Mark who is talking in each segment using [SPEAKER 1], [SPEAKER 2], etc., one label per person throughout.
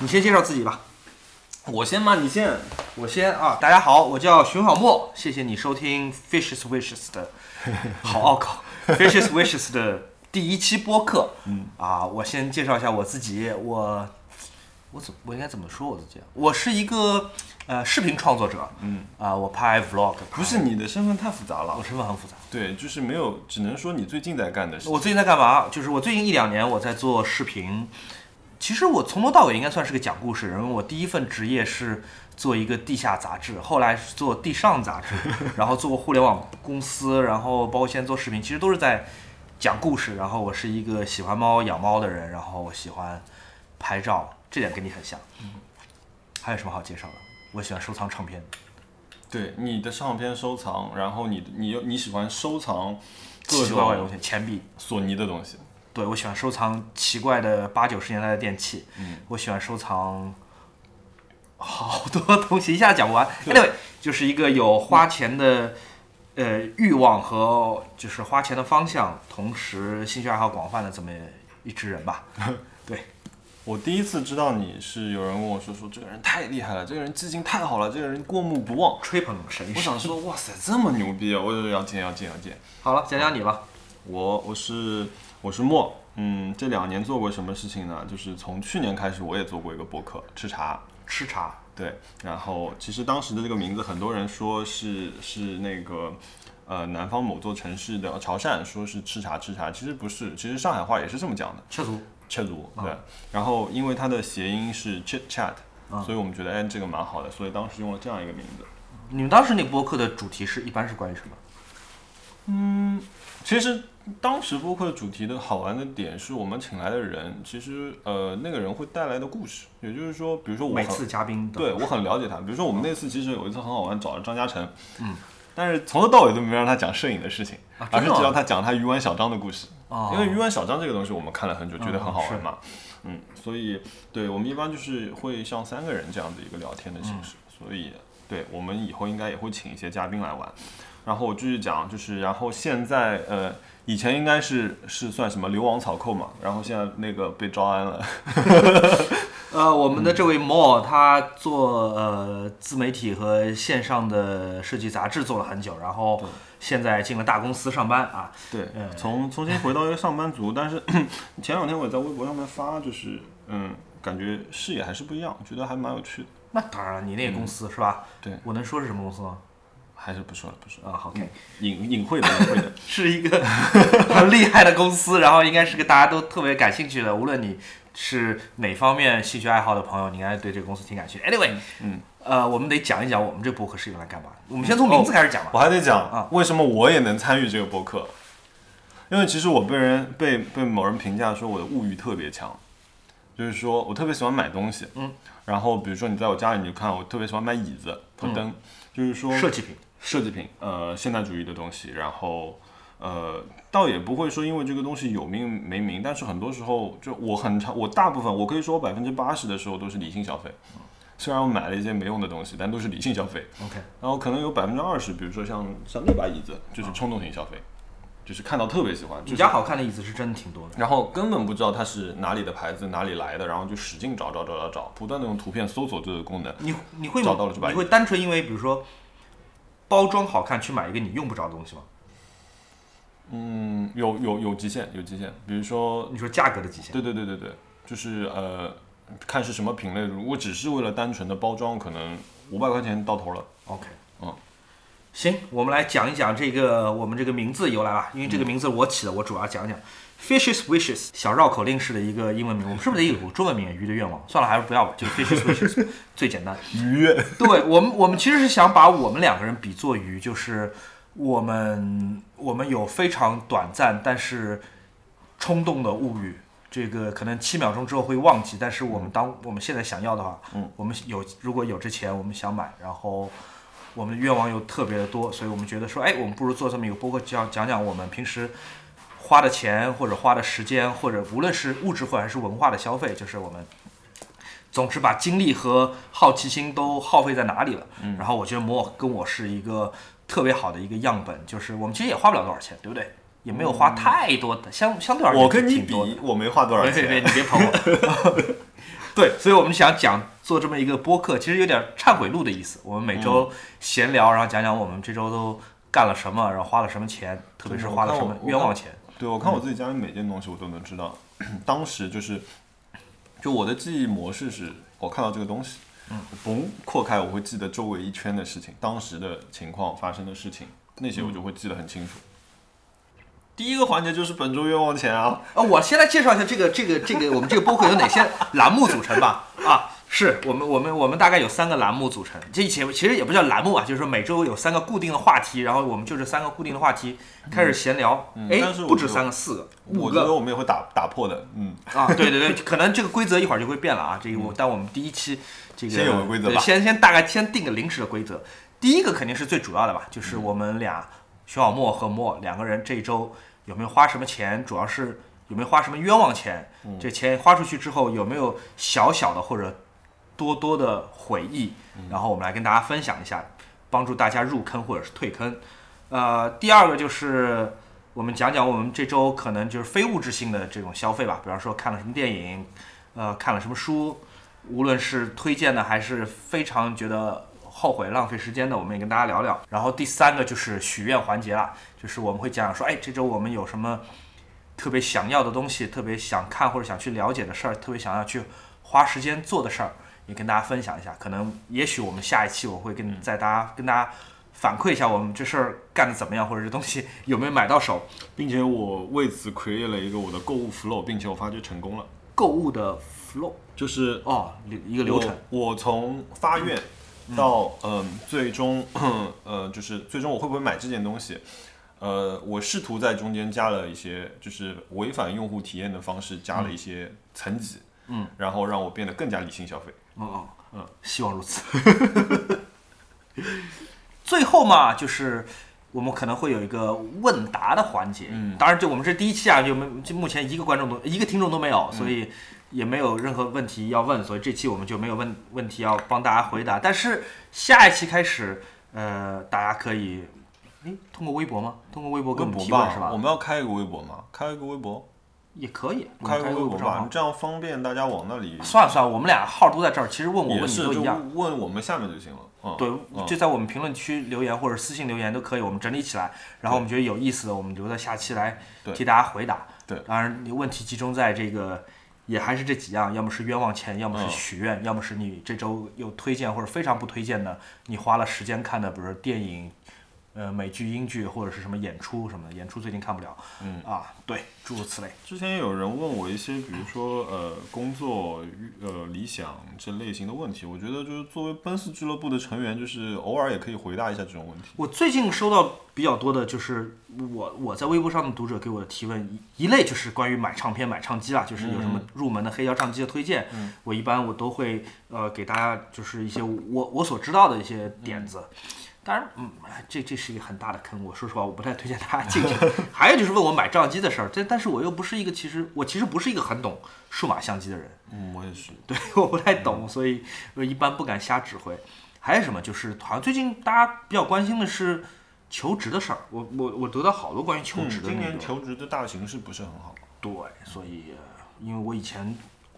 [SPEAKER 1] 你先介绍自己吧。我先吗？你先，我先啊！大家好，我叫熊小莫，谢谢你收听 Fishes Wishes 的，好拗口，Fishes Wishes 的第一期播客。嗯啊，我先介绍一下我自己，我我怎我应该怎么说我自己啊？我是一个呃视频创作者，嗯啊，我拍 vlog，
[SPEAKER 2] 不是你的身份太复杂
[SPEAKER 1] 我
[SPEAKER 2] 了，
[SPEAKER 1] 身份很复杂。
[SPEAKER 2] 对，就是没有，只能说你最近在干的事情。
[SPEAKER 1] 我最近在干嘛？就是我最近一两年我在做视频。其实我从头到尾应该算是个讲故事人。我第一份职业是做一个地下杂志，后来是做地上杂志，然后做过互联网公司，然后包括现在做视频，其实都是在讲故事。然后我是一个喜欢猫养猫的人，然后我喜欢拍照，这点跟你很像。还有什么好介绍的？我喜欢收藏唱片。
[SPEAKER 2] 对你的唱片收藏，然后你你又你喜欢收藏
[SPEAKER 1] 奇
[SPEAKER 2] 各
[SPEAKER 1] 奇怪怪的东
[SPEAKER 2] 种
[SPEAKER 1] 西，钱币，
[SPEAKER 2] 索尼的东西，
[SPEAKER 1] 对，我喜欢收藏奇怪的八九十年代的电器，
[SPEAKER 2] 嗯
[SPEAKER 1] 我喜欢收藏好多东西，一下讲不完。Anyway，就是一个有花钱的呃欲望和就是花钱的方向，同时兴趣爱好广泛的这么一支人 吧。对，
[SPEAKER 2] 我第一次知道你是有人跟我说说这个人太厉害了，这个人记性太好了，这个人过目不忘。
[SPEAKER 1] 吹捧神
[SPEAKER 2] 我
[SPEAKER 1] 士。
[SPEAKER 2] 想说，哇塞，这么牛逼啊！我就要见要见要见。
[SPEAKER 1] 好了，讲讲你吧。
[SPEAKER 2] 我我是我是莫，嗯，这两年做过什么事情呢？就是从去年开始，我也做过一个播客，吃茶。
[SPEAKER 1] 吃茶，
[SPEAKER 2] 对，然后其实当时的这个名字，很多人说是是那个呃南方某座城市的潮汕，说是吃茶吃茶，其实不是，其实上海话也是这么讲的，
[SPEAKER 1] 吃足。
[SPEAKER 2] 赤足。
[SPEAKER 1] 啊
[SPEAKER 2] 对，然后因为它的谐音是 chit chat，、所以
[SPEAKER 1] 啊
[SPEAKER 2] 我们觉得哎这个蛮好的，所以当时用了这样一个名字。
[SPEAKER 1] 你们当时那播客的主题是一般是关于什么？
[SPEAKER 2] 其实当时播客主题的好玩的点是我们请来的人，其实呃那个人会带来的故事，也就是说，比如说我
[SPEAKER 1] 每
[SPEAKER 2] 很
[SPEAKER 1] 次嘉宾的
[SPEAKER 2] 对我很了解他。比如说我们那次其实有一次很好玩，找了张嘉诚，嗯，但是从头到尾都没让他讲摄影的事情，
[SPEAKER 1] 啊真
[SPEAKER 2] 而
[SPEAKER 1] 的
[SPEAKER 2] 是
[SPEAKER 1] 吗
[SPEAKER 2] 只让他讲他鱼丸小张的故事。
[SPEAKER 1] 哦
[SPEAKER 2] 因为鱼丸小张这个东西我们看了很久，觉得
[SPEAKER 1] 嗯
[SPEAKER 2] 很好
[SPEAKER 1] 是
[SPEAKER 2] 玩嘛，嗯，所以对我们一般就是会像三个人这样的一个聊天的形式，
[SPEAKER 1] 嗯
[SPEAKER 2] 所以对我们以后应该也会请一些嘉宾来玩。然后我继续讲，就是然后现在呃，以前应该是是算什么流亡草寇嘛，然后现在那个被招安了，
[SPEAKER 1] 呃，我们的这位 Mo，他做呃自媒体和线上的设计杂志做了很久，然后现在进了大公司上班啊。
[SPEAKER 2] 对
[SPEAKER 1] 嗯，
[SPEAKER 2] 从重新回到一个上班族，但是前两天我也在微博上面发，就是嗯，感觉视野还是不一样，觉得还蛮有趣的。
[SPEAKER 1] 那当然了，你那个公司、是吧？
[SPEAKER 2] 对
[SPEAKER 1] 我能说是什么公司吗？
[SPEAKER 2] 还是不说了，不说了，
[SPEAKER 1] 啊，好，OK，
[SPEAKER 2] 隐隐晦的，隐晦的。
[SPEAKER 1] 是一个 很厉害的公司，然后应该是个大家都特别感兴趣的，无论你是哪方面兴趣爱好的朋友，你应该对这个公司挺感兴趣。Anyway，嗯，呃，我们得讲一讲我们这博客是用来干嘛的。我们先从名字开始讲吧。
[SPEAKER 2] 我还得
[SPEAKER 1] 啊
[SPEAKER 2] 讲为什么我也能参与这个播客，因为其实我被人被被某人评价说我的物欲特别强，就是说我特别喜欢买东西，嗯，然后比如说你在我家里你就看我特别喜欢买椅子和灯，就是说
[SPEAKER 1] 设计品，
[SPEAKER 2] 设计品，呃，现代主义的东西，然后呃，倒也不会说因为这个东西有名没名，但是很多时候就我很常，我大部分我可以说我百分之八十的时候都是理性消费，虽然我买了一些没用的东西，但都是理性消费。
[SPEAKER 1] OK
[SPEAKER 2] 然后可能有百分之二十，比如说像像那把椅子，就是冲动型消费，就是看到特别喜欢，就
[SPEAKER 1] 你
[SPEAKER 2] 是
[SPEAKER 1] 家好看的椅子是真的挺多的。
[SPEAKER 2] 然后根本不知道它是哪里的牌子，哪里来的，然后就使劲找找找找找，不断的用图片搜索这个功能。
[SPEAKER 1] 你你会
[SPEAKER 2] 找到了这把椅
[SPEAKER 1] 你
[SPEAKER 2] 子
[SPEAKER 1] 会单纯因为比如说包装好看去买一个你用不着的东西吗？
[SPEAKER 2] 嗯，有有有极限，有极限。比如说
[SPEAKER 1] 你说价格的极限？
[SPEAKER 2] 对对对对对，就是呃，看是什么品类。如果只是为了单纯的包装，可能五百块钱到头了。
[SPEAKER 1] OK，
[SPEAKER 2] 嗯，
[SPEAKER 1] 行，我们来讲一讲这个我们这个名字由来吧，因为这
[SPEAKER 2] 嗯
[SPEAKER 1] 个名字我起的，我主要讲讲 Fishes Wishes 小绕口令式的一个英文名，我们是不是得有个中文名？鱼的愿望？算了，还是不要吧，就 Fishes Wishes 最简单。
[SPEAKER 2] 愉悦，
[SPEAKER 1] 对我们，我们其实是想把我们两个人比作鱼，就是我们我们有非常短暂但是冲动的物欲，这个可能七秒钟之后会忘记，但是我们当我们现在想要的话，嗯，我们有如果有这钱，我们想买，然后我们的愿望又特别的多，所以我们觉得说，哎，我们不如做这么一个播客，讲讲讲我们平时。花的钱或者花的时间，或者无论是物质或者还是文化的消费，就是我们总之把精力和好奇心都耗费在哪里了。
[SPEAKER 2] 嗯
[SPEAKER 1] 然后我觉得摩尔跟我是一个特别好的一个样本，就是我们其实也花不了多少钱，对不对？也没有花太多的，相相对而言
[SPEAKER 2] 嗯我跟你
[SPEAKER 1] 挺
[SPEAKER 2] 比
[SPEAKER 1] 多的，
[SPEAKER 2] 我没花多少
[SPEAKER 1] 别别别，
[SPEAKER 2] 钱。
[SPEAKER 1] 你别捧我。对，所以我们想讲做这么一个播客，其实有点忏悔录的意思。我们每周闲聊，然后讲讲我们这周都干了什么，然后花了什么钱，特别是花了什么冤枉钱。
[SPEAKER 2] 对，我看我自己家里每件东西我都能知道，
[SPEAKER 1] 嗯
[SPEAKER 2] 当时就是，就我的记忆模式是，我看到这个东西，嘣扩开，我会记得周围一圈的事情，当时的情况发生的事情，那些我就会记得很清楚。第一个环节就是本周冤枉钱啊，
[SPEAKER 1] 啊，我先来介绍一下这个这个这个我们这个播客有哪些栏目组成吧。啊，是我们我们我们大概有三个栏目组成，这前其实也不叫栏目啊，就是说每周有三个固定的话题，然后我们就这三个固定的话题开始闲聊。哎、
[SPEAKER 2] 但是我
[SPEAKER 1] 不止
[SPEAKER 2] 觉得
[SPEAKER 1] 三个，四个，五
[SPEAKER 2] 我
[SPEAKER 1] 个。
[SPEAKER 2] 觉得我们也会打打破的，嗯，
[SPEAKER 1] 啊，对对对，可能这个规则一会儿就会变了啊。这个我，但我们第一期这个
[SPEAKER 2] 先有个规则吧
[SPEAKER 1] 对先先大概先定个临时的规则。第一个肯定是最主要的吧，就是
[SPEAKER 2] 嗯
[SPEAKER 1] 我们俩徐小莫和莫两个人这一周有没有花什么钱，主要是有没有花什么冤枉钱，
[SPEAKER 2] 嗯
[SPEAKER 1] 这钱花出去之后有没有小小的或者多多的回忆，
[SPEAKER 2] 嗯
[SPEAKER 1] 然后我们来跟大家分享一下，帮助大家入坑或者是退坑。呃，第二个就是我们讲讲我们这周可能就是非物质性的这种消费吧，比方说看了什么电影，呃，看了什么书，无论是推荐的还是非常觉得后悔浪费时间的，我们也跟大家聊聊。然后第三个就是许愿环节啦，就是我们会讲讲说，哎，这周我们有什么特别想要的东西，特别想看或者想去了解的事儿，特别想要去花时间做的事儿，也跟大家分享一下。可能也许我们下一期我会跟在大家跟大家反馈一下我们这事儿干的怎么样，或者这东西有没有买到手。
[SPEAKER 2] 并且我为此 create 了一个我的购物 flow，并且我发觉成功了，
[SPEAKER 1] 购物的 flow
[SPEAKER 2] 就是
[SPEAKER 1] 哦，流一个流程。
[SPEAKER 2] 我我从发愿到嗯、最终呃，就是最终我会不会买这件东西？呃，我试图在中间加了一些，就是违反用户体验的方式，加了一些层级，嗯，然后让我变得更加理性消费。
[SPEAKER 1] 嗯嗯嗯， 希望如此。最后嘛，就是我们可能会有一个问答的环节。嗯，当然，就我们这第一期啊，就没就目前一个观众都一个听众都没
[SPEAKER 2] 嗯
[SPEAKER 1] 有，所以也没有任何问题要问，所以这期我们就没有问问题要帮大家回答。但是下一期开始，呃，大家可以。诶，通过微博吗？通过微博给
[SPEAKER 2] 微
[SPEAKER 1] 我们
[SPEAKER 2] 博
[SPEAKER 1] 提问是
[SPEAKER 2] 吧，我
[SPEAKER 1] 吧？
[SPEAKER 2] 们要开一个微博嘛，开一个微博，
[SPEAKER 1] 也可以，我
[SPEAKER 2] 开
[SPEAKER 1] 们
[SPEAKER 2] 一
[SPEAKER 1] 开
[SPEAKER 2] 个微博
[SPEAKER 1] 账
[SPEAKER 2] 吧
[SPEAKER 1] 号，。
[SPEAKER 2] 这样方便大家往那里，
[SPEAKER 1] 算了算了，我们俩号都在这儿，其实问我
[SPEAKER 2] 也
[SPEAKER 1] 问你
[SPEAKER 2] 是
[SPEAKER 1] 都
[SPEAKER 2] 就
[SPEAKER 1] 一样。
[SPEAKER 2] 问我们下面就行了。嗯，
[SPEAKER 1] 对，
[SPEAKER 2] 嗯
[SPEAKER 1] 就在我们评论区留言或者私信留言都可以，我们整理起来，然后我们觉得有意思的，我们留在下期来
[SPEAKER 2] 对
[SPEAKER 1] 替大家回答。
[SPEAKER 2] 对
[SPEAKER 1] 当然你问题集中在这个，也还是这几样，要么是冤枉钱，要么是
[SPEAKER 2] 嗯
[SPEAKER 1] 许愿，要么是你这周又推荐或者非常不推荐的，你花了时间看的，比如说电影。呃，美剧、英剧或者是什么演出什么的，演出最近看不了，
[SPEAKER 2] 嗯
[SPEAKER 1] 啊，对，诸如此类。
[SPEAKER 2] 之前有人问我一些，比如说呃工作与呃理想这类型的问题，我觉得就是作为奔四俱乐部的成员，就是偶尔也可以回答一下这种问题。
[SPEAKER 1] 我最近收到比较多的就是我我在微博上的读者给我的提问，一一类就是关于买唱片、买唱机啦，就是有什么入门的黑胶唱机的推荐，我一般我都会呃给大家就是一些我我所知道的一些点子。当然，嗯，哎这这是一个很大的坑，我说实话，我不太推荐大家进去。还有就是问我买照相机的事儿，这但是我又不是一个，其实我其实不是一个很懂数码相机的人，
[SPEAKER 2] 嗯，我也是。
[SPEAKER 1] 对， 我不太懂，所以我一般不敢瞎指挥。还有什么？就是好像最近大家比较关心的是求职的事儿，我我我得到好多关于求
[SPEAKER 2] 嗯，
[SPEAKER 1] 职的
[SPEAKER 2] 今
[SPEAKER 1] 内容。
[SPEAKER 2] 年求职的大形势不是很好。
[SPEAKER 1] 对，所以呃因为我以前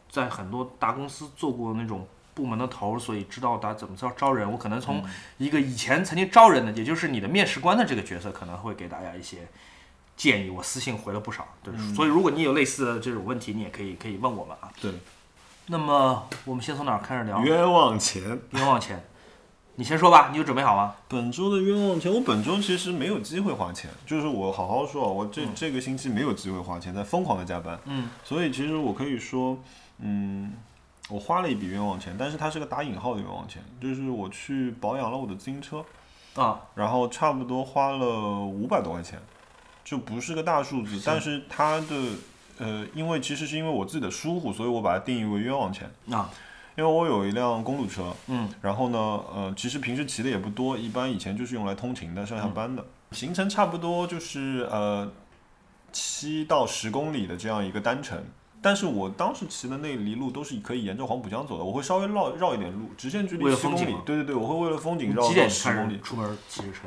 [SPEAKER 1] 在很多大公司做过那种部门的头儿，所以知道大家怎么招招人。我可能从
[SPEAKER 2] 嗯
[SPEAKER 1] 一个以前曾经招人的，也就是你的面试官的这个角色，可能会给大家一些建议。我私信回了不少，对，
[SPEAKER 2] 嗯
[SPEAKER 1] 所以如果你有类似的这种问题，你也可以可以问我们啊。
[SPEAKER 2] 对，
[SPEAKER 1] 那么我们先从哪儿开始聊？
[SPEAKER 2] 冤枉钱。
[SPEAKER 1] 冤枉钱，你先说吧，你有准备好吗？
[SPEAKER 2] 本周的冤枉钱，我本周其实没有机会花钱，就是我好好说啊，我这、这个星期没有机会花钱，在疯狂的加班。
[SPEAKER 1] 嗯，
[SPEAKER 2] 所以其实我可以说，嗯，我花了一笔冤枉钱，但是它是个打引号的冤枉钱，就是我去保养了我的自行车，
[SPEAKER 1] 啊，
[SPEAKER 2] 然后差不多花了五百多块钱，就不是个大数字，但是它的呃，因为其实是因为我自己的疏忽，所以我把它定义为冤枉钱。
[SPEAKER 1] 啊，
[SPEAKER 2] 因为我有一辆公路车，
[SPEAKER 1] 嗯，
[SPEAKER 2] 然后呢，呃，其实平时骑的也不多，一般以前就是用来通勤的、上
[SPEAKER 1] 嗯
[SPEAKER 2] 下班的。行程差不多就是呃七到十公里的这样一个单程，但是我当时骑的那一路都是可以沿着黄浦江走的，我会稍微绕绕一点路，直线距
[SPEAKER 1] 为
[SPEAKER 2] 离
[SPEAKER 1] 了
[SPEAKER 2] 七公
[SPEAKER 1] 风景
[SPEAKER 2] 里
[SPEAKER 1] 吗。
[SPEAKER 2] 对对对，我会为了风景
[SPEAKER 1] 你
[SPEAKER 2] 绕
[SPEAKER 1] 几
[SPEAKER 2] 到
[SPEAKER 1] 点
[SPEAKER 2] 十
[SPEAKER 1] 开
[SPEAKER 2] 公
[SPEAKER 1] 始
[SPEAKER 2] 里。
[SPEAKER 1] 出门骑着车？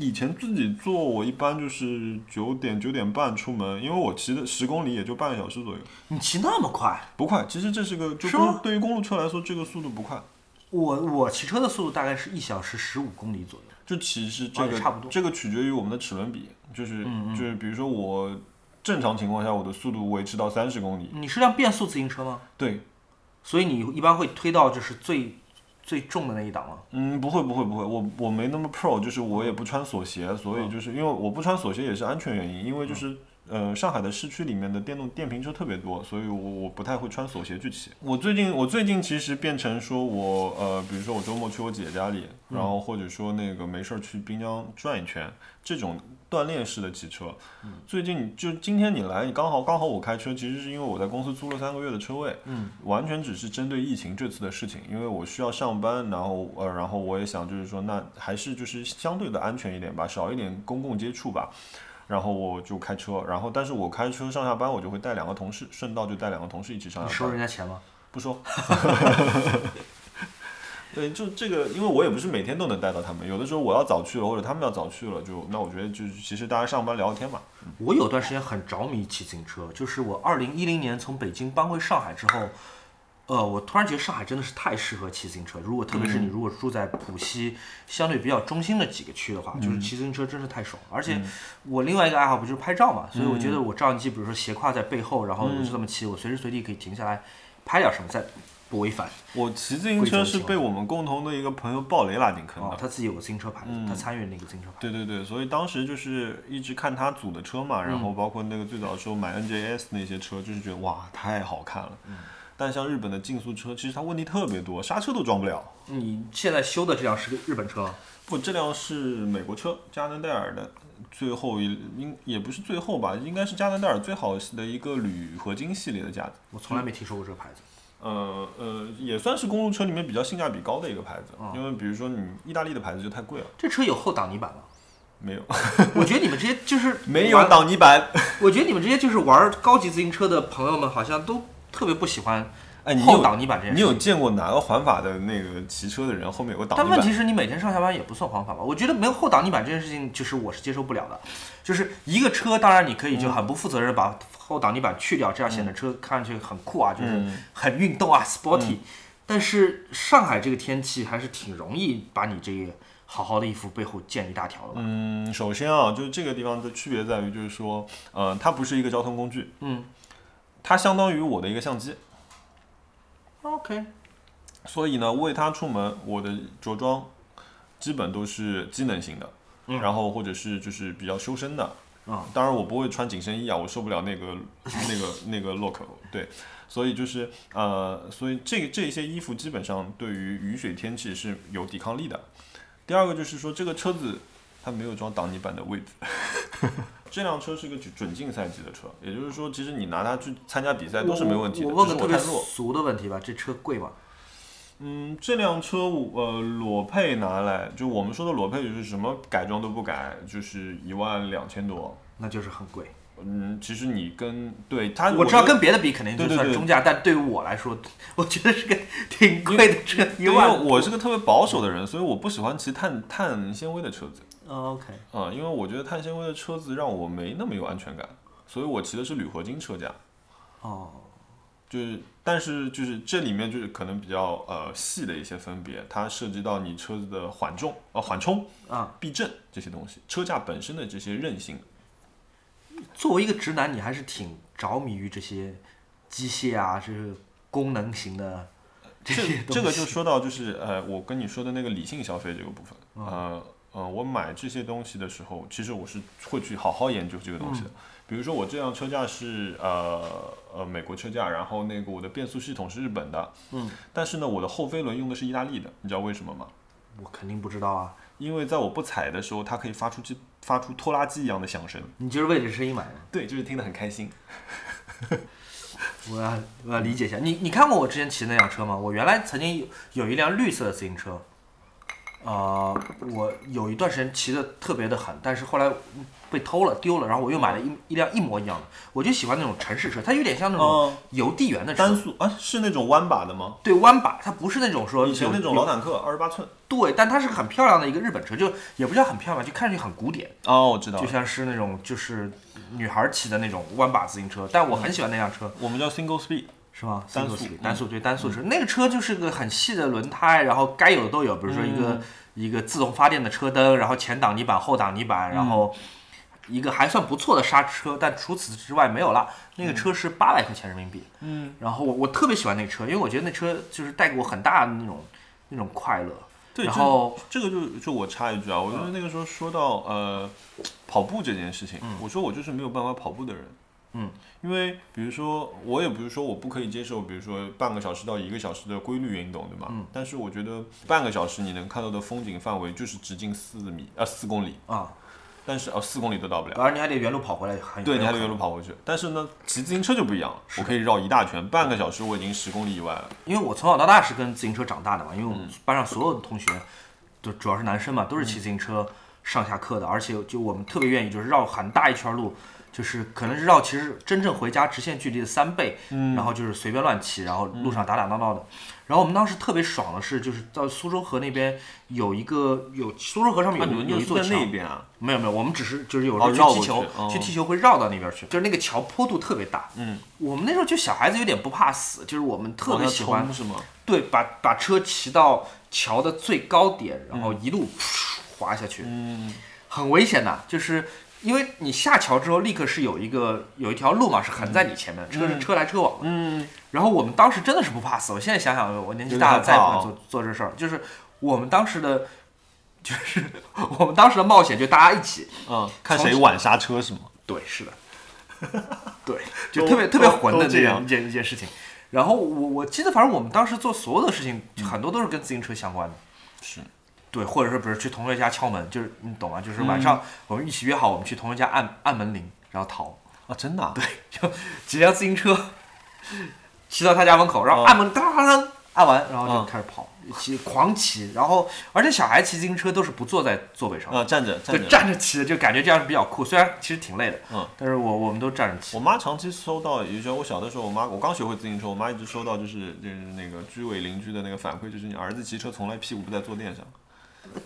[SPEAKER 2] 以前自己做，我一般就是九点九点半出门，因为我骑的十公里也就半个小时左右，
[SPEAKER 1] 你骑那么快？
[SPEAKER 2] 不快。其实这是个，就是
[SPEAKER 1] 吗
[SPEAKER 2] 公对于公路车来说，这个速度不快。
[SPEAKER 1] 我我骑车的速度大概是一小时十五公里左右。
[SPEAKER 2] 就其实
[SPEAKER 1] 哦
[SPEAKER 2] 这
[SPEAKER 1] 也
[SPEAKER 2] 个、
[SPEAKER 1] 差不多嗯
[SPEAKER 2] 这个取决于我们的齿轮比，就是、就是比如说我正常情况下我的速度维持到三十公里，
[SPEAKER 1] 你是辆变速自行车吗？
[SPEAKER 2] 对，
[SPEAKER 1] 所以你一般会推到就是最最重的那一档吗？
[SPEAKER 2] 嗯，不会不会不会，我我没那么 pro，就是我也不穿锁鞋，所以就是因为我不穿锁鞋也是安全原因，因为就是。呃，上海的市区里面的电动电瓶车特别多，所以我我不太会穿锁鞋去骑。我最近我最近其实变成说我呃，比如说我周末去我姐姐家里，然后或者说那个没事儿去滨江转一圈，这种锻炼式的骑车。最近就今天你来，你刚好刚好我开车，其实是因为我在公司租了三个月的车位，
[SPEAKER 1] 嗯，
[SPEAKER 2] 完全只是针对疫情这次的事情，因为我需要上班，然后呃，然后我也想就是说，那还是就是相对的安全一点吧，少一点公共接触吧。然后我就开车，然后但是我开车上下班，我就会带两个同事，顺道就带两个同事一起上
[SPEAKER 1] 你
[SPEAKER 2] 下
[SPEAKER 1] 收
[SPEAKER 2] 班。
[SPEAKER 1] 人家钱吗？
[SPEAKER 2] 不说。 对，就这个，因为我也不是每天都能带到他们，有的时候我要早去了，或者他们要早去了，就那我觉得就是其实大家上班聊聊天嘛，
[SPEAKER 1] 我有段时间很着迷骑自行车，就是我二零一零年从北京搬回上海之后，呃，我突然觉得上海真的是太适合骑自行车。如果特别是你如果住在浦西相对比较中心的几个区的话，就是骑自行车真是太爽。而且我另外一个爱好不就是拍照嘛，所以我觉得我照相机，比如说斜挎在背后，然后我就这么骑，我随时随地可以停下来拍点什么，再不违反。
[SPEAKER 2] 我骑自行车是被我们共同的一个朋友鲍雷拉进坑
[SPEAKER 1] 哦，
[SPEAKER 2] 的。
[SPEAKER 1] 他自己有个自行车牌，他参与那个自行车牌。
[SPEAKER 2] 对对对，所以当时就是一直看他组的车嘛，然后包括那个最早的时候买 NJS 那些车，就是觉得哇太好看了。但像日本的竞速车，其实它问题特别多，刹车都装不了。
[SPEAKER 1] 你现在修的这辆是个日本车，
[SPEAKER 2] 不，这辆是美国车，加能戴尔的，最后一应也不是最后吧，应该是加能戴尔最好的一个铝合金系列的架子。
[SPEAKER 1] 我从来没听说过这个牌子。
[SPEAKER 2] 呃呃，也算是公路车里面比较性价比高的一个牌子，
[SPEAKER 1] 嗯
[SPEAKER 2] 因为比如说你意大利的牌子就太贵了，
[SPEAKER 1] 这车有后挡泥板吗？
[SPEAKER 2] 没有。
[SPEAKER 1] 我觉得你们这些就是
[SPEAKER 2] 没有挡泥板。
[SPEAKER 1] 我觉得你们这些就是玩高级自行车的朋友们，好像都特别不喜欢
[SPEAKER 2] 哎，你
[SPEAKER 1] 后
[SPEAKER 2] 有
[SPEAKER 1] 挡泥板这件
[SPEAKER 2] 你
[SPEAKER 1] 事。
[SPEAKER 2] 有见过哪个环法的那个骑车的人后面有个挡
[SPEAKER 1] 但
[SPEAKER 2] 泥
[SPEAKER 1] 问
[SPEAKER 2] 板？
[SPEAKER 1] 题是你每天上下班也不算环法吧？我觉得没有后挡泥板这件事情，就是我是接受不了的。就是一个车，当然你可以
[SPEAKER 2] 嗯
[SPEAKER 1] 就很不负责任地把后挡泥板去掉，这样显得车看上去很酷啊，就是
[SPEAKER 2] 嗯
[SPEAKER 1] 很运动啊，sporty。但是上海这个天气还是挺容易把你这个好好的衣服背后溅一大条的吧？
[SPEAKER 2] 嗯，首先啊，就是这个地方的区别在于，就是说，呃，它不是一个交通工具，
[SPEAKER 1] 嗯
[SPEAKER 2] 它相当于我的一个相机，
[SPEAKER 1] ，OK，
[SPEAKER 2] 所以呢，为它出门，我的着装基本都是机能型的，
[SPEAKER 1] 嗯
[SPEAKER 2] 然后或者是就是比较修身的。
[SPEAKER 1] 嗯
[SPEAKER 2] 当然我不会穿紧身衣啊，我受不了那个 那个那个 look。对，所以就是呃，所以这这些衣服基本上对于雨水天气是有抵抗力的。第二个就是说，这个车子它没有装挡泥板的位置。 这辆车是个准准竞赛级的车，也就是说，其实你拿它去参加比赛都是没问题的。
[SPEAKER 1] 我我问
[SPEAKER 2] 只
[SPEAKER 1] 个
[SPEAKER 2] 是
[SPEAKER 1] 特
[SPEAKER 2] 我
[SPEAKER 1] 别
[SPEAKER 2] 太弱。
[SPEAKER 1] 俗的问题吧，这车贵吗？
[SPEAKER 2] 嗯，这辆车我呃裸配拿来，就我们说的裸配就是什么改装都不改，就是一万两千多。
[SPEAKER 1] 那就是很贵。
[SPEAKER 2] 嗯，其实你跟对它，
[SPEAKER 1] 我知
[SPEAKER 2] 觉
[SPEAKER 1] 道
[SPEAKER 2] 得
[SPEAKER 1] 跟别的比肯定就
[SPEAKER 2] 哎对对
[SPEAKER 1] 算
[SPEAKER 2] 对
[SPEAKER 1] 中价，但对于我来说，我觉得是个 挺贵的车，一
[SPEAKER 2] 因为
[SPEAKER 1] 万。
[SPEAKER 2] 我是个特别保守的人，所以我不喜欢骑碳碳纤维的车子
[SPEAKER 1] 哦 OK，
[SPEAKER 2] 啊、因为我觉得碳纤维的车子让我没那么有安全感，所以我骑的是铝合金车架。
[SPEAKER 1] 哦，
[SPEAKER 2] 就是，但是就是这里面就是可能比较呃细的一些分别，它涉及到你车子的缓重、呃缓冲、
[SPEAKER 1] 啊，
[SPEAKER 2] 避震这些东西，车架本身的这些韧性。
[SPEAKER 1] 作为一个直男，你还是挺着迷于这些机械啊，这是功能型的这
[SPEAKER 2] 这
[SPEAKER 1] 些东西。
[SPEAKER 2] 这个就说到就是呃，我跟你说的那个理性消费这个部分，呃呃，我买这些东西的时候，其实我是会去好好研究这个东西的。比如说我这辆车架是呃呃美国车架，然后那个我的变速系统是日本的，
[SPEAKER 1] 嗯，
[SPEAKER 2] 但是呢，我的后飞轮用的是意大利的，你知道为什么吗？
[SPEAKER 1] 我肯定不知道啊，
[SPEAKER 2] 因为在我不踩的时候，它可以发出机发出拖拉机一样的响声，
[SPEAKER 1] 你就是为这声音买的。
[SPEAKER 2] 对，就是听得很开心。
[SPEAKER 1] 我要我要理解一下，你你看过我之前骑的那辆车吗？我原来曾经有有一辆绿色的自行车，呃，我有一段时间骑的特别的狠，但是后来被偷了丢了，然后我又买了一一辆一模一样的。我就喜欢那种城市车，它有点像那种
[SPEAKER 2] 嗯，
[SPEAKER 1] 邮递员的车，
[SPEAKER 2] 单速啊，是那种弯把的吗？
[SPEAKER 1] 对弯把，它不是那种说
[SPEAKER 2] 以前
[SPEAKER 1] 有
[SPEAKER 2] 那种
[SPEAKER 1] 有
[SPEAKER 2] 老坦克，二十八寸。
[SPEAKER 1] 对，但它是个很漂亮的一个日本车，就也不叫很漂亮，就看上去很古典，
[SPEAKER 2] 哦，我知道
[SPEAKER 1] 就
[SPEAKER 2] 了，
[SPEAKER 1] 像是那种就是女孩骑的那种弯把自行车。但我很喜欢那辆车，
[SPEAKER 2] 我们叫 single speed。
[SPEAKER 1] 是吗？
[SPEAKER 2] 单速
[SPEAKER 1] Single-speed，
[SPEAKER 2] 嗯
[SPEAKER 1] 单速对单速车，那个车就是个很细的轮胎，然后该有的都有，比如说一
[SPEAKER 2] 嗯
[SPEAKER 1] 个、一个自动发电的车灯，然后前挡泥板、后挡泥板，
[SPEAKER 2] 嗯
[SPEAKER 1] 然后一个还算不错的刹车，但除此之外没有了。那个车是八百块钱人民币，
[SPEAKER 2] 嗯，
[SPEAKER 1] 然后我我特别喜欢那个车，因为我觉得那车就是带给我很大的那种那种快乐。
[SPEAKER 2] 对，
[SPEAKER 1] 然
[SPEAKER 2] 这
[SPEAKER 1] 后
[SPEAKER 2] 这个就就我插一句啊，我
[SPEAKER 1] 嗯
[SPEAKER 2] 觉得那个时候说到呃跑步这件事情，我说我就是没有办法跑步的人。
[SPEAKER 1] 嗯，
[SPEAKER 2] 因为比如说，我也不是说我不可以接受，比如说半个小时到一个小时的规律运动，对吗？
[SPEAKER 1] 嗯。
[SPEAKER 2] 但是我觉得半个小时你能看到的风景范围就是直径四米，呃，四公里，
[SPEAKER 1] 啊，
[SPEAKER 2] 但是呃，四公里都到不了。
[SPEAKER 1] 然后你还得原路跑回来，很
[SPEAKER 2] 对，你还
[SPEAKER 1] 很
[SPEAKER 2] 得
[SPEAKER 1] 有
[SPEAKER 2] 原路跑回去。但是呢，骑自行车就不一样了，我可以绕一大圈，半个小时我已经十公里以外了。
[SPEAKER 1] 因为我从小到大是跟自行车长大的嘛，因为我
[SPEAKER 2] 嗯
[SPEAKER 1] 们班上所有的同学，就主要是男生嘛，都是骑自行车上下课的，而且就我们特别愿意就是绕很大一圈路，就是可能是绕其实真正回家直线距离的三倍，
[SPEAKER 2] 嗯
[SPEAKER 1] 然后就是随便乱骑，然后路上打打闹闹的。然后我们当时特别爽的是，就是到苏州河那边有一个有苏州河上面
[SPEAKER 2] 啊，你
[SPEAKER 1] 有、
[SPEAKER 2] 们
[SPEAKER 1] 有
[SPEAKER 2] 就
[SPEAKER 1] 一
[SPEAKER 2] 是
[SPEAKER 1] 座
[SPEAKER 2] 在
[SPEAKER 1] 桥
[SPEAKER 2] 那，边啊？
[SPEAKER 1] 没有没有，我们只是就是有时候
[SPEAKER 2] 哦绕
[SPEAKER 1] 去踢球，
[SPEAKER 2] 过去哦
[SPEAKER 1] 去踢球会绕到那边去，就是那个桥坡度特别大。
[SPEAKER 2] 嗯，
[SPEAKER 1] 我们那时候就小孩子有点不怕死，就是我们特
[SPEAKER 2] 往
[SPEAKER 1] 别
[SPEAKER 2] 下
[SPEAKER 1] 喜欢嗯
[SPEAKER 2] 冲是吗？
[SPEAKER 1] 对，把把车骑到桥的最高点，然后一路噗滑下去，
[SPEAKER 2] 嗯，
[SPEAKER 1] 很危险的，就是因为你下桥之后立刻是有一个有一条路嘛，是横在你前面，车是车来车往的。
[SPEAKER 2] 嗯，
[SPEAKER 1] 然后我们当时真的是不怕死，我现在想想，我年纪大了
[SPEAKER 2] 有点害怕
[SPEAKER 1] 再也不敢
[SPEAKER 2] 哦
[SPEAKER 1] 做做这事儿，就是我们当时的。就是 我们当时的冒险，就大家一起，
[SPEAKER 2] 嗯，看谁晚刹车是吗？
[SPEAKER 1] 对，是 的，对，就
[SPEAKER 2] 都
[SPEAKER 1] 特别特别
[SPEAKER 2] 都
[SPEAKER 1] 混的
[SPEAKER 2] 都这
[SPEAKER 1] 样
[SPEAKER 2] 样
[SPEAKER 1] 一件一件事情。然后我我记得，反正我们当时做所有的事情，很多都是跟自行车相关的。
[SPEAKER 2] 嗯是，
[SPEAKER 1] 对，或者是比如去同学家敲门，就是你懂吗？就是
[SPEAKER 2] 嗯
[SPEAKER 1] 晚上我们一起约好，我们去同学家按按门铃，然后逃，
[SPEAKER 2] 啊，真的、啊？对，
[SPEAKER 1] 骑辆自行车 骑到他家门口，然后
[SPEAKER 2] 嗯
[SPEAKER 1] 按门，当当当，按完，然后就
[SPEAKER 2] 嗯
[SPEAKER 1] 开始跑，骑狂骑，然后而且小孩骑自行车都是不坐在座位上，
[SPEAKER 2] 啊，站着
[SPEAKER 1] 就
[SPEAKER 2] 站着。
[SPEAKER 1] 站着骑的，就感觉这样是比较酷。虽然其实挺累的，
[SPEAKER 2] 嗯，
[SPEAKER 1] 但是我我们都站着骑。
[SPEAKER 2] 我妈长期收到，也就是我小的时候，我妈我刚学会自行车，我妈一直收到就是就是那个居委邻居的那个反馈，就是你儿子骑车从来屁股不在坐垫上。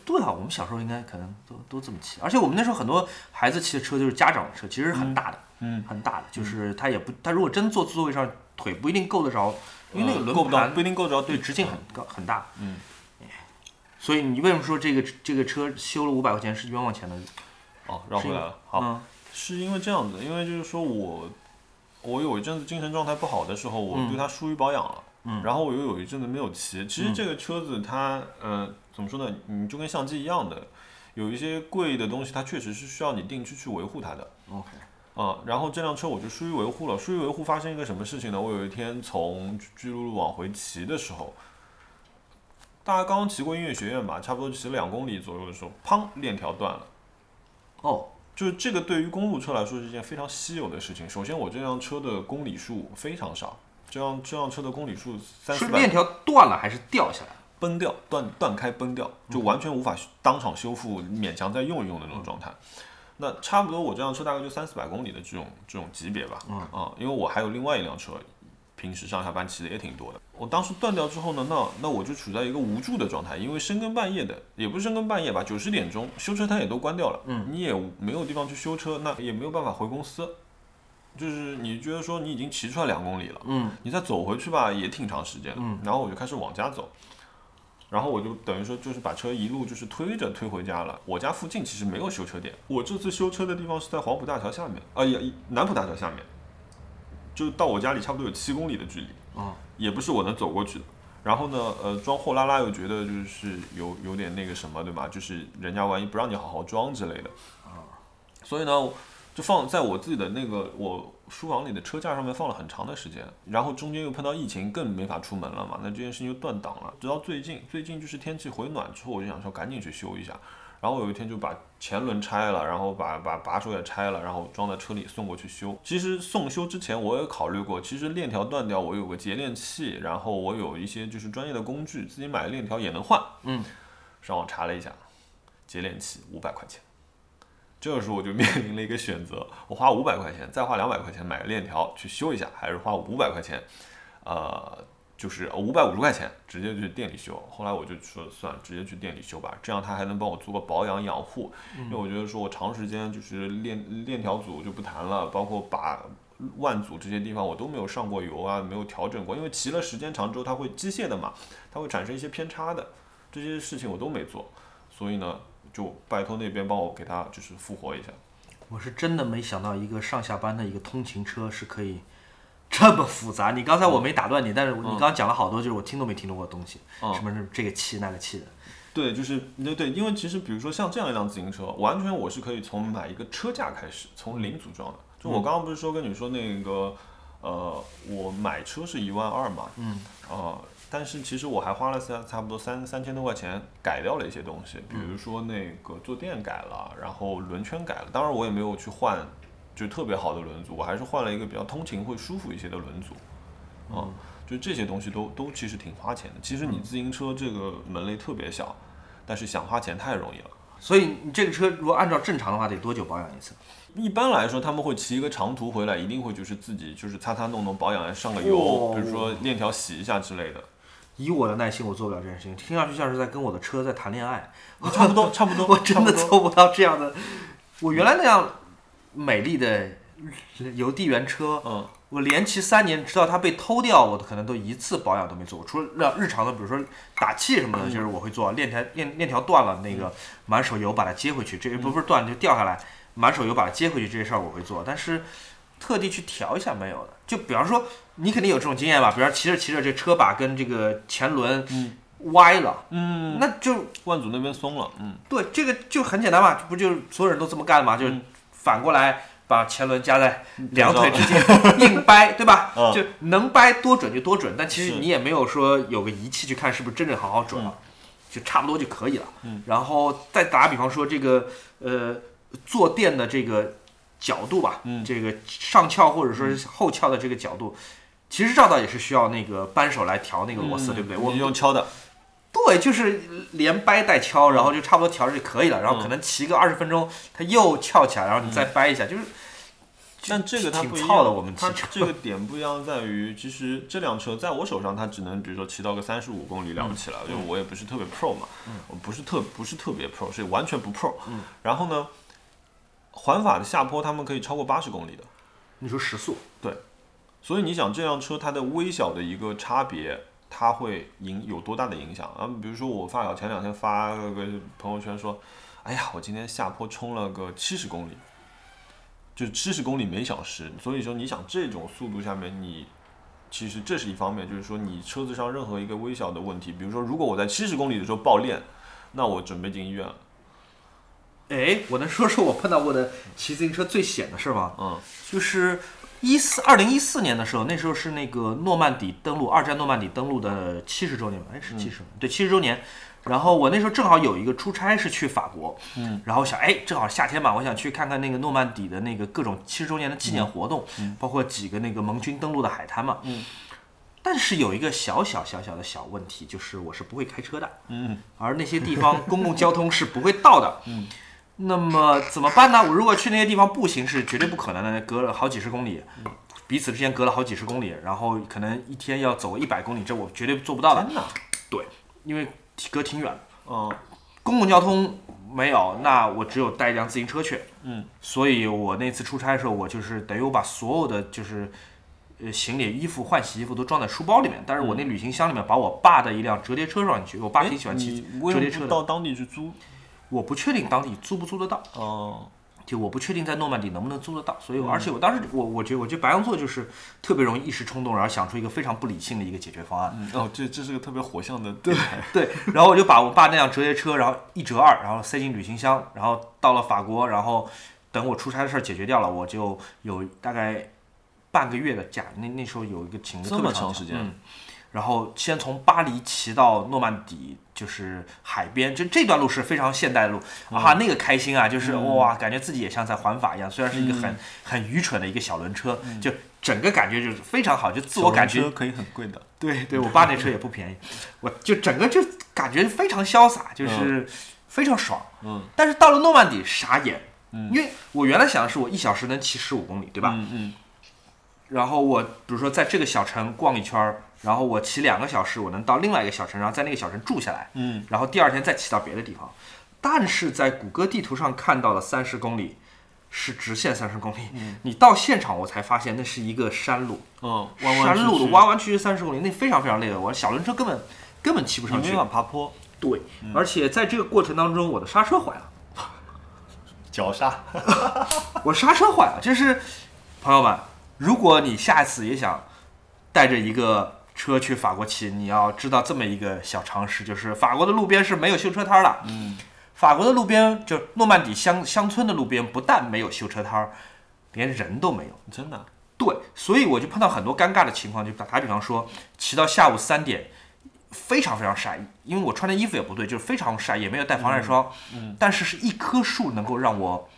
[SPEAKER 1] 对啊，我们小时候应该可能都都这么骑，而且我们那时候很多孩子骑的车就是家长的车，其实是很大的，
[SPEAKER 2] 嗯，
[SPEAKER 1] 很大的，就是他也不，他如果真坐座位上，腿不一定够得着，因为那个
[SPEAKER 2] 呃
[SPEAKER 1] 轮
[SPEAKER 2] 够不到，
[SPEAKER 1] 盘
[SPEAKER 2] 不一定够得着，
[SPEAKER 1] 对
[SPEAKER 2] 对，
[SPEAKER 1] 直径很高很大，
[SPEAKER 2] 嗯，
[SPEAKER 1] 所以你为什么说这个这个车修了五百块钱是冤枉钱呢？
[SPEAKER 2] 哦，绕回来了，好，
[SPEAKER 1] 嗯
[SPEAKER 2] 是因为这样子，因为就是说我，我有一阵子精神状态不好的时候，我对它疏于保养了。
[SPEAKER 1] 嗯
[SPEAKER 2] 然后我又有一阵子没有骑。其实这个车子它，呃，怎么说呢？你就跟相机一样的，有一些贵的东西，它确实是需要你定期去维护它的。
[SPEAKER 1] ，OK，
[SPEAKER 2] 啊、然后这辆车我就疏于维护了。疏于维护发生一个什么事情呢？我有一天从巨鹿路往回骑的时候，大家刚刚骑过音乐学院吧，差不多骑了两公里左右的时候，砰，链条断了。
[SPEAKER 1] 哦，
[SPEAKER 2] 就是这个对于公路车来说是一件非常稀有的事情。首先，我这辆车的公里数非常少，这辆这辆车的公里数三
[SPEAKER 1] 是
[SPEAKER 2] 四
[SPEAKER 1] 链
[SPEAKER 2] 百，
[SPEAKER 1] 条断了还是掉下来？
[SPEAKER 2] 崩掉、断断开、崩掉，就完全无法修当场修复，勉强再用一用的那种状态。那差不多我这辆车大概就三四百公里的这种这种级别吧，嗯啊，因为我还有另外一辆车，平时上下班骑的也挺多的。我当时断掉之后呢，那那我就处在一个无助的状态，因为深更半夜的，也不是深更半夜吧，九十点钟修车摊也都关掉了，嗯，你也没有地方去修车，那也没有办法回公司，就是你觉得说你已经骑出来两公里了，
[SPEAKER 1] 嗯，
[SPEAKER 2] 你再走回去吧也挺长时间的，嗯，然后我就开始往家走。然后我就等于说，就是把车一路就是推着推回家了。我家附近其实没有修车店，我这次修车的地方是在黄浦大桥下面，啊、也也南浦大桥下面，就到我家里差不多有七公里的距离。
[SPEAKER 1] 嗯，
[SPEAKER 2] 也不是我能走过去的。然后呢，呃，装货拉拉又觉得就是有有点那个什么，对吧？就是人家万一不让你好好装之类的。所以呢，我就放在我自己的那个我书房里的车架上面放了很长的时间，然后中间又碰到疫情，更没法出门了嘛，那这件事情就断档了。直到最近，最近就是天气回暖之后，我就想说赶紧去修一下。然后有一天就把前轮拆了，然后把把把手也拆了，然后装在车里送过去修。其实送修之前我也考虑过，其实链条断掉，我有个节链器，然后我有一些就是专业的工具，自己买链条也能换。
[SPEAKER 1] 嗯，
[SPEAKER 2] 上网查了一下，节练器五百块钱。这个时候我就面临了一个选择：我花五百块钱，再花两百块钱买个链条去修一下，还是花五百块钱，呃，就是五百五十块钱直接去店里修。后来我就说算了，直接去店里修吧，这样他还能帮我做个保养养护。因为我觉得说我长时间就是链链条组就不谈了，包括把万组这些地方我都没有上过油啊，没有调整过，因为骑了时间长之后它会机械的嘛，它会产生一些偏差的，这些事情我都没做，所以呢，就拜托那边帮我给它就是复活一下。
[SPEAKER 1] 我是真的没想到一个上下班的一个通勤车是可以 这么复杂。你刚才我没打断你，但是我你刚刚讲了好多就是我听都没听说过的东西，
[SPEAKER 2] 嗯
[SPEAKER 1] 什么是这个气那个气的。
[SPEAKER 2] 对，就是对对，因为其实比如说像这样一辆自行车，完全我是可以从买一个车架开始，从零组装的。就我刚刚不是说跟你说那个，呃，我买车是一万二嘛，嗯，呃，但是其实我还花了三差不多三三千多块钱改掉了一些东西，比如说那个坐垫改了，然后轮圈改了，当然我也没有去换就特别好的轮组，我还是换了一个比较通勤会舒服一些的轮组，啊、就这些东西都都其实挺花钱的。其实你
[SPEAKER 1] 嗯
[SPEAKER 2] 自行车这个门类特别小，但是想花钱太容易了。
[SPEAKER 1] 所以你这个车如果按照正常的话，得多久保养一次？
[SPEAKER 2] 一般来说，他们会骑一个长途回来，一定会就是自己就是擦擦弄弄，保养上个油，
[SPEAKER 1] 哦
[SPEAKER 2] 比如说链条洗一下之类 的，
[SPEAKER 1] 以我的耐心，我做不了这件事情，听上去像是在跟我的车在谈恋爱。
[SPEAKER 2] 差不多差不多。
[SPEAKER 1] 我真的
[SPEAKER 2] 差不多
[SPEAKER 1] 做不到这样的。我原来那样美丽的邮递员车，
[SPEAKER 2] 嗯，
[SPEAKER 1] 我连骑三年，直到它被偷掉，我可能都一次保养都没做过。除了日常的，比如说打气什么
[SPEAKER 2] 嗯
[SPEAKER 1] 的，就是我会做，链条链链条断了，那个满手油把它接回去，这
[SPEAKER 2] 嗯
[SPEAKER 1] 不不是断就掉下来，满手油把它接回去这些事儿我会做，但是。特地去调一下没有的，就比方说你肯定有这种经验吧，比方骑着骑着这车把跟这个前轮
[SPEAKER 2] 嗯
[SPEAKER 1] 歪了，
[SPEAKER 2] 嗯，
[SPEAKER 1] 那就
[SPEAKER 2] 万祖那边松了，嗯，
[SPEAKER 1] 对，这个就很简单嘛，不就是所有人都这么干嘛？就是反过来把前轮夹在两腿之间硬掰，对吧？
[SPEAKER 2] 嗯
[SPEAKER 1] 就能掰多准就多准，但其实
[SPEAKER 2] 是
[SPEAKER 1] 你也没有说有个仪器去看是不是真正好好准了，就差不多就可以了。
[SPEAKER 2] 嗯
[SPEAKER 1] 然后再打比方说这个呃坐垫的这个角度吧，
[SPEAKER 2] 嗯
[SPEAKER 1] 这个上翘或者说是后翘的这个角度。其实照道也是需要那个扳手来调那个螺
[SPEAKER 2] 嗯
[SPEAKER 1] 丝，对不对？我
[SPEAKER 2] 你用敲的，
[SPEAKER 1] 对，就是连掰带敲，
[SPEAKER 2] 嗯
[SPEAKER 1] 然后就差不多调制就可以了。然后可能骑个二十分钟，它又翘起来，然后你再掰一下，就是
[SPEAKER 2] 嗯但这个它
[SPEAKER 1] 挺
[SPEAKER 2] 不一
[SPEAKER 1] 糙
[SPEAKER 2] 样
[SPEAKER 1] 的我们骑
[SPEAKER 2] 它
[SPEAKER 1] 车
[SPEAKER 2] 这个点不一样在于，其实这辆车在我手上，它只能比如说骑到个三十五公里了不起了，
[SPEAKER 1] 嗯
[SPEAKER 2] 因为我也不是特别 pro 嘛，我不是特不是特别 pro，是完全不 pro。然
[SPEAKER 1] 嗯
[SPEAKER 2] 后呢，环法的下坡他们可以超过八十公里的，
[SPEAKER 1] 你说时速，
[SPEAKER 2] 所以你想这辆车它的微小的一个差别，它会影有多大的影响啊？比如说我发小前两天发了个朋友圈说，哎呀，我今天下坡冲了个七十公里，就七十公里每小时。所以说你想这种速度下面你。其实这是一方面，就是说你车子上任何一个微小的问题，比如说如果我在七十公里的时候爆裂，那我准备进医院了。
[SPEAKER 1] 哎，我能说说我碰到过的骑自行车最险的事儿吗？
[SPEAKER 2] 嗯
[SPEAKER 1] 就是一四二零一四年的时候，那时候是那个诺曼底登陆，二战诺曼底登陆的七十周年吧？哎，是七
[SPEAKER 2] 嗯
[SPEAKER 1] 十、对，七十周年。然后我那时候正好有一个出差是去法国，
[SPEAKER 2] 嗯，
[SPEAKER 1] 然后想，哎，正好夏天嘛，我想去看看那个诺曼底的那个各种七十周年的纪念活动，包括几个那个盟军登陆的海滩嘛，
[SPEAKER 2] 嗯。
[SPEAKER 1] 但是有一个小小小小的小问题，就是我是不会开车的，
[SPEAKER 2] 嗯，
[SPEAKER 1] 而那些地方公共交通是不会到 的。嗯，那么怎么办呢？我如果去那些地方步行是绝对不可能的，隔了好几十公里，
[SPEAKER 2] 嗯
[SPEAKER 1] 彼此之间隔了好几十公里，然后可能一天要走一百公里，这我绝对做不到的，
[SPEAKER 2] 天哪，
[SPEAKER 1] 因为隔挺远。
[SPEAKER 2] 嗯
[SPEAKER 1] 公共交通没有，那我只有带一辆自行车去。
[SPEAKER 2] 嗯，
[SPEAKER 1] 所以我那次出差的时候，我就是等于我把所有的就是呃行李、衣服、换洗衣服都装在书包里面，但
[SPEAKER 2] 嗯
[SPEAKER 1] 是我那旅行箱里面把我爸的一辆折叠车装进去，我爸挺喜欢骑
[SPEAKER 2] 你为
[SPEAKER 1] 折
[SPEAKER 2] 什
[SPEAKER 1] 叠
[SPEAKER 2] 么
[SPEAKER 1] 车
[SPEAKER 2] 不
[SPEAKER 1] 的。
[SPEAKER 2] 到当地去租？
[SPEAKER 1] 我不确定当地租不租得到，
[SPEAKER 2] 哦、
[SPEAKER 1] 就我不确定在诺曼底能不能租得到，所以
[SPEAKER 2] 嗯
[SPEAKER 1] 我而且我当时我我觉得我觉得白羊座就是特别容易一时冲动，然后想出一个非常不理性的一个解决方案。
[SPEAKER 2] 嗯哦，这这是个特别火象的对，
[SPEAKER 1] 对，然后我就把我爸那辆折叠车，然后一折二，然后塞进旅行箱，然后到了法国，然后等我出差的事儿解决掉了，我就有大概半个月的假，那那时候有一个请了
[SPEAKER 2] 这
[SPEAKER 1] 特别
[SPEAKER 2] 么
[SPEAKER 1] 长嗯的
[SPEAKER 2] 长
[SPEAKER 1] 假
[SPEAKER 2] 时间
[SPEAKER 1] 嗯然后先从巴黎骑到诺曼底，就是海边，这这段路是非常现代的路
[SPEAKER 2] 嗯
[SPEAKER 1] 啊，那个开心啊，就是哇，感觉自己也像在环法一样，虽然是一个
[SPEAKER 2] 嗯
[SPEAKER 1] 很很愚蠢的一个小轮车，就整个感觉就是非常好，就自我感觉
[SPEAKER 2] 小轮车可以很贵的，
[SPEAKER 1] 对对，我爸那车也不便宜， 我就整个就感觉非常潇洒，就是非常爽。
[SPEAKER 2] 嗯，
[SPEAKER 1] 但是到了诺曼底傻眼，
[SPEAKER 2] 嗯
[SPEAKER 1] 因为我原来想的是我一小时能骑十五公里，对吧？
[SPEAKER 2] 嗯嗯
[SPEAKER 1] 然后我比如说在这个小城逛一圈儿，然后我骑两个小时，我能到另外一个小城，然后在那个小城住下来，
[SPEAKER 2] 嗯，
[SPEAKER 1] 然后第二天再骑到别的地方。但是在谷歌地图上看到了三十公里是直线三十公里，你到现场我才发现那是一个山路，
[SPEAKER 2] 嗯，弯弯
[SPEAKER 1] 山路
[SPEAKER 2] 曲
[SPEAKER 1] 的
[SPEAKER 2] 曲
[SPEAKER 1] 弯弯曲曲三十公里，那非常非常累的，我小轮车根本根本骑不
[SPEAKER 2] 你
[SPEAKER 1] 上
[SPEAKER 2] 没嗯
[SPEAKER 1] 去。
[SPEAKER 2] 法爬坡，
[SPEAKER 1] 对，而且在这个过程当中，我的刹车坏了。
[SPEAKER 2] 绞杀，
[SPEAKER 1] 我刹车坏了。就是朋友们，如果你下次也想带着一个车去法国骑，你要知道这么一个小常识，就是法国的路边是没有修车摊儿的。
[SPEAKER 2] 嗯，
[SPEAKER 1] 法国的路边，就诺曼底乡乡村的路边，不但没有修车摊儿，连人都没有。
[SPEAKER 2] 真的，
[SPEAKER 1] 对，所以我就碰到很多尴尬的情况，就打打比方说，骑到下午三点，非常非常晒，因为我穿的衣服也不对，就是非常晒，也没有带防晒霜，
[SPEAKER 2] 嗯
[SPEAKER 1] 但是是一棵树能够让我。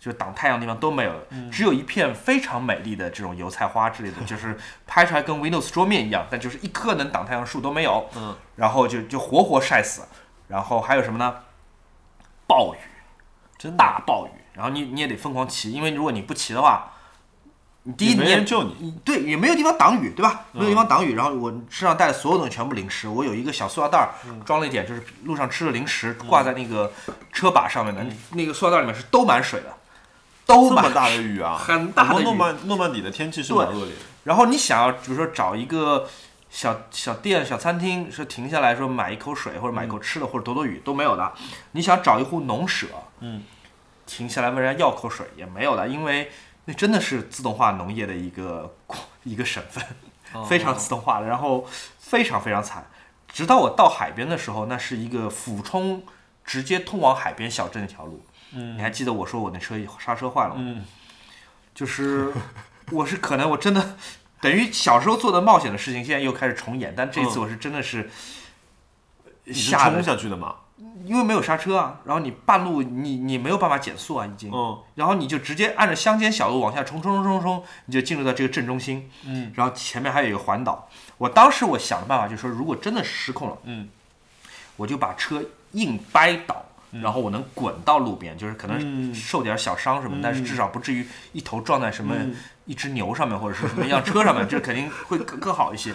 [SPEAKER 1] 就挡太阳的地方都没有，
[SPEAKER 2] 嗯
[SPEAKER 1] 只有一片非常美丽的这种油菜花之 类的，就是拍出来跟 Windows 桌面一样，但就是一棵能挡太阳树都没有，
[SPEAKER 2] 嗯，
[SPEAKER 1] 然后就就活活晒死。然后还有什么呢？暴雨，
[SPEAKER 2] 真的，
[SPEAKER 1] 大暴雨，然后你你也得疯狂骑，因为如果你不骑的话，你第一
[SPEAKER 2] 也没
[SPEAKER 1] 你也
[SPEAKER 2] 人救你，嗯
[SPEAKER 1] 对，也没有地方挡雨，对吧？没有地方挡雨，然后我身上带的所有东西全部零食，我有一个小塑料袋儿，装了一点，就是路上吃的零食，挂在那个车把上面的，那个塑料袋里面是都满水的，都
[SPEAKER 2] 嗯这么
[SPEAKER 1] 满。
[SPEAKER 2] 大的雨啊，
[SPEAKER 1] 很大的
[SPEAKER 2] 我们
[SPEAKER 1] 雨
[SPEAKER 2] 诺曼诺曼底的天气是
[SPEAKER 1] 对
[SPEAKER 2] 蛮恶劣的，
[SPEAKER 1] 然后你想要，比如说找一个小小店、小餐厅，说停下来说买一口水或者买一口吃的或者躲躲雨都没有的，你想找一户农舍，
[SPEAKER 2] 嗯，
[SPEAKER 1] 停下来问人家要口水也没有的，因为那真的是自动化农业的一个一个省份。
[SPEAKER 2] 哦
[SPEAKER 1] 非常自动化的，然后非常非常惨。直到我到海边的时候，那是一个俯冲直接通往海边小镇的一条路。
[SPEAKER 2] 嗯
[SPEAKER 1] 你还记得我说我那车刹车坏了吗？
[SPEAKER 2] 嗯，
[SPEAKER 1] 就是 我是可能我真的等于小时候做的冒险的事情，现在又开始重演，但这一次我是真的是
[SPEAKER 2] 你是
[SPEAKER 1] 吓
[SPEAKER 2] 冲
[SPEAKER 1] 得，
[SPEAKER 2] 下去的嘛，
[SPEAKER 1] 因为没有刹车啊，然后你半路你你没有办法减速啊，已经，
[SPEAKER 2] 嗯
[SPEAKER 1] 然后你就直接按着乡间小路往下冲冲冲冲冲，你就进入到这个镇中心。
[SPEAKER 2] 嗯
[SPEAKER 1] 然后前面还有一个环岛。我当时我想的办法就是说，如果真的失控了，
[SPEAKER 2] 嗯
[SPEAKER 1] 我就把车硬掰倒，然后我能滚到路边，就是可能
[SPEAKER 2] 嗯
[SPEAKER 1] 受点小伤什么，
[SPEAKER 2] 嗯
[SPEAKER 1] 但是至少不至于一头撞在什么
[SPEAKER 2] 嗯
[SPEAKER 1] 一只牛上面或者是什么一辆车 上面，这肯定会更更好一些。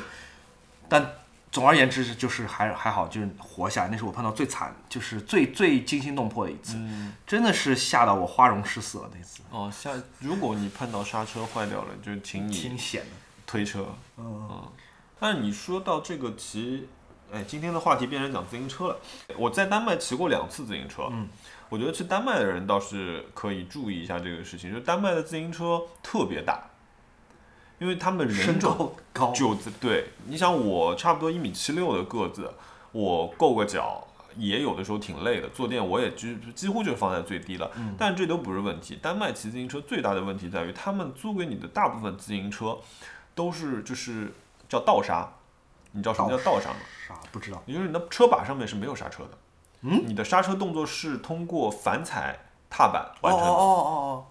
[SPEAKER 1] 但总而言之，就是还还好，就是活下来，那是我碰到最惨，就是最最惊心动魄的一次，
[SPEAKER 2] 嗯，
[SPEAKER 1] 真的是吓到我花容失色了那次，
[SPEAKER 2] 哦，下如果你碰到刹车坏掉了，就请你
[SPEAKER 1] 挺险的。
[SPEAKER 2] 推车，嗯，但是你说到这个骑，哎，今天的话题变成讲自行车了。我在丹麦骑过两次自行车，
[SPEAKER 1] 嗯，
[SPEAKER 2] 我觉得去丹麦的人倒是可以注意一下这个事情，就丹麦的自行车特别大，因为他们人
[SPEAKER 1] 身
[SPEAKER 2] 种
[SPEAKER 1] 高高，
[SPEAKER 2] 就对，你想我差不多一米七六的个子，我够个脚也有的时候挺累的，坐垫我也几几乎就放在最低了，但这都不是问题。丹麦骑自行车最大的问题在于，他们租给你的大部分自行车都是就是叫倒刹，你知道什么叫倒刹吗？
[SPEAKER 1] 啥不知道。
[SPEAKER 2] 也就是你的车把上面是没有刹车的，嗯，你的刹车动作是通过反踩踏板完成的。
[SPEAKER 1] 哦哦，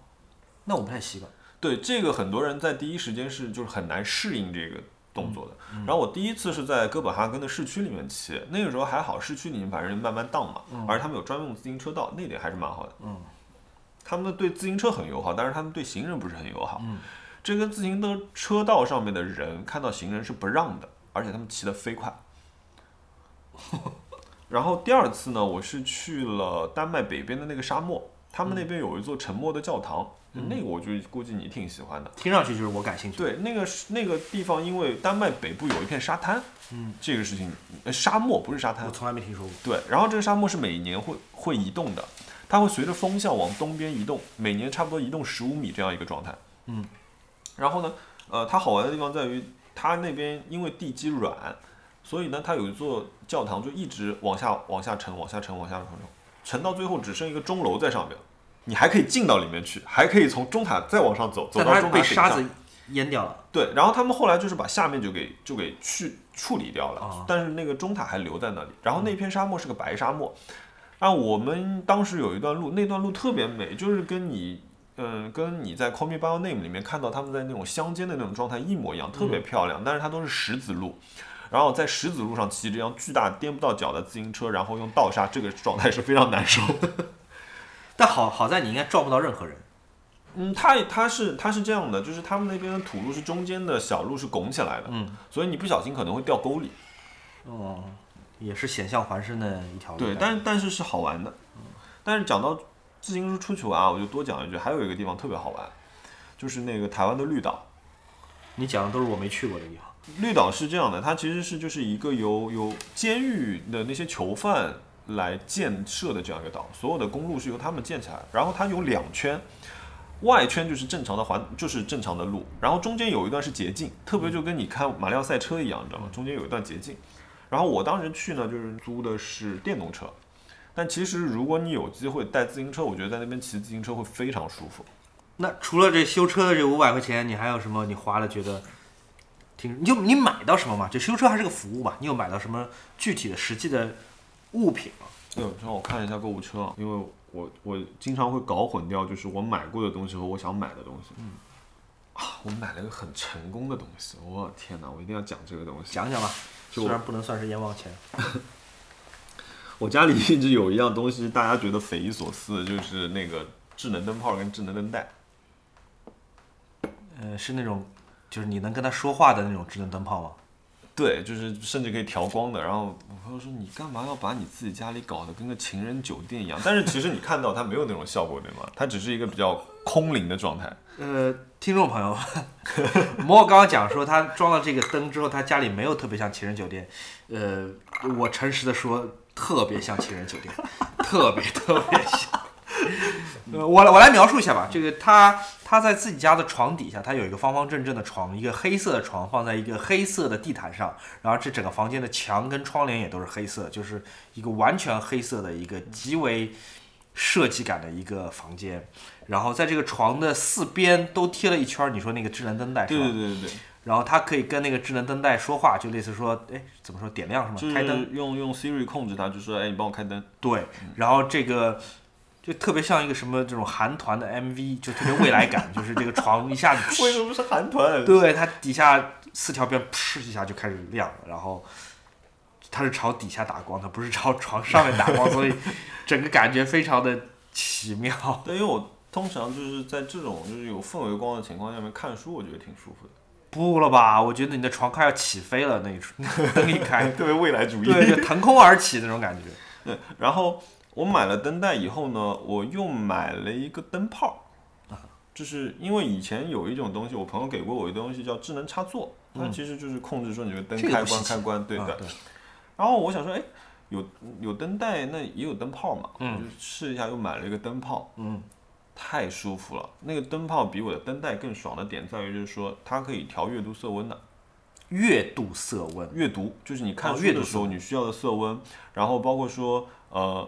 [SPEAKER 1] 那我不太习惯。
[SPEAKER 2] 对，这个很多人在第一时间是就是很难适应这个动作的。然后我第一次是在哥本哈根的市区里面骑，那个时候还好，市区里面反正慢慢荡嘛，而他们有专用自行车道，那点还是蛮好的。
[SPEAKER 1] 嗯，
[SPEAKER 2] 他们对自行车很友好，但是他们对行人不是很友好。这跟自行车车道上面的人看到行人是不让的，而且他们骑得飞快。然后第二次呢，我是去了丹麦北边的那个沙漠，他们那边有一座沉默的教堂，那个我就估计你挺喜欢的。
[SPEAKER 1] 听上去就是我感兴趣。
[SPEAKER 2] 对，那个是那个地方，因为丹麦北部有一片沙滩，嗯，这个事情，呃沙漠不是沙滩
[SPEAKER 1] 我，从来没听说过。
[SPEAKER 2] 对。然后这个沙漠是每年会会移动的，它会随着风向往东边移动，每年差不多移动十五米这样一个状态。
[SPEAKER 1] 嗯，
[SPEAKER 2] 然后呢，呃，它好玩的地方在于它那边因为地基软，所以呢，它有一座教堂就一直往下往下沉，往下沉，往下沉，沉到最后只剩一个钟楼在上面。你还可以进到里面去，还可以从中塔再往上走，走
[SPEAKER 1] 但
[SPEAKER 2] 到
[SPEAKER 1] 它
[SPEAKER 2] 中塔
[SPEAKER 1] 被
[SPEAKER 2] 顶
[SPEAKER 1] 沙
[SPEAKER 2] 上
[SPEAKER 1] 子淹掉了。
[SPEAKER 2] 对，然后他们后来就是把下面就给就给去处理掉了，
[SPEAKER 1] 啊
[SPEAKER 2] 但是那个中塔还留在那里。然后那片沙漠是个白沙漠，啊，我们当时有一段路，那段路特别美，就是跟你。嗯，跟你在《Call Me by Your Name》里面看到他们在那种乡间的那种状态一模一样，特别漂亮。但是它都是石子路，然后在石子路上骑这辆巨大颠不到脚的自行车，然后用倒刹，这个状态是非常难受的。
[SPEAKER 1] 但好好在你应该撞不到任何人。
[SPEAKER 2] 嗯，它它是它是这样的，就是他们那边的土路是中间的小路是拱起来的，
[SPEAKER 1] 嗯，
[SPEAKER 2] 所以你不小心可能会掉沟里。
[SPEAKER 1] 哦，也是险象环生的一嗯条路。
[SPEAKER 2] 对，但是但是是好玩的。但是讲到自行车出去玩啊，我就多讲一句，还有一个地方特别好玩，就是那个台湾的绿岛。
[SPEAKER 1] 你讲的都是我没去过的地方。
[SPEAKER 2] 绿岛是这样的，它其实是就是一个由由监狱的那些囚犯来建设的这样一个岛，所有的公路是由他们建起来的。然后它有两圈，外圈就是正常的环，就是正常的路，然后中间有一段是捷径，特别就跟你看马里奥赛车一样，你知道吗？中间有一段捷径。然后我当时去呢，就是租的是电动车，但其实如果你有机会带自行车，我觉得在那边骑自行车会非常舒服。
[SPEAKER 1] 那除了这修车的这五百块钱，你还有什么你花了觉得挺？你就你买到什么嘛？这修车还是个服务吧？你有买到什么具体的实际的物品吗？
[SPEAKER 2] 对，让我看一下购物车，啊，因为我我经常会搞混掉，就是我买过的东西和我想买的东西。嗯，啊，我买了一个很成功的东西，我天哪，我一定要讲这个东西。
[SPEAKER 1] 讲讲吧。
[SPEAKER 2] 就
[SPEAKER 1] 虽然不能算是冤枉钱，
[SPEAKER 2] 我家里一直有一样东西，大家觉得匪夷所思，就是那个智能灯泡跟智能灯带。
[SPEAKER 1] 呃，是那种就是你能跟他说话的那种智能灯泡吗？
[SPEAKER 2] 对，就是甚至可以调光的。然后我朋友说：“你干嘛要把你自己家里搞得跟个情人酒店一样？”但是其实你看到它没有那种效果，对吗？它只是一个比较空灵的状态。
[SPEAKER 1] 呃，听众朋友 们，莫刚刚讲说他装了这个灯之后，他家里没有特别像情人酒店。呃，我诚实的说，特别像情人酒店，特别特别像。呃， 我来我来描述一下吧。这个他他在自己家的床底下，他有一个方方正正的床，一个黑色的床放在一个黑色的地毯上，然后这整个房间的墙跟窗帘也都是黑色，就是一个完全黑色的一个极为设计感的一个房间。然后在这个床的四边都贴了一圈儿，你说那个智能灯带是
[SPEAKER 2] 对
[SPEAKER 1] 吧？
[SPEAKER 2] 对对对对。
[SPEAKER 1] 然后他可以跟那个智能灯带说话，就类似说，哎，怎么说点亮
[SPEAKER 2] 就
[SPEAKER 1] 什么，开灯。
[SPEAKER 2] 是用用 Siri 控制它，就说哎，你帮我开灯。
[SPEAKER 1] 对，
[SPEAKER 2] 嗯
[SPEAKER 1] 然后这个就特别像一个什么这种韩团的 MV，就特别未来 感，就是这个床一下子
[SPEAKER 2] 为什么是韩团？
[SPEAKER 1] 对，它底下四条边噗一下就开始亮了，然后它是朝底下打光，它不是朝床上面打光， 所以整个感觉非常的奇妙。
[SPEAKER 2] 对，因为我通常就是在这种就是有氛围光的情况下面看书，我觉得挺舒服的，
[SPEAKER 1] 不了吧，我觉得你的床快要起飞了，那一瞬灯一 开，
[SPEAKER 2] 特别未来主
[SPEAKER 1] 对，就腾空而起那种感觉。
[SPEAKER 2] 对，然后我买了灯带以后呢，我又买了一个灯泡，就是因为以前有一种东西，我朋友给过我一个东西叫智能插座，它其实就是控制说嗯你这个灯
[SPEAKER 1] 这个
[SPEAKER 2] 开
[SPEAKER 1] 不稀
[SPEAKER 2] 关
[SPEAKER 1] 奇
[SPEAKER 2] 开关，对
[SPEAKER 1] 啊
[SPEAKER 2] 的。
[SPEAKER 1] 对
[SPEAKER 2] 然后我想说，哎，有有灯带，那也有灯泡嘛，我就试一下，又买了一个灯泡，
[SPEAKER 1] 嗯，
[SPEAKER 2] 太舒服了。那个灯泡比我的灯带更爽的点在于，就是说它可以调阅读色温的。
[SPEAKER 1] 月度色温，
[SPEAKER 2] 阅读就是你看
[SPEAKER 1] 哦
[SPEAKER 2] 书
[SPEAKER 1] 阅读
[SPEAKER 2] 的时候你需要的色温，然后包括说呃，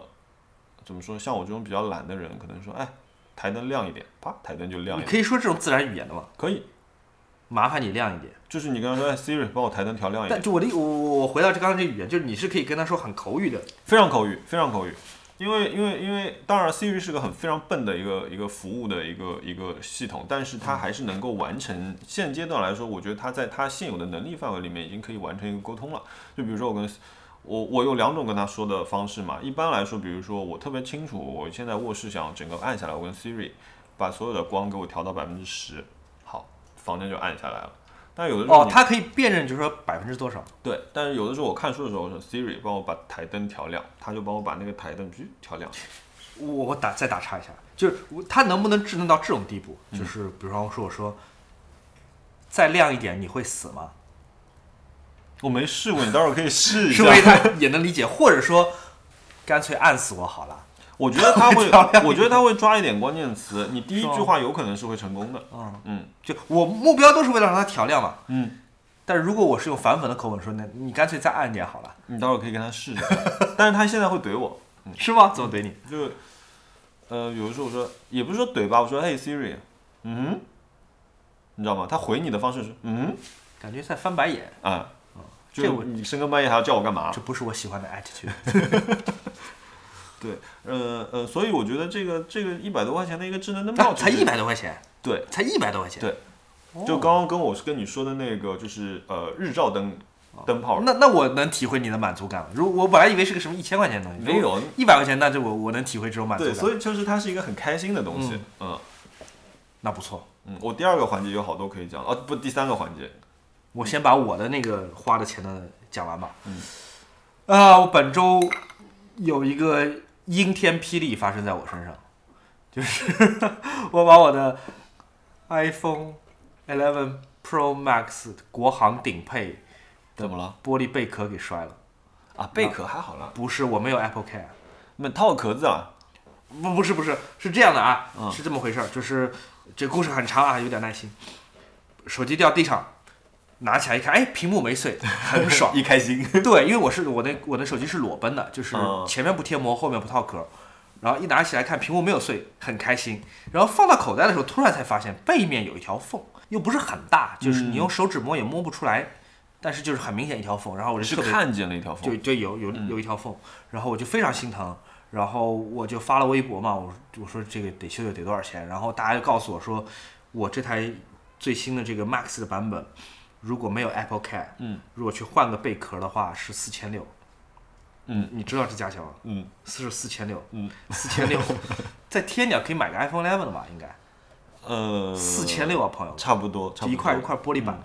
[SPEAKER 2] 怎么说，像我这种比较懒的人，可能说，哎，台灯亮一点，啪，台灯就亮
[SPEAKER 1] 你
[SPEAKER 2] 一点，
[SPEAKER 1] 可以说这种自然语言的嘛，
[SPEAKER 2] 可以。
[SPEAKER 1] 麻烦你亮一点。
[SPEAKER 2] 就是你刚刚说，哎，Siri，帮我台灯调亮一点
[SPEAKER 1] 但，就我的我我我回到这刚才这语言，就是你是可以跟他说很口语的，
[SPEAKER 2] 非常口语，非常口语。因为因为因为，当然 Siri 是个很非常笨的一个一个服务的一个一个系统，但是它还是能够完成。现阶段来说，我觉得它在它现有的能力范围里面已经可以完成一个沟通了。就比如说我跟我我有两种跟他说的方式嘛，一般来说，比如说我特别清楚，我现在卧室想整个暗下来，我跟 Siri 把所有的光给我调到百分之十，好，房间就暗下来了。但有的时候
[SPEAKER 1] 哦，
[SPEAKER 2] 你
[SPEAKER 1] 它可以辨认，就是说百分之多少。
[SPEAKER 2] 对，但是有的时候我看书的时候，我说 Siri 帮我把台灯调亮，它就帮我把那个台灯去调亮。
[SPEAKER 1] 我我打再打岔一下，就是我它能不能智能到这种地步？
[SPEAKER 2] 嗯
[SPEAKER 1] 就是比方说我说再亮一点你会死吗？
[SPEAKER 2] 我没试过，你待会儿可以试 一
[SPEAKER 1] 是
[SPEAKER 2] 下
[SPEAKER 1] 不。是它也能理解？或者说干脆暗死我好了？
[SPEAKER 2] 我觉得他 会
[SPEAKER 1] 调亮，
[SPEAKER 2] 我觉得他会抓一点关键词。你第一
[SPEAKER 1] 是吗
[SPEAKER 2] 句话有可能是会成功的。
[SPEAKER 1] 嗯
[SPEAKER 2] 嗯
[SPEAKER 1] 就我目标都是为了让它调亮嘛。
[SPEAKER 2] 嗯，
[SPEAKER 1] 但是如果我是用反粉的口吻说，那你干脆再暗一点好了，
[SPEAKER 2] 你待会儿可以跟他试一下。但是他现在会怼我，
[SPEAKER 1] 是吗？怎么怼你？
[SPEAKER 2] 就呃，有的时候我说也不是说怼吧，我说嘿 Siri，嗯哼，你知道吗？他回你的方式是嗯
[SPEAKER 1] 感觉在翻白眼。
[SPEAKER 2] 哼啊，
[SPEAKER 1] 这
[SPEAKER 2] 就
[SPEAKER 1] 我
[SPEAKER 2] 你深更半夜还要叫我干嘛？
[SPEAKER 1] 这不是我喜欢的 attitude。
[SPEAKER 2] 对，呃呃，所以我觉得这个这个一百多块钱的一个智能灯泡、
[SPEAKER 1] 啊才一，百多块钱，
[SPEAKER 2] 对，
[SPEAKER 1] 才一百多块钱。
[SPEAKER 2] 对就刚刚跟我是跟你说的那个，就是呃日照灯灯泡，
[SPEAKER 1] 那那我能体会你的满足感了。如我本来以为是个什么一千块钱的东西，
[SPEAKER 2] 没有
[SPEAKER 1] 一百块钱，那就我我能体会这种满足
[SPEAKER 2] 对，
[SPEAKER 1] 感。
[SPEAKER 2] 所以就是它是一个很开心的东西，嗯
[SPEAKER 1] 那不错，
[SPEAKER 2] 嗯，我第二个环节有好多可以讲，哦不，第三个环节，
[SPEAKER 1] 我先把我的那个花的钱的讲完吧。
[SPEAKER 2] 嗯。
[SPEAKER 1] 啊，我本周有一个阴天霹雳发生在我身上，就是 我把我的 iPhone 11 Pro Max 国行顶配
[SPEAKER 2] 怎么了？
[SPEAKER 1] 玻璃贝壳给摔了。
[SPEAKER 2] 啊，贝壳还好啦，
[SPEAKER 1] 不是，我没有 Apple Care。
[SPEAKER 2] 那套壳子 啊，
[SPEAKER 1] 不不是不是是这样的啊，
[SPEAKER 2] 嗯
[SPEAKER 1] 是这么回事儿，就是这故事很长啊，有点耐心。手机掉地上，拿起来一看，哎，屏幕没碎，很爽。
[SPEAKER 2] 一开心，
[SPEAKER 1] 对，因为我是我那我那手机是裸奔的，就是
[SPEAKER 2] 嗯
[SPEAKER 1] 前面不贴膜，后面不套壳，然后一拿起来看屏幕没有碎，很开心。然后放到口袋的时候，突然才发现背面有一条缝，又不是很大，
[SPEAKER 2] 嗯
[SPEAKER 1] 就是你用手指摸也摸不出来，但是就是很明显一条缝。然后我就是特别
[SPEAKER 2] 看见了一条
[SPEAKER 1] 就
[SPEAKER 2] 缝，嗯
[SPEAKER 1] 就有有有一条缝，然后我就非常心疼，然后我就发了微博嘛，我说我说这个得修修得多少钱，然后大家就告诉我说，我这台最新的这个 Max 的版本，如果没有 Apple Care，
[SPEAKER 2] 嗯，
[SPEAKER 1] 如果去换个贝壳的话是四千六，
[SPEAKER 2] 嗯，
[SPEAKER 1] 你知道这价钱吗？
[SPEAKER 2] 嗯
[SPEAKER 1] 是四千六，
[SPEAKER 2] 嗯，
[SPEAKER 1] 四千 六，在天鸟可以买个 iPhone Eleven 了吧？应该
[SPEAKER 2] 呃，
[SPEAKER 1] 四千六啊，朋友们，
[SPEAKER 2] 差不多，差不多嗯
[SPEAKER 1] 一块一块玻璃板，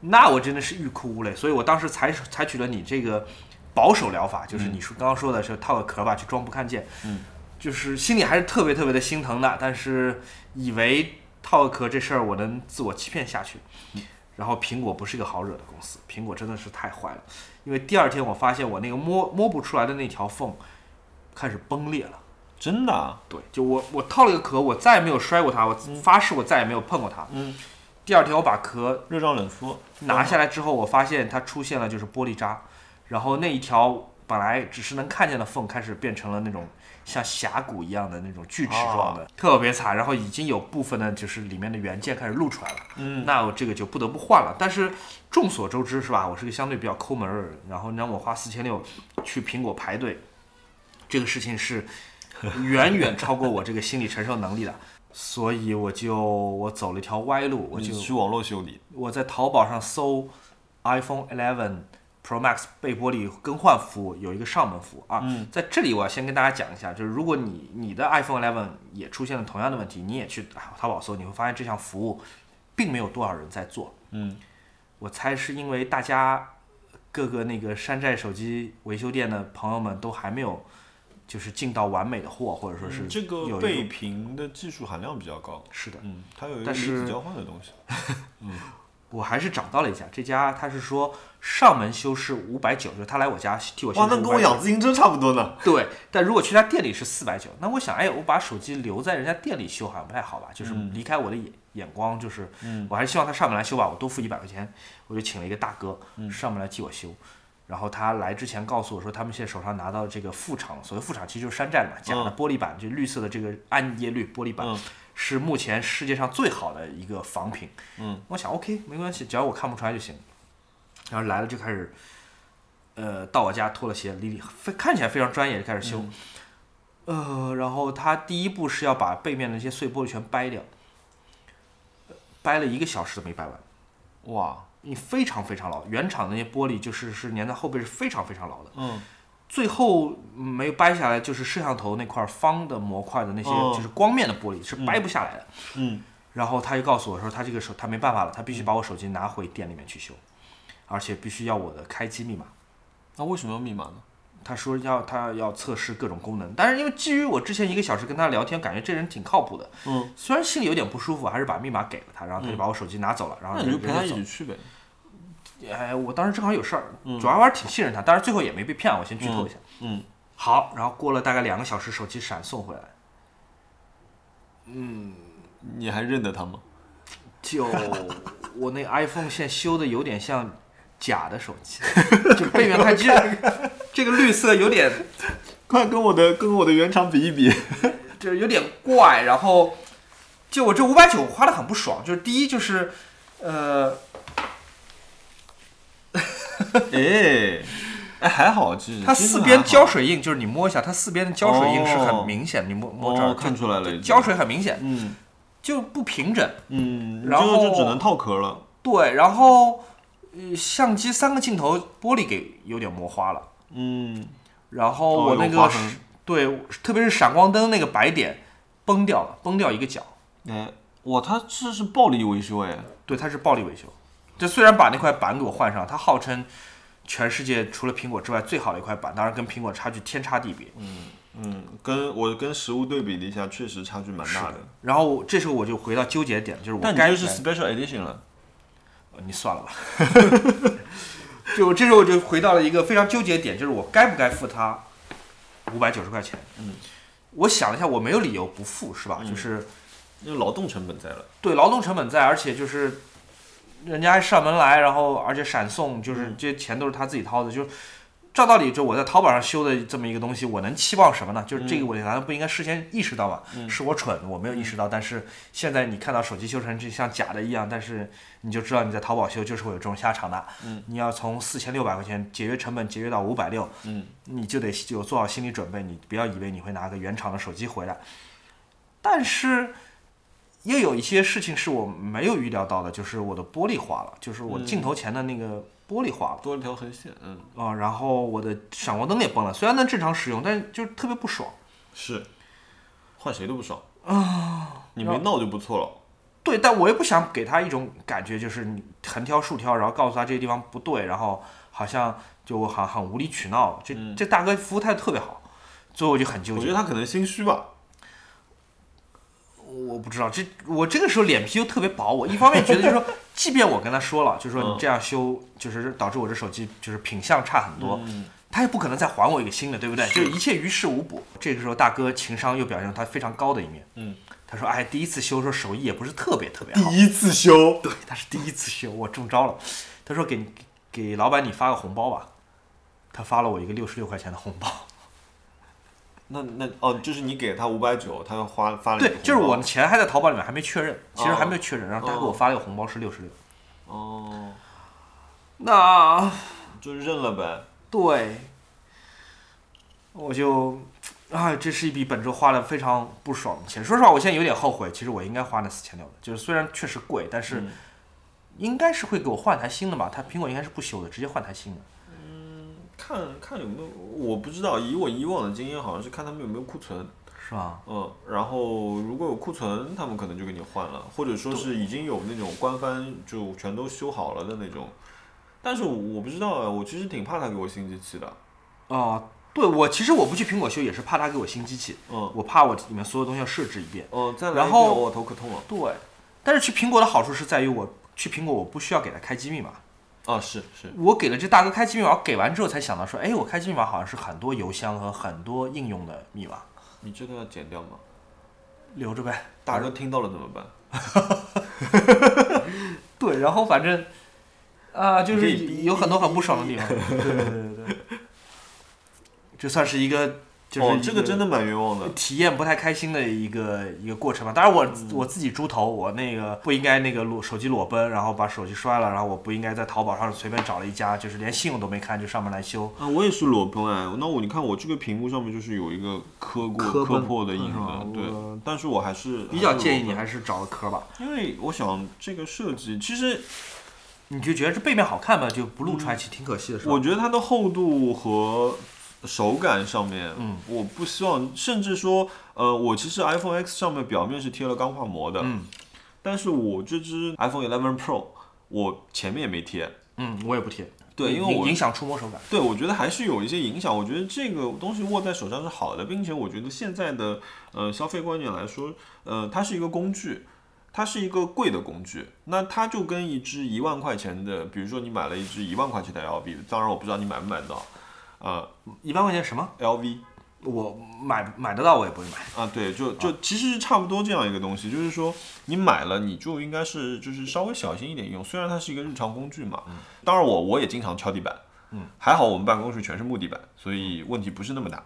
[SPEAKER 1] 那我真的是欲哭无泪。所以我当时采采取了你这个保守疗法，就是你说刚刚说的是套个壳吧，去装不看见，
[SPEAKER 2] 嗯，
[SPEAKER 1] 就是心里还是特别特别的心疼的，但是以为套个壳这事儿我能自我欺骗下去。
[SPEAKER 2] 嗯
[SPEAKER 1] 然后苹果不是一个好惹的公司，苹果真的是太坏了，因为第二天我发现我那个摸摸不出来的那条缝开始崩裂了。
[SPEAKER 2] 真的啊，
[SPEAKER 1] 对，就我我套了一个壳，我再也没有摔过它，我发誓我再也没有碰过它。
[SPEAKER 2] 嗯，
[SPEAKER 1] 第二天我把壳
[SPEAKER 2] 热胀冷缩，
[SPEAKER 1] 拿下来之后，我发现它出现了就是玻璃渣，然后那一条本来只是能看见的缝，开始变成了那种像峡谷一样的那种锯齿状的，特别惨。然后已经有部分的就是里面的元件开始露出来了，
[SPEAKER 2] 嗯，
[SPEAKER 1] 那我这个就不得不换了。但是众所周知是吧，我是个相对比较抠门儿的人，然后你让我花四千六去苹果排队，这个事情是远远超过我这个心理承受能力的。所以我就我走了一条歪路，我
[SPEAKER 2] 你
[SPEAKER 1] 就
[SPEAKER 2] 去网络修理，
[SPEAKER 1] 我在淘宝上搜 iPhone 11 Pro Max 背玻璃更换服务，有一个上门服务啊。
[SPEAKER 2] 嗯
[SPEAKER 1] 在这里我要先跟大家讲一下，就是如果你你的 iPhone 11也出现了同样的问题，你也去啊淘宝搜，你会发现这项服务并没有多少人在做。
[SPEAKER 2] 嗯
[SPEAKER 1] 我猜是因为大家各个那个山寨手机维修店的朋友们都还没有就是进到完美的货，或者说是
[SPEAKER 2] 嗯这
[SPEAKER 1] 有一
[SPEAKER 2] 个倍屏的技术含量比较高，
[SPEAKER 1] 是的。
[SPEAKER 2] 嗯，它有一个
[SPEAKER 1] 但
[SPEAKER 2] 离
[SPEAKER 1] 是
[SPEAKER 2] 子交换的东西，
[SPEAKER 1] 我还是找到了一家，这家他是说上门修是五百九，就是他来我家替我修。
[SPEAKER 2] 哇，那跟我养自行车差不多呢，
[SPEAKER 1] 对，但如果去他店里是四百九，那我想，哎，我把手机留在人家店里修好像不太好吧？就是
[SPEAKER 2] 嗯
[SPEAKER 1] 离开我的眼眼光，就是，我还是希望他上门来修吧，我多付一百块钱，我就请了一个大哥
[SPEAKER 2] 嗯
[SPEAKER 1] 上门来替我修。然后他来之前告诉我说，他们现在手上拿到这个副厂，所谓副厂其实就是山寨的嘛，假的玻璃板，就绿色的这个暗叶绿玻璃板，
[SPEAKER 2] 嗯
[SPEAKER 1] 是目前世界上最好的一个仿品。
[SPEAKER 2] 嗯，
[SPEAKER 1] 我想 OK 没关系，只要我看不出来就行。然后来了就开始，呃，到我家脱了鞋，理理非看起来非常专业，就开始修。呃，然后他第一步是要把背面的那些碎玻璃全掰掉，呃掰了一个小时都没掰完。
[SPEAKER 2] 哇，
[SPEAKER 1] 你非常非常牢，原厂的那些玻璃就是是粘在后背是非常非常牢的。
[SPEAKER 2] 嗯
[SPEAKER 1] 最后没掰下来就是摄像头那块方的模块的那些
[SPEAKER 2] 哦
[SPEAKER 1] 就是光面的玻璃是掰不下来的。
[SPEAKER 2] 嗯，
[SPEAKER 1] 然后他就告诉我说，他这个手他没办法了，他必须把我手机拿回店里面去修，而且必须要我的开机密码。
[SPEAKER 2] 那为什么要密码呢？
[SPEAKER 1] 他说要他要测试各种功能，但是因为基于我之前一个小时跟他聊天，感觉这人挺靠谱的，
[SPEAKER 2] 嗯，
[SPEAKER 1] 虽然心里有点不舒服，还是把密码给了他，然后他就把我手机拿走了，然后
[SPEAKER 2] 那你就
[SPEAKER 1] 人
[SPEAKER 2] 陪他
[SPEAKER 1] 人
[SPEAKER 2] 啊一
[SPEAKER 1] 走。
[SPEAKER 2] 起去呗，
[SPEAKER 1] 哎，我当时正好有事儿，主要还是挺信任他，但是最后也没被骗，我先剧透一下。
[SPEAKER 2] 嗯，
[SPEAKER 1] 好，然后过了大概两个小时，手机闪送回来，
[SPEAKER 2] 你还认得他吗？
[SPEAKER 1] 就我那 iPhone 现在修的有点像假的手 机，就背面看机，这个绿色有点
[SPEAKER 2] 快跟我的跟我的原厂比一比，
[SPEAKER 1] 就是有点怪，然后就我这五百九花的很不爽，就是第一就是呃，
[SPEAKER 2] 哎，哎，还好，其实
[SPEAKER 1] 它
[SPEAKER 2] 其实
[SPEAKER 1] 四
[SPEAKER 2] 还
[SPEAKER 1] 边
[SPEAKER 2] 好
[SPEAKER 1] 胶水印，就是你摸一下，它四边的胶水印是
[SPEAKER 2] 哦
[SPEAKER 1] 很明显，你摸摸这
[SPEAKER 2] 哦
[SPEAKER 1] 儿
[SPEAKER 2] 看出来了
[SPEAKER 1] 就
[SPEAKER 2] 已经
[SPEAKER 1] 胶水很明显，
[SPEAKER 2] 嗯
[SPEAKER 1] 就不平整。
[SPEAKER 2] 嗯，
[SPEAKER 1] 然
[SPEAKER 2] 这个就只
[SPEAKER 1] 后
[SPEAKER 2] 能套壳了。
[SPEAKER 1] 对，然后呃，相机三个镜头玻璃给有点磨花了，
[SPEAKER 2] 嗯，
[SPEAKER 1] 然后
[SPEAKER 2] 哦
[SPEAKER 1] 我
[SPEAKER 2] 有
[SPEAKER 1] 那
[SPEAKER 2] 划
[SPEAKER 1] 个
[SPEAKER 2] 痕
[SPEAKER 1] 是对，特别是闪光灯那个白点崩掉了，崩掉一个角。
[SPEAKER 2] 哎，哇，它这是暴力维修哎。
[SPEAKER 1] 对，它是暴力维修。这虽然把那块板给我换上，它号称全世界除了苹果之外最好的一块板，当然跟苹果差距天差地别。
[SPEAKER 2] 嗯，跟我跟实物对比了一下，确实差距蛮大的。
[SPEAKER 1] 然后我这时候我就回到纠结点，就是我
[SPEAKER 2] 但你
[SPEAKER 1] 该
[SPEAKER 2] 这
[SPEAKER 1] 不
[SPEAKER 2] 是
[SPEAKER 1] 该
[SPEAKER 2] special edition 了。
[SPEAKER 1] 呃你算了吧。 就这时候我就回到了一个非常纠结点，就是我该不该付他五百九十块钱？嗯，我想了一下，我没有理由不付，是
[SPEAKER 2] 嗯
[SPEAKER 1] 吧？就是
[SPEAKER 2] 因为劳动成本在了，
[SPEAKER 1] 对劳动成本在，而且就是人家还上门来，然后而且闪送，就是这些钱都是他自己掏的，就是。照道理，就我在淘宝上修的这么一个东西，我能期望什么呢？就是这个，我难道不应该事先意识到吗？是我蠢，我没有意识到。但是现在你看到手机修成这像假的一样，但是你就知道你在淘宝修就是会有这种下场的。你要从四千六百块钱节约成本节约到五百六，
[SPEAKER 2] 嗯，
[SPEAKER 1] 你就得有做好心理准备，你不要以为你会拿个原厂的手机回来。但是又有一些事情是我没有预料到的，就是我的玻璃花了，就是我镜头前的那个玻璃花了。
[SPEAKER 2] 多了条横线，嗯，
[SPEAKER 1] 啊、然后我的闪光灯也崩了，虽然能正常使用，但是就是特别不爽。
[SPEAKER 2] 是，换谁都不爽
[SPEAKER 1] 哦
[SPEAKER 2] 啊，你没闹就不错了，
[SPEAKER 1] 对，但我也不想给他一种感觉，就是你横挑竖挑，然后告诉他这个地方不对，然后好像就我好像很无理取闹。这、这大哥服务态度特别好，所以我就很纠
[SPEAKER 2] 我
[SPEAKER 1] 结
[SPEAKER 2] 觉。得他可能心虚吧，
[SPEAKER 1] 我不知道，这我这个时候脸皮又特别薄，我一方面觉得就是 说，即便我跟他说了，就是说
[SPEAKER 2] 嗯
[SPEAKER 1] 你这样修，就是导致我这手机就是品相差很多，
[SPEAKER 2] 嗯
[SPEAKER 1] 他也不可能再还我一个新的，对不对？就是一切于事无补。这个时候，大哥情商又表现出他非常高的一面，
[SPEAKER 2] 嗯，
[SPEAKER 1] 他说：“哎，第一次修说手艺也不是特别特别好，
[SPEAKER 2] 第一次修，
[SPEAKER 1] 对，他是第一次修，我中招了。”他说给：“给老板你发个红包吧。”他发了我一个六十六块钱的红 包，
[SPEAKER 2] 那那哦，就是你给他五百九，他又花发了
[SPEAKER 1] 对
[SPEAKER 2] 你红，包
[SPEAKER 1] 就是我的钱还在淘宝里面还没确认，其实还没有确认，然后他
[SPEAKER 2] 哦
[SPEAKER 1] 给我发了一个红包是六十六，
[SPEAKER 2] 哦，
[SPEAKER 1] 那。
[SPEAKER 2] 就认了呗，
[SPEAKER 1] 对，我就，啊，这是一笔本周花了非常不爽的钱。说实话，我现在有点后悔，其实我应该花那四千六的，就是虽然确实贵，但是应该是会给我换台新的吧？它苹果应该是不修的，直接换台新的。
[SPEAKER 2] 看看有没有，我不知道，以我以往的经验，好像是看他们有没有库存，
[SPEAKER 1] 是吧？
[SPEAKER 2] 嗯，然后如果有库存，他们可能就给你换了，或者说是已经有那种官方就全都修好了的那种。但是我我不知道啊，我其实挺怕他给我新机器的。
[SPEAKER 1] 啊、对我其实我不去苹果修，也是怕它给我新机器，
[SPEAKER 2] 嗯，
[SPEAKER 1] 我怕我里面所有东西要设置一遍。
[SPEAKER 2] 哦、再来一
[SPEAKER 1] 然
[SPEAKER 2] 遍
[SPEAKER 1] 后
[SPEAKER 2] 我头可痛了。
[SPEAKER 1] 对，但是去苹果的好处是在于我去苹果我不需要给它开机密码，
[SPEAKER 2] 啊，是是，
[SPEAKER 1] 我给了这大哥开机密码，我给完之后才想到说，哎，我开机密码好像是很多邮箱和很多应用的密码，
[SPEAKER 2] 你这个要剪掉吗？
[SPEAKER 1] 留着呗。
[SPEAKER 2] 大哥听到了怎么办？
[SPEAKER 1] 对，然后反正啊、就
[SPEAKER 2] 可
[SPEAKER 1] 是
[SPEAKER 2] 以逼
[SPEAKER 1] 有很多很不爽的地方。对对对对对，这算是一个就是、
[SPEAKER 2] 哦，这个真
[SPEAKER 1] 的
[SPEAKER 2] 的蛮冤枉的。
[SPEAKER 1] 体验不太开心的一个一个过程吧。当然我、我自己猪头，我那个不应该那个裸手机裸奔，然后把手机摔了，然后我不应该在淘宝上随便找了一家，就是连信用都没看就上门来修。
[SPEAKER 2] 啊，我也是裸奔哎，那我你看我这个屏幕上面就是有一个磕过
[SPEAKER 1] 磕
[SPEAKER 2] 磕
[SPEAKER 1] 碰
[SPEAKER 2] 破的印
[SPEAKER 1] 是吧
[SPEAKER 2] 子，对
[SPEAKER 1] 我，
[SPEAKER 2] 但是我还是
[SPEAKER 1] 比较
[SPEAKER 2] 还是
[SPEAKER 1] 建议
[SPEAKER 2] 裸
[SPEAKER 1] 你
[SPEAKER 2] 奔
[SPEAKER 1] 还是找个科吧。
[SPEAKER 2] 因为我想这个设计其实
[SPEAKER 1] 你就觉得这背面好看吧，就不露出来，其实挺可惜的，是吧？
[SPEAKER 2] 嗯我觉得它的厚度和手感上面，
[SPEAKER 1] 嗯，
[SPEAKER 2] 我不希望，甚至说，呃，我其实 iPhone X 上面表面是贴了钢化膜的，
[SPEAKER 1] 嗯，
[SPEAKER 2] 但是我这只 iPhone 11 Pro，我前面也没贴，
[SPEAKER 1] 嗯，我也不贴，
[SPEAKER 2] 对
[SPEAKER 1] 影
[SPEAKER 2] 因为我
[SPEAKER 1] 影响触摸手感。
[SPEAKER 2] 对，我觉得还是有一些影响。我觉得这个东西握在手上是好的，并且我觉得现在的呃消费观念来说，呃，它是一个工具，它是一个贵的工具。那它就跟一支一万块钱的，比如说你买了一支一万块钱的 LV，当然我不知道你买不买得到，呃
[SPEAKER 1] 一万块钱什么？
[SPEAKER 2] ，LV
[SPEAKER 1] 我买买得到，我也不会买。
[SPEAKER 2] 啊，对，就就其实是差不多这样一个东西，就是说你买了，你就应该是就是稍微小心一点用，虽然它是一个日常工具嘛。当然我我也经常敲地板，嗯，还好我们办公室全是木地板，所以问题不是那么大。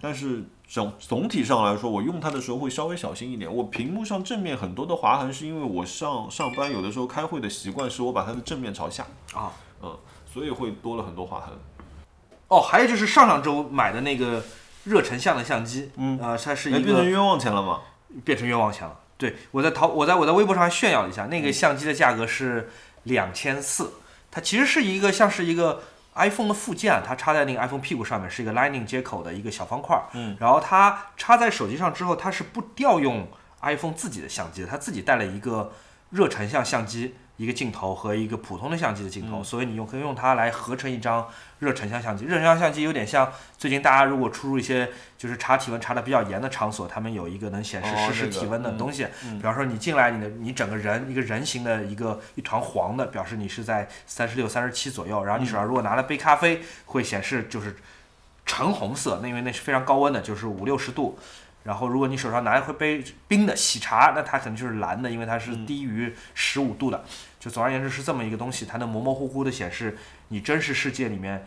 [SPEAKER 2] 但是总总体上来说，我用它的时候会稍微小心一点。我屏幕上正面很多的划痕，是因为我上上班有的时候开会的习惯是我把它的正面朝下，
[SPEAKER 1] 啊，
[SPEAKER 2] 所以会多了很多划痕。
[SPEAKER 1] 哦，还有就是上上周买的那个热成像的相机，
[SPEAKER 2] 嗯
[SPEAKER 1] 啊、它是
[SPEAKER 2] 哎，
[SPEAKER 1] 一
[SPEAKER 2] 变成
[SPEAKER 1] 个
[SPEAKER 2] 冤枉钱了嘛？
[SPEAKER 1] 变成冤枉钱了。对我在淘，我在我在微博上还炫耀了一下，
[SPEAKER 2] 嗯
[SPEAKER 1] 那个相机的价格是两千四，它其实是一个像是一个 iPhone 的附件，啊它插在那个 iPhone 屁股上面，是一个 Lightning 接口的一个小方块。
[SPEAKER 2] 嗯，
[SPEAKER 1] 然后它插在手机上之后，它是不调用 iPhone 自己的相机的，它自己带了一个热成像相机。一个镜头和一个普通的相机的镜头，
[SPEAKER 2] 嗯
[SPEAKER 1] 所以你用可以用它来合成一张热成像相机。热成像相机有点像最近大家如果出入一些就是查体温查的比较严的场所，他们有一个能显示
[SPEAKER 2] 哦
[SPEAKER 1] 实时
[SPEAKER 2] 那个
[SPEAKER 1] 体温的
[SPEAKER 2] 嗯
[SPEAKER 1] 东西。
[SPEAKER 2] 嗯
[SPEAKER 1] 比方说你进来，你的你整个人一个人形的一个一团黄的，表示你是在三十六、三十七左右。然后你
[SPEAKER 2] 嗯
[SPEAKER 1] 手上如果拿了杯咖啡，会显示就是橙红色，那因为那是非常高温的，就是五六十度。然后，如果你手上拿一会杯冰的喜茶，那它可能就是蓝的，因为它是
[SPEAKER 2] 嗯
[SPEAKER 1] 低于十五度的。就总而言之是这么一个东西，它能模模糊糊的显示你真实世界里面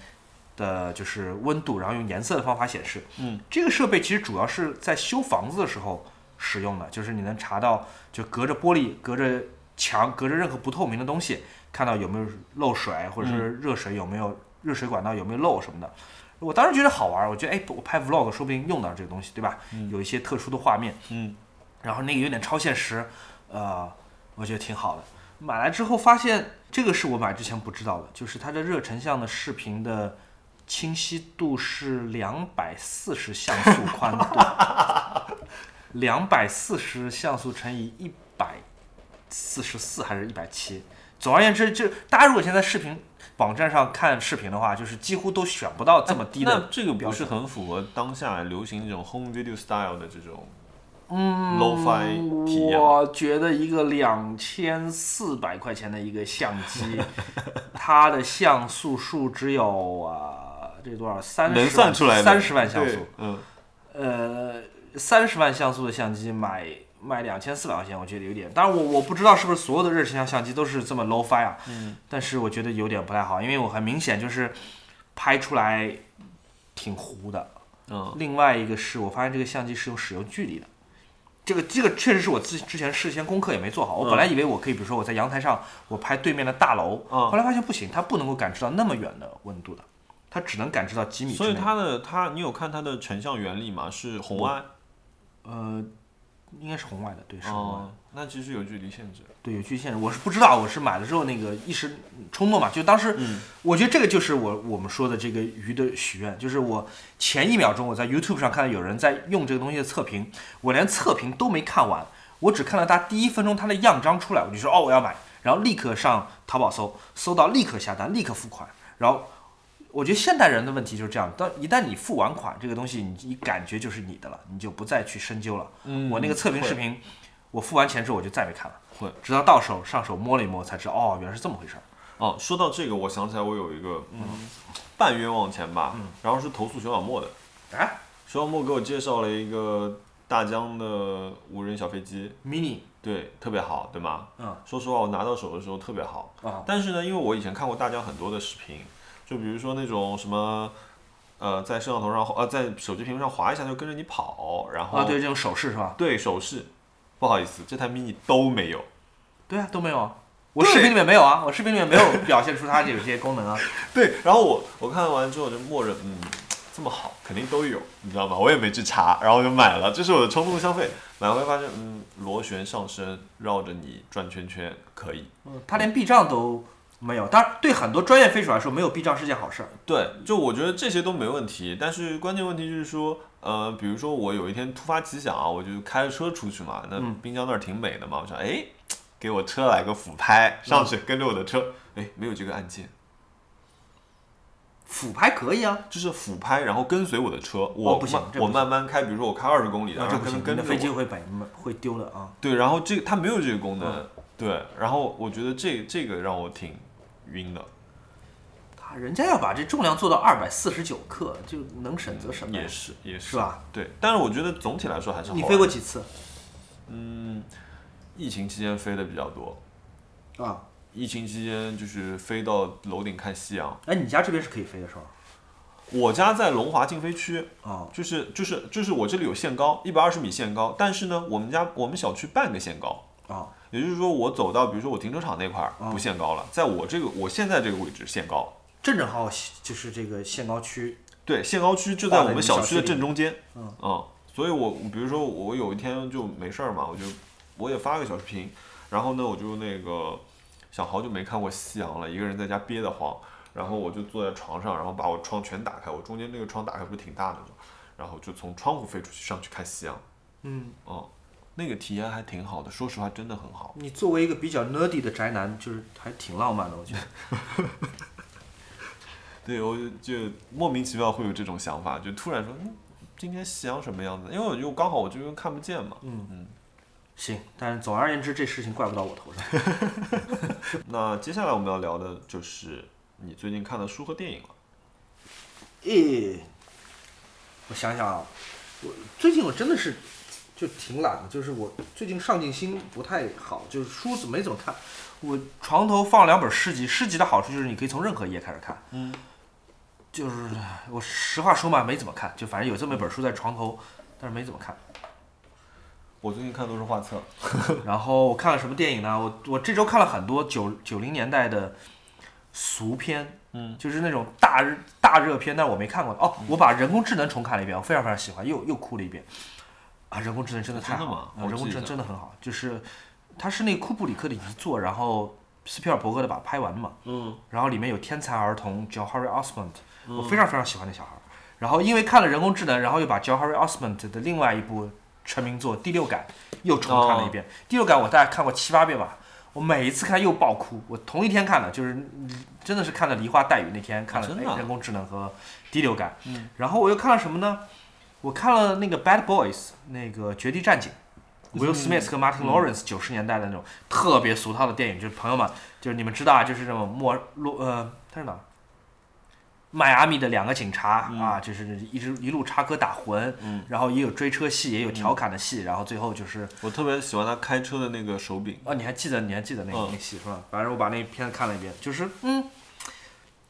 [SPEAKER 1] 的就是温度，然后用颜色的方法显示。
[SPEAKER 2] 嗯，
[SPEAKER 1] 这个设备其实主要是在修房子的时候使用的，就是你能查到，就隔着玻璃、隔着墙、隔着任何不透明的东西，看到有没有漏水，或者
[SPEAKER 2] 嗯
[SPEAKER 1] 是热水有没有、热水管道有没有漏什么的。我当时觉得好玩儿，我觉得哎，我拍 vlog 说不定用到这个东西，对吧？
[SPEAKER 2] 嗯
[SPEAKER 1] 有一些特殊的画面。
[SPEAKER 2] 嗯，
[SPEAKER 1] 然后那个有点超现实，呃，我觉得挺好的。买来之后发现，这个是我买之前不知道的，就是它的热成像的视频的清晰度是两百四十像素宽度， 两百四十像素乘以一百四十四还是一百七。总而言之，就大家如果现在视频网站上看视频的话，就是几乎都选不到这么低的
[SPEAKER 2] 啊那这个不是很符合当下流行这种 home video style 的这种嗯 lofi 体验吗？
[SPEAKER 1] 我觉得一个两千四百块钱的一个相 机，它的像素数只有啊、这多少三十
[SPEAKER 2] 能算出来的
[SPEAKER 1] 三十万像素
[SPEAKER 2] 对，，嗯，
[SPEAKER 1] 呃，三十万像素的相机买卖两千四百块钱，我觉得有点。当然我我不知道是不是所有的热成像相机都是这么 low fi 啊，
[SPEAKER 2] 嗯，
[SPEAKER 1] 但是我觉得有点不太好，因为我很明显就是拍出来挺糊的，
[SPEAKER 2] 嗯，
[SPEAKER 1] 另外一个是我发现这个相机是有使用距离的，这个这个确实是我之之前事先功课也没做好。我本来以为我可以，比如说我在阳台上我拍对面的大楼，
[SPEAKER 2] 嗯
[SPEAKER 1] 后来发现不行，它不能够感知到那么远的温度的，它只能感知到几米之
[SPEAKER 2] 所
[SPEAKER 1] 内。
[SPEAKER 2] 以它的它，你有看它的成像原理吗？是红外，
[SPEAKER 1] 呃，应该是红外的，对，是红外的。
[SPEAKER 2] 哦，那其实有距离限制。
[SPEAKER 1] 对，有局限制。我是不知道，我是买了之后那个一时冲动嘛，就当时、
[SPEAKER 2] 嗯
[SPEAKER 1] 我觉得这个就是我我们说的这个鱼的许愿，就是我前一秒钟我在 YouTube 上看到有人在用这个东西的测评，我连测评都没看完，我只看到它第一分钟它的样张出来，我就说哦我要买，然后立刻上淘宝搜，搜到立刻下单，立刻付款，然后。我觉得现代人的问题就是这样，当一旦你付完款，这个东西你你感觉就是你的了，你就不再去深究了。
[SPEAKER 2] 嗯
[SPEAKER 1] 我那个测评
[SPEAKER 2] 会
[SPEAKER 1] 视频，我付完钱之后我就再没看了。
[SPEAKER 2] 会
[SPEAKER 1] 直到到手上手摸了一摸，才知道哦，原来是这么回事儿。
[SPEAKER 2] 哦，说到这个，我想起来我有一个嗯半冤枉钱吧，
[SPEAKER 1] 嗯
[SPEAKER 2] 然后是投诉熊小莫的。
[SPEAKER 1] 啊
[SPEAKER 2] 熊小莫给我介绍了一个大疆的无人小飞机，
[SPEAKER 1] ，mini
[SPEAKER 2] 对，特别好，对吗？
[SPEAKER 1] 嗯，
[SPEAKER 2] 说实话，我拿到手的时候特别好，
[SPEAKER 1] 啊，
[SPEAKER 2] 但是呢，因为我以前看过大疆很多的视频，就比如说那种什么。呃，在摄像头上，呃，在手机屏幕上滑一下就跟着你跑，然后
[SPEAKER 1] 啊，对，这种手势是吧？
[SPEAKER 2] 对手势，不好意思，这台 mini 都没有。
[SPEAKER 1] 对啊，都没有啊。我
[SPEAKER 2] 对
[SPEAKER 1] 视频里面没有啊，我视频里面没有表现出它这有这些功能啊。
[SPEAKER 2] 对，然后我我看完之后就默认，嗯，这么好，肯定都有，你知道吗？我也没去查，然后就买了，这是我的冲动消费。买回来发现，嗯，螺旋上升，绕着你转圈圈，可以。
[SPEAKER 1] 嗯它连避障都没有，当然对很多专业飞手来说，没有避障是件好事儿。
[SPEAKER 2] 对，就我觉得这些都没问题，但是关键问题就是说，呃，比如说我有一天突发奇想啊，我就开着车出去嘛，那
[SPEAKER 1] 嗯
[SPEAKER 2] 滨江那儿挺美的嘛，我想，哎，给我车来个俯拍，上去跟着我的车，哎，没有这个按键，
[SPEAKER 1] 俯拍可以啊，
[SPEAKER 2] 就是俯拍，然后跟随我的车，我
[SPEAKER 1] 哦不行
[SPEAKER 2] 慢
[SPEAKER 1] 这不
[SPEAKER 2] 我慢慢开，比如说我开二十公里，然
[SPEAKER 1] 啊
[SPEAKER 2] 后
[SPEAKER 1] 这
[SPEAKER 2] 跟
[SPEAKER 1] 不行，
[SPEAKER 2] 跟
[SPEAKER 1] 你
[SPEAKER 2] 着
[SPEAKER 1] 的飞机
[SPEAKER 2] 我，
[SPEAKER 1] 会被会丢的啊。
[SPEAKER 2] 对，然后这个它没有这个功能，
[SPEAKER 1] 嗯
[SPEAKER 2] 对，然后我觉得这这个让我挺晕的，
[SPEAKER 1] 它人家要把这重量做到二百四十九克，就能省则省呗
[SPEAKER 2] 嗯
[SPEAKER 1] 啊
[SPEAKER 2] 也是也是
[SPEAKER 1] 是吧？
[SPEAKER 2] 对，但是我觉得总体来说还是好
[SPEAKER 1] 你
[SPEAKER 2] 玩
[SPEAKER 1] 飞过几次
[SPEAKER 2] 疫情期间飞的比较多，
[SPEAKER 1] 啊？
[SPEAKER 2] 疫情期间就是飞到楼顶看夕阳。
[SPEAKER 1] 哎，你家这边是可以飞的是吧？
[SPEAKER 2] 我家在龙华禁飞区，
[SPEAKER 1] 哦，
[SPEAKER 2] 就是就是就是我这里有限高，一百二十米限高，但是呢，我们家我们小区半个限高，
[SPEAKER 1] 哦，
[SPEAKER 2] 也就是说我走到比如说我停车场那块儿不限高了，在我这个我现在这个位置限高，
[SPEAKER 1] 正正好就是这个限高区，
[SPEAKER 2] 对，限高区就在我们小区的正中间。
[SPEAKER 1] 嗯
[SPEAKER 2] 所以我我比如说我有一天就没事儿嘛，我就我也发个小视频，然后呢我就那个想好久没看过夕阳了，一个人在家憋得慌，然后我就坐在床上，然后把我窗全打开，我中间那个窗打开不是挺大的嘛，然后就从窗户飞出去上去看夕阳，
[SPEAKER 1] 嗯，
[SPEAKER 2] 嗯，那个体验还挺好的，说实话真的很好。
[SPEAKER 1] 你作为一个比较 nerdy 的宅男，就是还挺浪漫的，我觉得。
[SPEAKER 2] 对，我就就莫名其妙会有这种想法，就突然说，嗯，今天夕阳什么样子？因为我就刚好我这边看不见嘛。
[SPEAKER 1] 行，但是总而言之，这事情怪不到我头上。
[SPEAKER 2] 那接下来我们要聊的就是你最近看的书和电影了。
[SPEAKER 1] 诶，我想想啊，我最近我真的是就挺懒的，就是我最近上进心不太好，就是书没怎么看。我床头放了两本诗集，诗集的好处就是你可以从任何一页开始看。
[SPEAKER 2] 嗯，
[SPEAKER 1] 就是我实话说嘛，没怎么看，就反正有这么一本书在床头，但是没怎么看。
[SPEAKER 2] 我最近看都是画册，
[SPEAKER 1] 然后我看了什么电影呢？我我这周看了很多九九零年代的俗片，
[SPEAKER 2] 嗯，
[SPEAKER 1] 就是那种大热大热片，但是我没看过的。哦，我把人工智能重看了一遍，我非常非常喜欢，又又哭了一遍。啊，人工智能真的太
[SPEAKER 2] 真
[SPEAKER 1] 好
[SPEAKER 2] 的
[SPEAKER 1] 了
[SPEAKER 2] 吗，
[SPEAKER 1] 啊
[SPEAKER 2] 我
[SPEAKER 1] 人工智
[SPEAKER 2] 记
[SPEAKER 1] 能
[SPEAKER 2] 得
[SPEAKER 1] 真的很好，就是它是那个库布里克的遗作，然后斯皮尔伯格的把它拍完嘛，
[SPEAKER 2] 嗯，
[SPEAKER 1] 然后里面有天才儿童 j o Harry Osmond，我非常非常喜欢那小孩儿。然后因为看了人工智能，然后又把 j o Harry Osmond 的另外一部成名作《第六感》又重看了一
[SPEAKER 2] 哦
[SPEAKER 1] 遍。第六感》我大概看过七八遍吧，我每一次看又爆哭。我同一天看的，就是嗯真的是看了梨花带雨那天看了、
[SPEAKER 2] 真的啊
[SPEAKER 1] 哎人工智能和《第六感》
[SPEAKER 2] 嗯
[SPEAKER 1] 然后我又看了什么呢？我看了那个《Bad Boys》那个《绝地战警》。Will Smith 和 Martin Lawrence 九十年代的那种特别俗套的电影，就是朋友们，就是你们知道啊，就是那种莫洛呃，他是哪儿？迈阿密的两个警察、
[SPEAKER 2] 嗯
[SPEAKER 1] 啊，就是一直一路插科打诨，
[SPEAKER 2] 嗯
[SPEAKER 1] 然后也有追车戏，也有调侃的戏，然后最后就是
[SPEAKER 2] 我特别喜欢他开车的那个手柄。
[SPEAKER 1] 啊，你还记得你还记得那个、
[SPEAKER 2] 嗯
[SPEAKER 1] 那戏是吧？反正我把那片子看了一遍，就是嗯，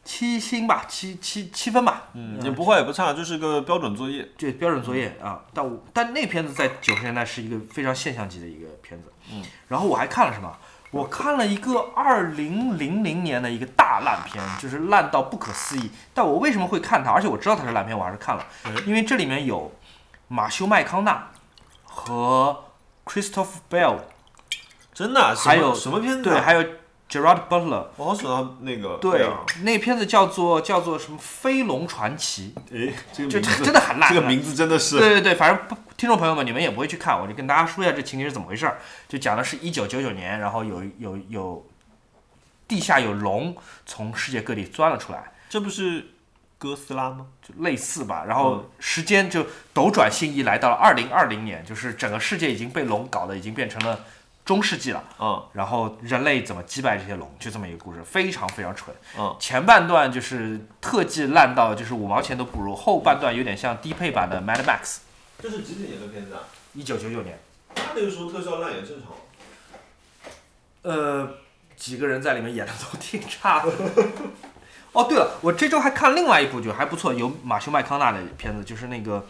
[SPEAKER 1] 七星吧，七七七分吧，
[SPEAKER 2] 嗯，也不坏也不差，就是个标准作业。
[SPEAKER 1] 这标准作业
[SPEAKER 2] 嗯
[SPEAKER 1] 啊，但我但那片子在九十年代是一个非常现象级的一个片子。
[SPEAKER 2] 嗯，
[SPEAKER 1] 然后我还看了什么？我看了一个二零零零年的一个大烂片，就是烂到不可思议。但我为什么会看它？而且我知道它是烂片，我还是看了
[SPEAKER 2] 哎，
[SPEAKER 1] 因为这里面有马修麦康纳和 Christopher Bell，
[SPEAKER 2] 真的啊？什么
[SPEAKER 1] 还有
[SPEAKER 2] 什么片子
[SPEAKER 1] 对，
[SPEAKER 2] 啊？
[SPEAKER 1] 还有 Gerard Butler。
[SPEAKER 2] 我好喜欢那个。
[SPEAKER 1] 对
[SPEAKER 2] 啊，
[SPEAKER 1] 那片子叫做叫做什么《飞龙传奇
[SPEAKER 2] 哎，这个》，
[SPEAKER 1] 就这
[SPEAKER 2] 名字
[SPEAKER 1] 真的很烂。啊
[SPEAKER 2] 这个名字真的是
[SPEAKER 1] 对对对，反正不听众朋友们，你们也不会去看，我就跟大家说一下这情节是怎么回事儿。就讲的是一九九九年，然后有有有地下有龙从世界各地钻了出来，
[SPEAKER 2] 这不是哥斯拉吗？
[SPEAKER 1] 就类似吧。然后时间就斗转星移，来到了二零二零年，就是整个世界已经被龙搞得已经变成了中世纪了。
[SPEAKER 2] 嗯
[SPEAKER 1] 然后人类怎么击败这些龙，就这么一个故事，非常非常蠢。
[SPEAKER 2] 嗯
[SPEAKER 1] 前半段就是特技烂到就是五毛钱都不如，后半段有点像低配版的 Mad Max。
[SPEAKER 2] 这是几几年的片子啊？
[SPEAKER 1] 一九九九年。
[SPEAKER 2] 他那个时候特效烂也正常。
[SPEAKER 1] 呃，几个人在里面演的都挺差的。 哦，对了，我这周还看另外一部就还不错，有马修麦康纳的片子，就是那个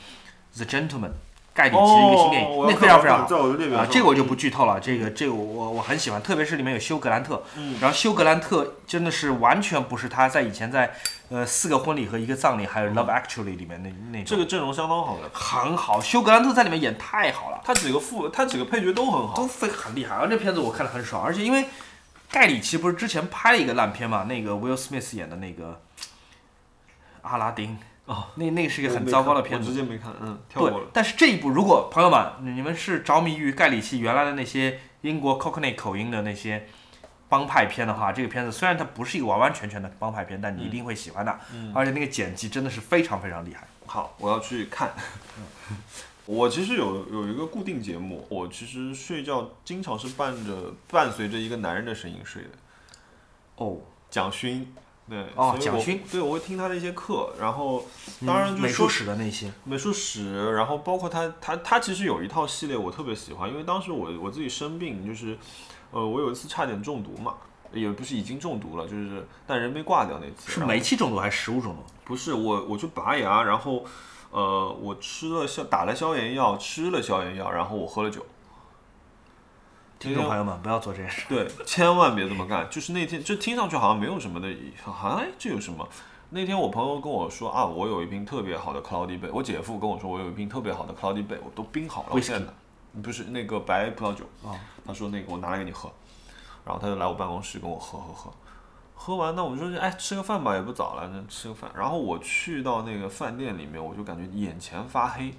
[SPEAKER 1] 《The Gentleman》，盖里奇的一个新电影，
[SPEAKER 2] 哦我
[SPEAKER 1] 那
[SPEAKER 2] 要
[SPEAKER 1] 非常
[SPEAKER 2] 看
[SPEAKER 1] 非常好。
[SPEAKER 2] 在我的列表
[SPEAKER 1] 啊
[SPEAKER 2] 上，
[SPEAKER 1] 这个我就不剧透了。这个，这个我我我很喜欢，特别是里面有休格兰特，
[SPEAKER 2] 嗯
[SPEAKER 1] 然后休格兰特真的是完全不是他在以前在呃《四个婚礼和一个葬礼》还有《Love Actually》里面那那
[SPEAKER 2] 这
[SPEAKER 1] 种，
[SPEAKER 2] 个阵容相当好的，
[SPEAKER 1] 很好。休格兰特在里面演太好了，
[SPEAKER 2] 他几个副他几个配角都很
[SPEAKER 1] 都
[SPEAKER 2] 好。
[SPEAKER 1] 非很厉害。而这片子我看的很爽，而且因为盖里奇不是之前拍了一个烂片嘛，那个 Will Smith 演的那个阿拉丁，
[SPEAKER 2] 哦，
[SPEAKER 1] 那那是一个很糟糕的片
[SPEAKER 2] 我
[SPEAKER 1] 子
[SPEAKER 2] 直。接没看，嗯，跳
[SPEAKER 1] 对
[SPEAKER 2] 过了。，
[SPEAKER 1] 但是这一部如果朋友们你们是着迷于盖里奇原来的那些英国 Cockney 口音的那些帮派片的话，这个片子虽然它不是一个完完全全的帮派片，但你一定会喜欢的，
[SPEAKER 2] 嗯
[SPEAKER 1] 而且那个剪辑真的是非常非常厉害。
[SPEAKER 2] 好，我要去看。 我其实有有一个固定节目，我其实睡觉经常是伴着伴随着一个男人的声音睡的，
[SPEAKER 1] 哦，
[SPEAKER 2] 蒋勋。对，
[SPEAKER 1] 哦
[SPEAKER 2] 所以
[SPEAKER 1] 蒋
[SPEAKER 2] 我
[SPEAKER 1] 勋，
[SPEAKER 2] 对我会听他的一些课，然后当
[SPEAKER 1] 嗯
[SPEAKER 2] 然就
[SPEAKER 1] 美
[SPEAKER 2] 是
[SPEAKER 1] 术
[SPEAKER 2] 说
[SPEAKER 1] 史的那些，
[SPEAKER 2] 美术史，然后包括他他他其实有一套系列我特别喜欢，因为当时我我自己生病，就是呃我有一次差点中毒嘛，也不是已经中毒了，就是但人没挂掉那次，
[SPEAKER 1] 是
[SPEAKER 2] 然后
[SPEAKER 1] 煤气中毒还是食物中毒？
[SPEAKER 2] 不是我，我去拔牙，然后，呃，我吃了消打了消炎药，吃了消炎药，然后我喝了酒，
[SPEAKER 1] 听众朋友们不要做这件事。
[SPEAKER 2] 对，千万别这么干。就是那天，就听上去好像没有什么的，好像哎，这有什么？那天我朋友跟我说啊，我有一瓶特别好的 Cloudy Bay，我姐夫跟我说我有一瓶特别好的 Cloudy Bay，我都冰好了，我
[SPEAKER 1] Whisky
[SPEAKER 2] 现在拿不是那个白葡萄酒
[SPEAKER 1] 哦
[SPEAKER 2] 他说那个我拿来给你喝，然后他就来我办公室跟我喝喝喝，喝完那我们说哎吃个饭吧，也不早了，那吃个饭。然后我去到那个饭店里面，我就感觉眼前发黑，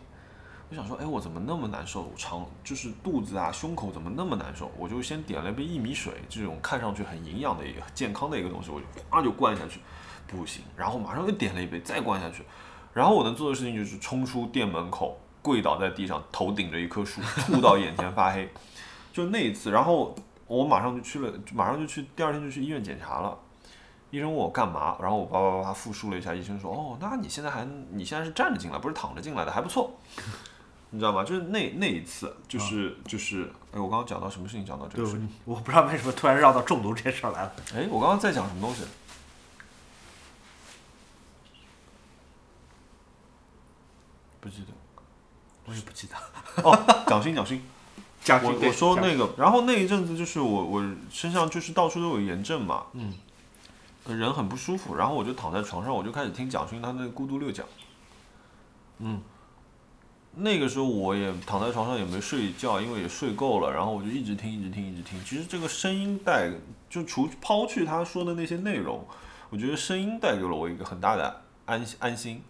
[SPEAKER 2] 我想说哎我怎么那么难受，肠就是肚子啊胸口怎么那么难受？我就先点了一杯薏米水，这种看上去很营养的一个健康的一个东西，我就哗就灌下去，不行，然后马上又点了一杯再灌下去，然后我能做的事情就是冲出店门口。跪倒在地上，头顶着一棵树，吐到眼前发黑。就那一次，然后我马上就去了，马上就去，第二天就去医院检查了。医生问我干嘛，然后我叭叭叭叭复述了一下，医生说：“哦，那你现在还你现在是站着进来，不是躺着进来的，还不 错。”你知道吗？就是那那一次，就是、就是，哎，我刚刚讲到什么事情？讲到这
[SPEAKER 1] 啊对，
[SPEAKER 2] 个
[SPEAKER 1] 我
[SPEAKER 2] 事？
[SPEAKER 1] 我不知道为什么突然绕到中毒这件事儿来 了。
[SPEAKER 2] 哎，我刚刚在讲什么东西？不记 得。
[SPEAKER 1] 我也不记得。
[SPEAKER 2] 哦，蒋欣，蒋欣，
[SPEAKER 1] 讲
[SPEAKER 2] 我我说那个，然后那一阵子就是我我身上就是到处都有炎症嘛，嗯，人很不舒服，然后我就躺在床上，我就开始听蒋勋他那个《孤独六讲》，嗯，那个时候我也躺在床上也没睡觉，因为也睡够了，然后我就一直听一直听一直听。其实这个声音带就除抛去他说的那些内容，我觉得声音带给了我一个很大的安安心。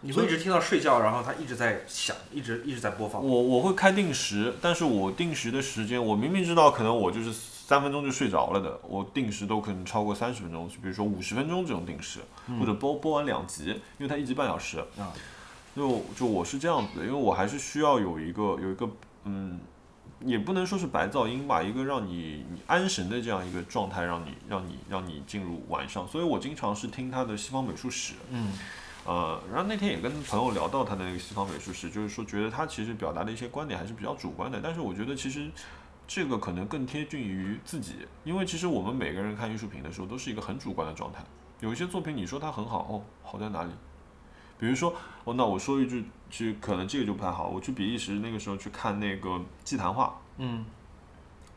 [SPEAKER 1] 你会一直听到睡觉，然后它一直在响，一直一直在播放。
[SPEAKER 2] 我我会开定时，但是我定时的时间，我明明知道可能我就是三分钟就睡着了的，我定时都可能超过三十分钟，就比如说五十分钟这种定时，或者播播完两集，因为它一集半小时，
[SPEAKER 1] 啊
[SPEAKER 2] 就就我是这样子的，因为我还是需要有一个有一个嗯，也不能说是白噪音吧，一个让你你安神的这样一个状态，让你让你让你进入晚上，所以我经常是听他的西方美术史，
[SPEAKER 1] 嗯，
[SPEAKER 2] 呃，然后那天也跟朋友聊到他的那个西方美术史，就是说觉得他其实表达的一些观点还是比较主观的，但是我觉得其实这个可能更贴近于自己，因为其实我们每个人看艺术品的时候都是一个很主观的状态，有一些作品你说它很好，哦，好在哪里？比如说，哦，那我说一句，其实可能这个就不太好。我去比利时那个时候去看那个祭坛画，
[SPEAKER 1] 嗯，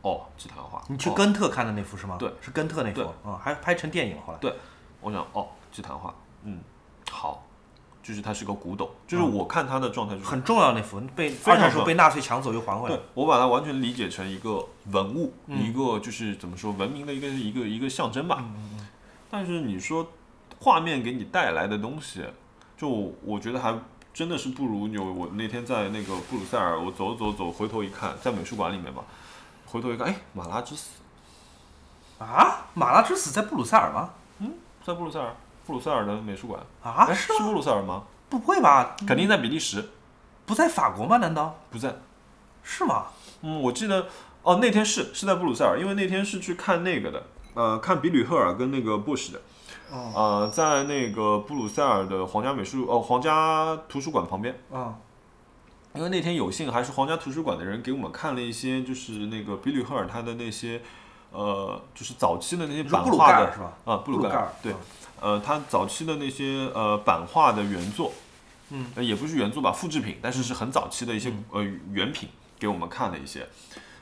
[SPEAKER 2] 哦，祭坛画，
[SPEAKER 1] 你去
[SPEAKER 2] 哦
[SPEAKER 1] 根特看的那幅是吗？
[SPEAKER 2] 对，
[SPEAKER 1] 是根特那幅
[SPEAKER 2] 对
[SPEAKER 1] 啊、还拍成电影了后来。
[SPEAKER 2] 我想哦，祭坛画，嗯，好，就是它是个古董，就是
[SPEAKER 1] 嗯
[SPEAKER 2] 我看它的状态就是
[SPEAKER 1] 很重要那幅被
[SPEAKER 2] 非
[SPEAKER 1] 二
[SPEAKER 2] 常
[SPEAKER 1] 战时
[SPEAKER 2] 重
[SPEAKER 1] 候
[SPEAKER 2] 要
[SPEAKER 1] 被纳粹抢走又还回来
[SPEAKER 2] 对
[SPEAKER 1] 了。
[SPEAKER 2] 我把它完全理解成一个文物，
[SPEAKER 1] 嗯
[SPEAKER 2] 一个就是怎么说文明的一个一个一个象征吧。
[SPEAKER 1] 嗯
[SPEAKER 2] 但是你说画面给你带来的东西，就我我觉得还真的是不如有我那天在那个布鲁塞尔，我走走走，回头一看，在美术馆里面嘛，回头一看，哎，马拉之死
[SPEAKER 1] 啊，马拉之死在布鲁塞尔吗？
[SPEAKER 2] 在布鲁塞尔，布鲁塞尔的美术馆
[SPEAKER 1] 啊，
[SPEAKER 2] 哎
[SPEAKER 1] 是
[SPEAKER 2] 是
[SPEAKER 1] 吗？嗯
[SPEAKER 2] 布鲁塞尔吗？
[SPEAKER 1] 不会吧？
[SPEAKER 2] 肯定在比利时，
[SPEAKER 1] 不在法国吗？难道
[SPEAKER 2] 不在。
[SPEAKER 1] 是吗？
[SPEAKER 2] 嗯，我记得哦，那天是是在布鲁塞尔，因为那天是去看那个的，呃，看比吕赫尔跟那个布什的。
[SPEAKER 1] 哦
[SPEAKER 2] 呃，在那个布鲁塞尔的皇家美术哦，皇家图书馆旁边，
[SPEAKER 1] 啊、
[SPEAKER 2] 因为那天有幸还是皇家图书馆的人给我们看了一些，就是那个比吕赫尔他的那些，呃，就是早期的那些
[SPEAKER 1] 你说
[SPEAKER 2] 版
[SPEAKER 1] 布鲁盖
[SPEAKER 2] 画的
[SPEAKER 1] 尔是吧？
[SPEAKER 2] 啊，布鲁
[SPEAKER 1] 布鲁
[SPEAKER 2] 盖
[SPEAKER 1] 盖尔
[SPEAKER 2] 尔，对，呃，他早期的那些呃版画的原作，
[SPEAKER 1] 嗯
[SPEAKER 2] 呃，也不是原作吧，复制品，但是是很早期的一些、呃原品给我们看的一些，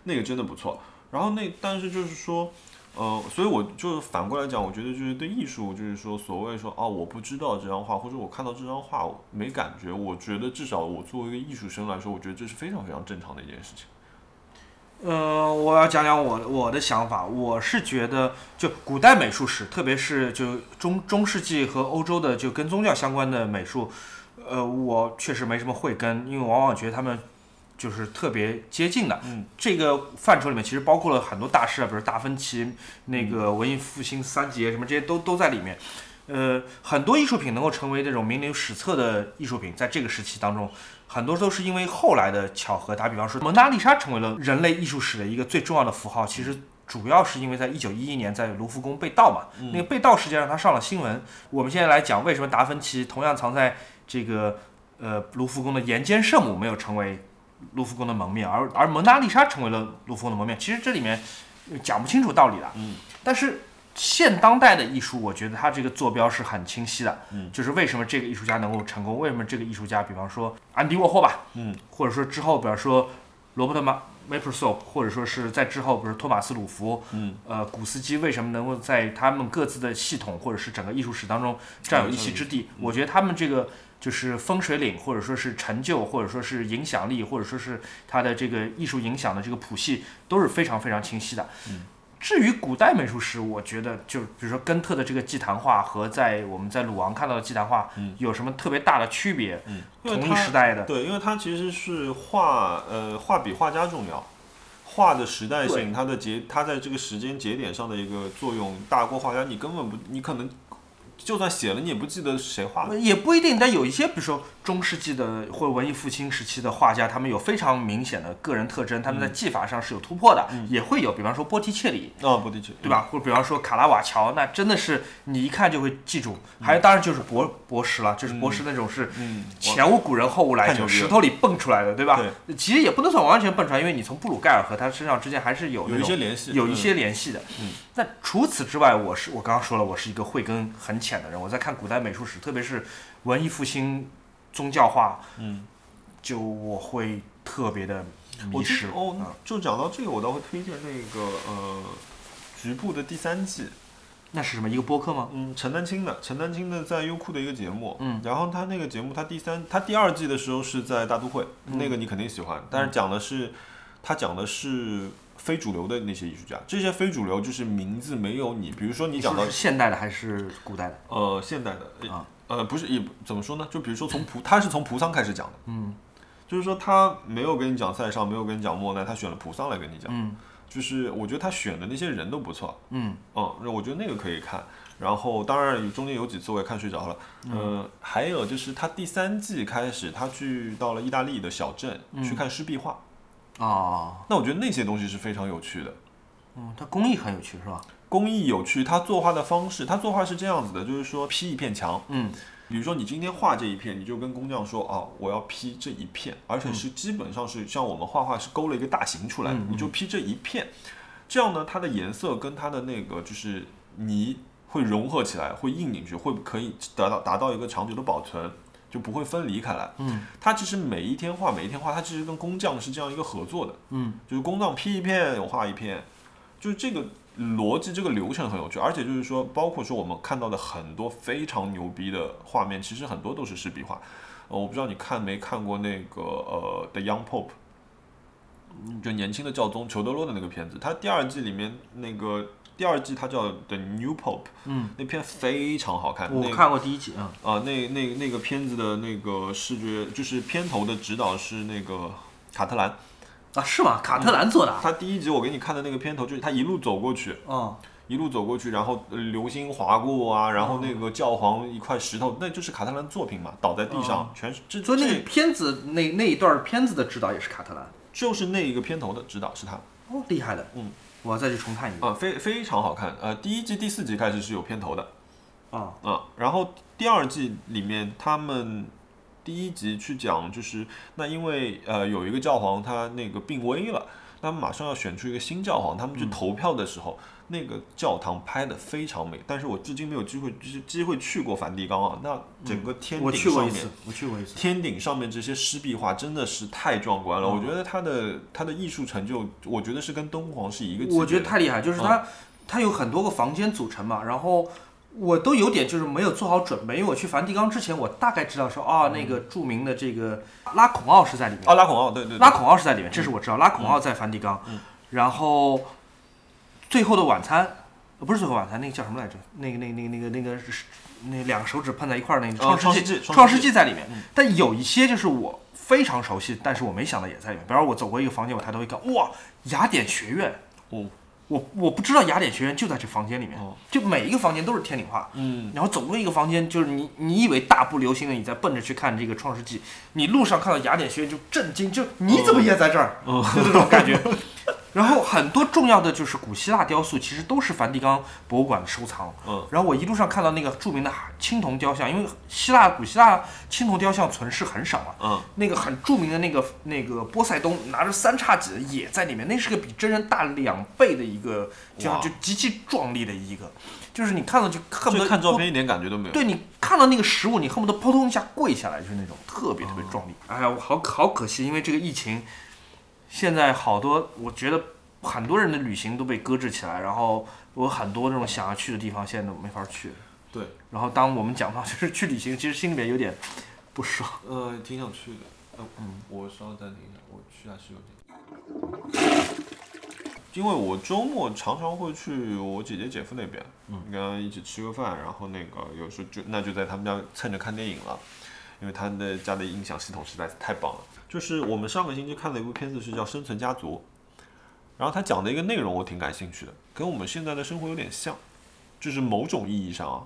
[SPEAKER 2] 那个真的不错。然后那但是就是说，呃，所以我就是反过来讲，我觉得就是对艺术，就是说所谓说哦，我不知道这张画，或者我看到这张画我没感觉，我觉得至少我作为一个艺术生来说，我觉得这是非常非常正常的一件事情。
[SPEAKER 1] 嗯，我要讲讲我我的想法。我是觉得，就古代美术史，特别是就中中世纪和欧洲的，就跟宗教相关的美术，呃，我确实没什么慧根，因为往往觉得他们就是特别接近的。
[SPEAKER 2] 嗯，
[SPEAKER 1] 这个范畴里面其实包括了很多大师啊，比如达芬奇、那个文艺复兴三杰什么这些都都在里面。呃，很多艺术品能够成为这种名留史册的艺术品，在这个时期当中，很多都是因为后来的巧合。打比方说，蒙娜丽莎成为了人类艺术史的一个最重要的符号，其实主要是因为在1911年在卢浮宫被盗嘛，那个被盗事件让他上了新闻。我们现在来讲为什么达芬奇同样藏在这个呃卢浮宫的岩间圣母没有成为卢浮宫的蒙面，而而蒙娜丽莎成为了卢浮宫的蒙面，其实这里面呃讲不清楚道理的。
[SPEAKER 2] 嗯，
[SPEAKER 1] 但是。现当代的艺术，我觉得它这个坐标是很清晰的，
[SPEAKER 2] 嗯
[SPEAKER 1] 就是为什么这个艺术家能够成功，为什么这个艺术家，比方说安迪沃霍吧，
[SPEAKER 2] 嗯，
[SPEAKER 1] 或者说之后，比方说罗伯特马 Maplesoft 或者说是在之后，比如托马斯鲁弗，
[SPEAKER 2] 嗯，
[SPEAKER 1] 呃，古斯基为什么能够在他们各自的系统或者是整个艺术史当中占有一席之地？
[SPEAKER 2] 嗯
[SPEAKER 1] 我觉得他们这个就是风水岭，或者说是成就，或者说是影响力，或者说是它的这个艺术影响的这个谱系都是非常非常清晰的。
[SPEAKER 2] 嗯
[SPEAKER 1] 至于古代美术史，我觉得就比如说根特的这个祭坛画和在我们在鲁昂看到的祭坛画
[SPEAKER 2] 嗯
[SPEAKER 1] 有什么特别大的区别？
[SPEAKER 2] 嗯因为
[SPEAKER 1] 同
[SPEAKER 2] 它
[SPEAKER 1] 一时代的，
[SPEAKER 2] 对，因为它其实是画呃画比画家重要，画的时代性，它的节它在这个时间节点上的一个作用大过画家，你根本不你可能就算写了你也不记得谁画的。
[SPEAKER 1] 啊也不一定，但有一些，比如说中世纪的或者文艺复兴时期的画家，他们有非常明显的个人特征，他们在
[SPEAKER 2] 嗯
[SPEAKER 1] 技法上是有突破的，也会有，比方说波提切里，
[SPEAKER 2] 啊，不的确，
[SPEAKER 1] 对吧？或者比方说卡拉瓦乔，那真的是你一看就会记住。还有当然就是博博士了，就是博士那种是
[SPEAKER 2] 嗯？嗯，我
[SPEAKER 1] 前无古人后无来
[SPEAKER 2] 太牛
[SPEAKER 1] 者，
[SPEAKER 2] 逼了
[SPEAKER 1] 石头里蹦出来的，对吧？其实也不能算完全蹦出来，因为你从布鲁盖尔和他身上之间还是有那
[SPEAKER 2] 有一
[SPEAKER 1] 种
[SPEAKER 2] 些联系，
[SPEAKER 1] 有一
[SPEAKER 2] 嗯
[SPEAKER 1] 些联系的。
[SPEAKER 2] 嗯，
[SPEAKER 1] 那除此之外，我是我刚刚说了，我是一个慧根很浅的人。我在看古代美术史，特别是文艺复兴、宗教画，
[SPEAKER 2] 嗯，
[SPEAKER 1] 就我会特别的迷
[SPEAKER 2] 我就
[SPEAKER 1] 失。
[SPEAKER 2] 哦
[SPEAKER 1] 嗯，
[SPEAKER 2] 就讲到这个，我倒会推荐那个呃，局部的第三季，
[SPEAKER 1] 那是什么一个播客吗？
[SPEAKER 2] 嗯，陈丹青的，陈丹青的在优酷的一个节目，
[SPEAKER 1] 嗯，
[SPEAKER 2] 然后他那个节目，他第三，他第二季的时候是在大都会，那个你肯定喜欢，但是讲的是，他讲的是非主流的那些艺术家，这些非主流就是名字没有你，比如说你
[SPEAKER 1] 你
[SPEAKER 2] 讲
[SPEAKER 1] 说
[SPEAKER 2] 到
[SPEAKER 1] 是现代的还是古代的？
[SPEAKER 2] 呃现代的，呃
[SPEAKER 1] 啊
[SPEAKER 2] 呃不是也不怎么说呢，就比如说从蒲，他是从蒲桑开始讲的，
[SPEAKER 1] 嗯
[SPEAKER 2] 就是说他没有跟你讲塞尚，没有跟你讲莫奈，他选了蒲桑来跟你讲，
[SPEAKER 1] 嗯
[SPEAKER 2] 就是我觉得他选的那些人都不错，
[SPEAKER 1] 嗯，
[SPEAKER 2] 嗯，那我觉得那个可以看。然后当然有中间有几次我也看睡着了。嗯、还有就是他第三季开始，他去到了意大利的小镇、
[SPEAKER 1] 嗯
[SPEAKER 2] 去看湿壁画，
[SPEAKER 1] 哦，
[SPEAKER 2] 那我觉得那些东西是非常有趣的。
[SPEAKER 1] 嗯，它工艺很有趣，是吧？
[SPEAKER 2] 工艺有趣，他作画的方式，他作画是这样子的，就是说劈一片墙，
[SPEAKER 1] 嗯
[SPEAKER 2] 比如说你今天画这一片，你就跟工匠说啊，我要劈这一片，而且是基本上是像我们画画是勾了一个大型出来，
[SPEAKER 1] 嗯
[SPEAKER 2] 你就劈这一片，这样呢，它的颜色跟它的那个就是泥会融合起来，会印进去，会可以得到达到一个长久的保存，就不会分离开来。
[SPEAKER 1] 嗯
[SPEAKER 2] 它其实每一天画，每一天画，它其实跟工匠是这样一个合作的，
[SPEAKER 1] 嗯，
[SPEAKER 2] 就是工匠劈一片，我画一片，就是这个逻辑，这个流程很有趣，而且就是说，包括说我们看到的很多非常牛逼的画面，其实很多都是湿壁画。呃，我不知道你看没看过那个呃《The Young Pope》，就
[SPEAKER 1] 嗯
[SPEAKER 2] 年轻的教宗裘德洛的那个片子，他第二季里面那个第二季它叫《The New Pope》，
[SPEAKER 1] 嗯，
[SPEAKER 2] 那片非常好看，啊那
[SPEAKER 1] 我
[SPEAKER 2] 个
[SPEAKER 1] 看过第一集，嗯，
[SPEAKER 2] 啊，那那那个片子的那个视觉，就是片头的指导是那个卡特兰。
[SPEAKER 1] 啊，是吗？卡特兰做的啊？
[SPEAKER 2] 他第一集我给你看的那个片头，就是他一路走过去，
[SPEAKER 1] 哦，
[SPEAKER 2] 一路走过去，然后呃流星划过啊，然后那个教皇一块石头，那就是卡特兰作品嘛，倒在地上，全是这
[SPEAKER 1] 哦所以那
[SPEAKER 2] 嗯这
[SPEAKER 1] 个片子那那一段片子的指导也是卡特兰，
[SPEAKER 2] 就是那一个片头的指导是他
[SPEAKER 1] 哦，厉害的，
[SPEAKER 2] 嗯，
[SPEAKER 1] 我要再去重看一遍
[SPEAKER 2] 啊，非非常好看。呃，第一季第四集开始是有片头的，
[SPEAKER 1] 啊，
[SPEAKER 2] 啊，然后第二季里面他们第一集去讲，就是那因为呃有一个教皇他那个病危了，那马上要选出一个新教皇，他们去
[SPEAKER 1] 嗯
[SPEAKER 2] 投票的时候，那个教堂拍的非常美，但是我至今没有机会就是机会去过梵蒂冈啊，那整个天
[SPEAKER 1] 嗯我
[SPEAKER 2] 顶
[SPEAKER 1] 去
[SPEAKER 2] 上
[SPEAKER 1] 过一
[SPEAKER 2] 面。
[SPEAKER 1] 次，我去过一次。
[SPEAKER 2] 天顶上面这些湿壁画真的是太壮观了，
[SPEAKER 1] 嗯
[SPEAKER 2] 我觉得他的他的艺术成就，我觉得是跟敦煌是一个级别的。啊
[SPEAKER 1] 我觉得太厉害，就是它、它有很多个房间组成嘛，然后我都有点就是没有做好准备，因为我去梵蒂冈之前，我大概知道说啊、那个著名的这个拉孔奥是在里面，
[SPEAKER 2] 啊，拉孔奥，对对对，
[SPEAKER 1] 拉孔奥是在里面，这是我知道，拉孔奥在梵蒂冈，
[SPEAKER 2] 嗯
[SPEAKER 1] 嗯然后最后的晚餐。呃不是最后晚餐，那个叫什么来着？那个、那个、那个、那个、那个是，那两个手指碰在一块儿，那个
[SPEAKER 2] 哦
[SPEAKER 1] 《
[SPEAKER 2] 创
[SPEAKER 1] 世
[SPEAKER 2] 世纪创
[SPEAKER 1] 创
[SPEAKER 2] 世
[SPEAKER 1] 世
[SPEAKER 2] 纪嗯
[SPEAKER 1] 纪在里面。但有一些就是我非常熟悉，但是我没想到也在里面。比方说我走过一个房间，我抬头一看，哇，雅典学院，
[SPEAKER 2] 哦，
[SPEAKER 1] 我我不知道雅典学院就在这房间里面，
[SPEAKER 2] 哦
[SPEAKER 1] 就每一个房间都是天顶画。
[SPEAKER 2] 嗯，
[SPEAKER 1] 然后走过一个房间，就是你你以为大步流星的你在奔着去看这个《创世纪》，你路上看到雅典学院就震惊，就你怎么也在这儿？
[SPEAKER 2] 嗯
[SPEAKER 1] 就这种感觉。然后很多重要的就是古希腊雕塑，其实都是梵蒂冈博物馆的收藏。
[SPEAKER 2] 嗯，
[SPEAKER 1] 然后我一路上看到那个著名的青铜雕像，因为希腊古希腊青铜雕像存世很少啊，
[SPEAKER 2] 嗯，
[SPEAKER 1] 那个很著名的那个那个波塞冬拿着三叉戟的也在里面，那是个比真人大两倍的一个，这样
[SPEAKER 2] 哇
[SPEAKER 1] 就极其壮丽的一个，就是你看到就恨不
[SPEAKER 2] 就
[SPEAKER 1] 得
[SPEAKER 2] 看照，片一点感觉都没有。
[SPEAKER 1] 对你看到那个实物，你恨不得扑通一下跪下来，就是那种特别特别壮丽。哎呀，我好好可惜，因为这个疫情，现在好多，我觉得很多人的旅行都被搁置起来，然后我很多那种想要去的地方现在都没法去。
[SPEAKER 2] 对，
[SPEAKER 1] 然后当我们讲到 就是去旅行，其实心里面有点不爽。
[SPEAKER 2] 呃，挺想去的。呃，嗯，我稍等一下，我去下洗手间。因为我周末常常会去我姐姐姐夫那边，嗯，跟他一起吃个饭，然后那个有时候就那就在他们家蹭着看电影了，因为他们的家的音响系统实在是太棒了。就是我们上个星期看了一部片子，是叫《生存家族》，然后他讲的一个内容我挺感兴趣的，跟我们现在的生活有点像，就是某种意义上啊，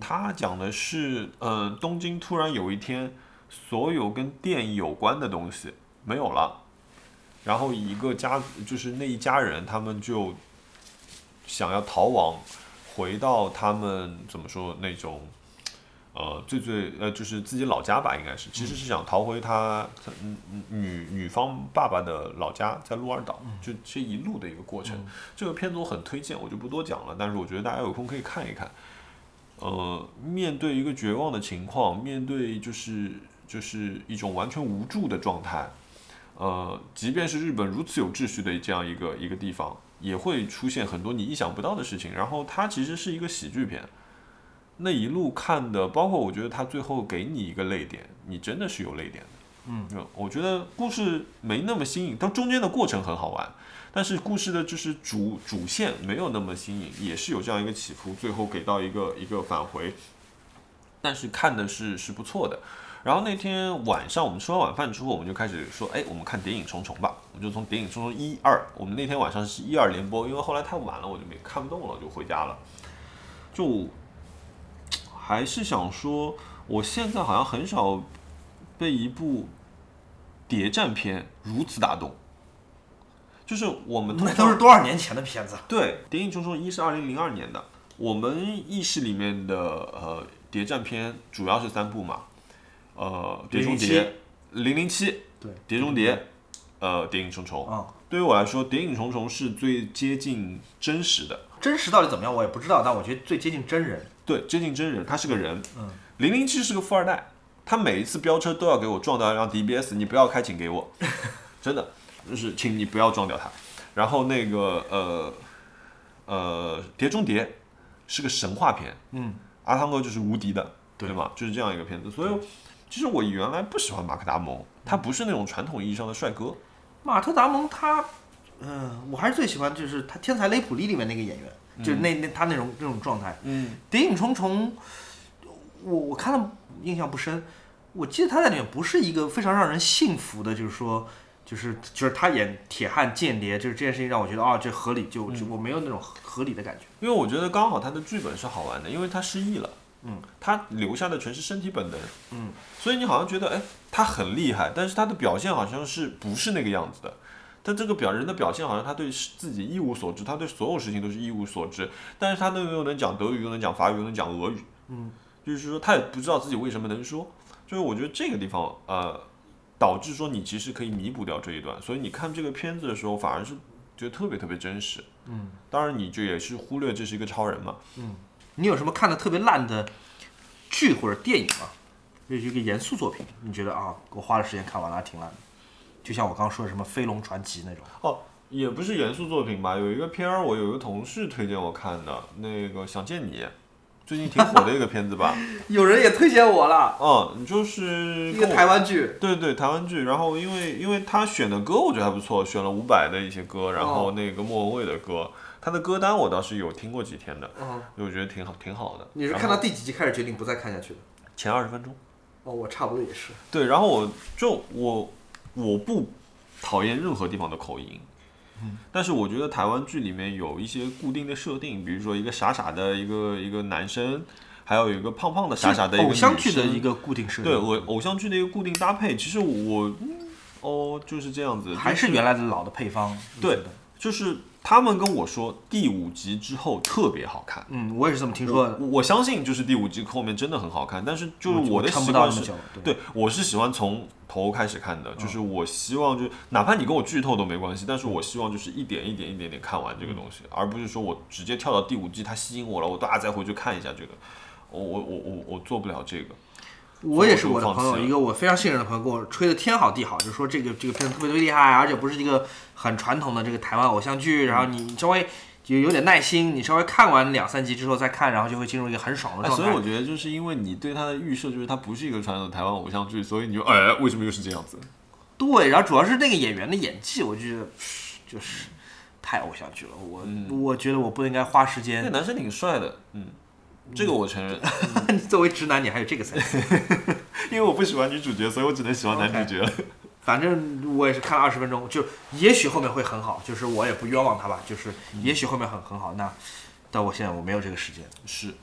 [SPEAKER 2] 他讲的是，呃，东京突然有一天，所有跟电有关的东西没有了，然后一个家就是那一家人，他们就想要逃亡，回到他们怎么说那种，呃，最最呃就是自己老家吧，应该是，其实是想逃回他他嗯嗯女女方爸爸的老家，在鹿儿岛，就这一路的一个过程。这个片子我很推荐，我就不多讲了，但是我觉得大家有空可以看一看。呃，面对一个绝望的情况，面对就是就是一种完全无助的状态，呃，即便是日本如此有秩序的这样一个一个地方，也会出现很多你意想不到的事情。然后它其实是一个喜剧片，那一路看的，包括我觉得它最后给你一个泪点，你真的是有泪点的。嗯，我觉得故事没那么新颖，但中间的过程很好玩。但是故事的就是主主线没有那么新颖，也是有这样一个起伏，最后给到一个一个返回，但是看的是是不错的。然后那天晚上我们吃完晚饭之后，我们就开始说，哎，我们看《谍影重重》吧。我们就从《谍影重重》一二，我们那天晚上是一二连播，因为后来太晚了，我就没看不动了，我就回家了。就还是想说，我现在好像很少被一部谍战片如此打动。就是我们通
[SPEAKER 1] 那
[SPEAKER 2] 常
[SPEAKER 1] 都是多少年前的片子啊？
[SPEAKER 2] 对，《谍影重重一》是二零零二年的，我们意识里面的呃谍战片主要是三部嘛，呃，《碟中谍》《零零七》《
[SPEAKER 1] 对，
[SPEAKER 2] 碟中谍》呃，《谍影重重》
[SPEAKER 1] 啊、
[SPEAKER 2] 对于我来说，《谍影重重》是最接近真实的，
[SPEAKER 1] 真实到底怎么样我也不知道，但我觉得最接近真人。
[SPEAKER 2] 对，接近真人，他是个人。零零七是个富二代，他每一次飙车都要给我撞到一辆 DBS，你不要开，请给我，真的，就是请你不要撞掉他。然后那个呃呃，《碟中谍》是个神话片，
[SPEAKER 1] 嗯，
[SPEAKER 2] 阿汤哥就是无敌的，
[SPEAKER 1] 对
[SPEAKER 2] 对吗？就是这样一个片子，所以其实我原来不喜欢马克达蒙，他不是那种传统意义上的帅哥，
[SPEAKER 1] 马特·达蒙他，嗯、我还是最喜欢就是他《天才雷普利》里面那个演员，就是那那他那种那种状态。
[SPEAKER 2] 嗯，
[SPEAKER 1] 谍影重重，我我看的印象不深，我记得他在里面不是一个非常让人信服的，就是说，就是就是他演铁汉间谍，就是这件事情让我觉得啊、这合理，就就我没有那种合理的感觉。
[SPEAKER 2] 因为我觉得刚好他的剧本是好玩的，因为他失忆了，嗯，他留下的全是身体本能，嗯，所以你好像觉得，哎，他很厉害，但是他的表现好像是不是那个样子的。但这个表人的表现好像他对自己一无所知，他对所有事情都是一无所知，但是他那个又能讲德语，又能讲法语，又能讲俄语，嗯，就是说他也不知道自己为什么能说，就是我觉得这个地方呃，导致说你其实可以弥补掉这一段，所以你看这个片子的时候反而是觉得特别特别真实，当然你就也是忽略这是一个超人嘛。
[SPEAKER 1] 你有什么看的特别烂的剧或者电影吗？就是一个严肃作品，你觉得啊，我花了时间看完了，还挺烂的。就像我刚刚说的什么《飞龙传奇》那种，
[SPEAKER 2] 哦，也不是严肃作品吧，有一个片儿，我有一个同事推荐我看的，那个《想见你》，最近挺火的一个片子吧？
[SPEAKER 1] 有人也推荐我了，
[SPEAKER 2] 嗯，就是
[SPEAKER 1] 一个
[SPEAKER 2] 跟我
[SPEAKER 1] 台湾剧。
[SPEAKER 2] 对对，台湾剧。然后因为因为他选的歌我觉得还不错，选了伍佰的一些歌，然后那个莫文蔚的歌，他的歌单我倒是有听过几天的，
[SPEAKER 1] 嗯，
[SPEAKER 2] 我觉得挺好，挺好的。
[SPEAKER 1] 你是
[SPEAKER 2] 然
[SPEAKER 1] 看
[SPEAKER 2] 后
[SPEAKER 1] 到第几集开始决定不再看下去的？
[SPEAKER 2] 前二十分钟？
[SPEAKER 1] 哦，我差不多也是。
[SPEAKER 2] 对，然后我就我我不讨厌任何地方的口音，
[SPEAKER 1] 嗯
[SPEAKER 2] 但是我觉得台湾剧里面有一些固定的设定，比如说一个傻傻的一个一个男生，还有一个胖胖的傻傻的一个
[SPEAKER 1] 偶像剧的
[SPEAKER 2] 女生
[SPEAKER 1] 一个固定设
[SPEAKER 2] 对
[SPEAKER 1] 定，
[SPEAKER 2] 偶偶像剧的一个固定搭配。其实我嗯哦就是这样子，
[SPEAKER 1] 还
[SPEAKER 2] 就是
[SPEAKER 1] 原来的老的配方。
[SPEAKER 2] 对
[SPEAKER 1] 我觉得
[SPEAKER 2] 就是他们跟我说第五集之后特别好看。
[SPEAKER 1] 嗯，我也是这么听说的。
[SPEAKER 2] 我我相信就是第五集后面真的很好看，但是就是
[SPEAKER 1] 我
[SPEAKER 2] 的
[SPEAKER 1] 撑
[SPEAKER 2] 习
[SPEAKER 1] 不到
[SPEAKER 2] 惯
[SPEAKER 1] 那么
[SPEAKER 2] 是
[SPEAKER 1] 久，
[SPEAKER 2] 对，嗯我是喜欢从头开始看的，就是我希望就哪怕你跟我剧透都没关系，但是我希望就是一点一点一点点看完这个东西，而不是说我直接跳到第五季，它吸引我了，我大再回去看一下这个，我我我我我做不了这个，所
[SPEAKER 1] 我
[SPEAKER 2] 以
[SPEAKER 1] 也是
[SPEAKER 2] 就
[SPEAKER 1] 我的
[SPEAKER 2] 放
[SPEAKER 1] 朋
[SPEAKER 2] 弃
[SPEAKER 1] 友，
[SPEAKER 2] 了
[SPEAKER 1] 一个我非常信任的朋友，跟我吹的天好地好，就说这个这个片子特别特别厉害，而且不是一个很传统的这个台湾偶像剧，然后你你稍微有有点耐心，你稍微看完两三集之后再看，然后就会进入一个很爽的
[SPEAKER 2] 哎，
[SPEAKER 1] 状
[SPEAKER 2] 所以
[SPEAKER 1] 态。
[SPEAKER 2] 我觉得就是因为你对它的预设就是它不是一个传统的台湾偶像剧，所以你就哎，为什么又是这样子？
[SPEAKER 1] 对，然后主要是那个演员的演技，我觉得嘶就是太偶像剧了。我、
[SPEAKER 2] 嗯
[SPEAKER 1] 我觉得我不应该花时
[SPEAKER 2] 那
[SPEAKER 1] 间。
[SPEAKER 2] 男生挺帅的，嗯，这个我承认，
[SPEAKER 1] 你作为直男，你还有这个才。
[SPEAKER 2] 因为我不喜欢女主角，所以我只能喜欢男主角了。
[SPEAKER 1] 反正我也是看了二十分钟，就也许后面会很好，就是我也不冤枉他吧，就是
[SPEAKER 2] 嗯
[SPEAKER 1] 也许后面很很好。那但我现在我没有这个时间。
[SPEAKER 2] 是，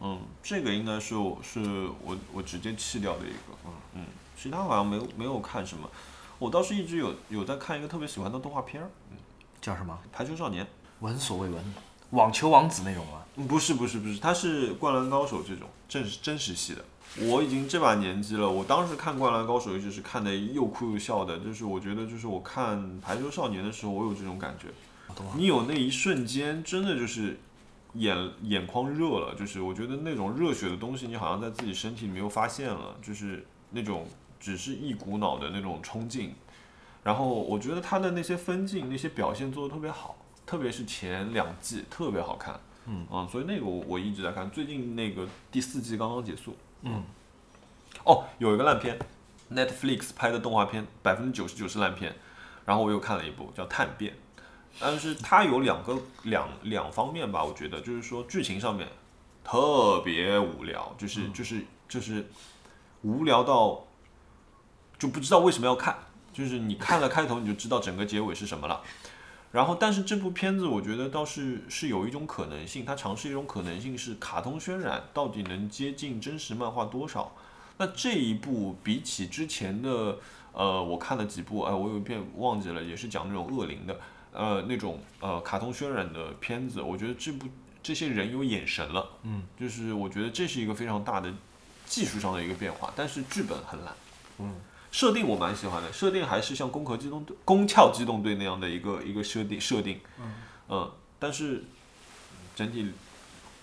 [SPEAKER 2] 嗯，这个应该是我是我我直接弃掉的一个，嗯嗯，其他好像没有没有看什么，我倒是一直有有在看一个特别喜欢的动画片儿，
[SPEAKER 1] 叫什么？
[SPEAKER 2] 《排球少年》
[SPEAKER 1] 闻所未闻，网球王子那种吗？
[SPEAKER 2] 嗯。不是不是不是，它是《灌篮高手》这种真实真实系的。我已经这把年纪了，我当时看《灌篮高手》一直是看的又哭又笑的，就是我觉得就是我看《排球少年》的时候，我有这种感觉。你有那一瞬间，真的就是眼眼眶热了，就是我觉得那种热血的东西，你好像在自己身体里没有发现了，就是那种只是一股脑的那种冲劲。然后我觉得他的那些分镜、那些表现做的特别好，特别是前两季特别好看。嗯所以那个我我一直在看，最近那个第四季刚刚结束。啊
[SPEAKER 1] 嗯，
[SPEAKER 2] 哦，有一个烂片，Netflix 拍的动画片，百分之九十九是烂片。然后我又看了一部叫《探变》，但是它有两个两两方面吧，我觉得就是说剧情上面特别无聊，就是就是就是无聊到就不知道为什么要看，就是你看了开头你就知道整个结尾是什么了。然后，但是这部片子我觉得倒是是有一种可能性，它尝试一种可能性是卡通渲染到底能接近真实漫画多少。那这一部比起之前的呃，我看了几部，哎，我有一遍忘记了，也是讲那种恶灵的，呃，那种呃卡通渲染的片子，我觉得这部这些人有眼神了，嗯，就是我觉得这是一个非常大的技术上的一个变化，但是剧本很烂，
[SPEAKER 1] 嗯，
[SPEAKER 2] 设定我蛮喜欢的，设定还是像攻壳机动队、攻壳机动队那样的一个一个设定设定，嗯，但是整体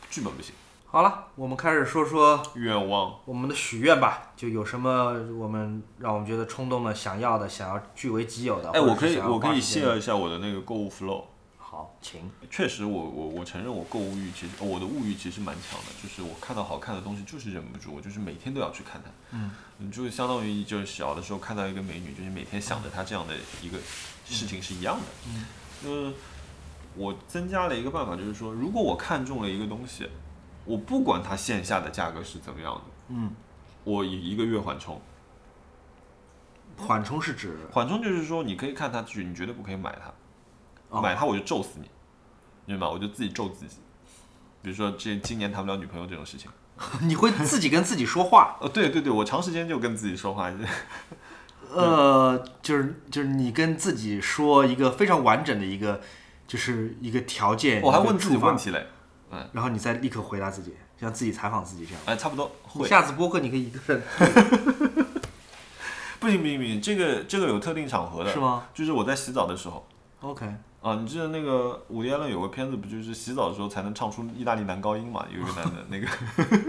[SPEAKER 2] 剧本不行，
[SPEAKER 1] 好了，我们开始说说
[SPEAKER 2] 愿望
[SPEAKER 1] 我们的许愿吧，就有什么我们让我们觉得冲动的、想要的、想要据为己有的。
[SPEAKER 2] 哎，
[SPEAKER 1] 或者
[SPEAKER 2] 我可以
[SPEAKER 1] 是想要
[SPEAKER 2] 我可
[SPEAKER 1] 花
[SPEAKER 2] 以
[SPEAKER 1] 时间的
[SPEAKER 2] share 一下我的那个购物 flow。
[SPEAKER 1] 好，请
[SPEAKER 2] 确实我，我我承认我购物欲其实我的物欲其实蛮强的，就是我看到好看的东西就是忍不住，我就是每天都要去看它。嗯，你就相当于就是小的时候看到一个美女，就是每天想着她这样的一个事情是一样的。嗯，就是我增加了一个办法，就是说，如果我看中了一个东西，我不管它线下的价格是怎么样的，
[SPEAKER 1] 嗯，
[SPEAKER 2] 我以一个月缓冲。
[SPEAKER 1] 缓冲是指
[SPEAKER 2] 缓冲就是说，你可以看它剧，你绝对不可以买它。
[SPEAKER 1] 哦
[SPEAKER 2] 买它我就咒死你，你知道吗？我就自己咒自己。比如说这今年谈不了女朋友这种事情，
[SPEAKER 1] 你会自己跟自己说话，
[SPEAKER 2] 哦，对对对，我长时间就跟自己说话，
[SPEAKER 1] 哎
[SPEAKER 2] 嗯
[SPEAKER 1] 呃，就是就是你跟自己说一个非常完整的一个，就是一个条件，
[SPEAKER 2] 我还
[SPEAKER 1] 一个
[SPEAKER 2] 问自己
[SPEAKER 1] 触发
[SPEAKER 2] 问，题嘞，
[SPEAKER 1] 然后你再立刻回答自己，像自己采访自己这样。
[SPEAKER 2] 哎，差不多会。
[SPEAKER 1] 下次播客你可以一个人，
[SPEAKER 2] 不行不行不行，这个这个有特定场合的，
[SPEAKER 1] 是吗？
[SPEAKER 2] 就是我在洗澡的时候
[SPEAKER 1] OK，
[SPEAKER 2] 啊，你记得那个伍迪·艾伦有个片子，不就是洗澡的时候才能唱出意大利男高音嘛？有一个男的，那个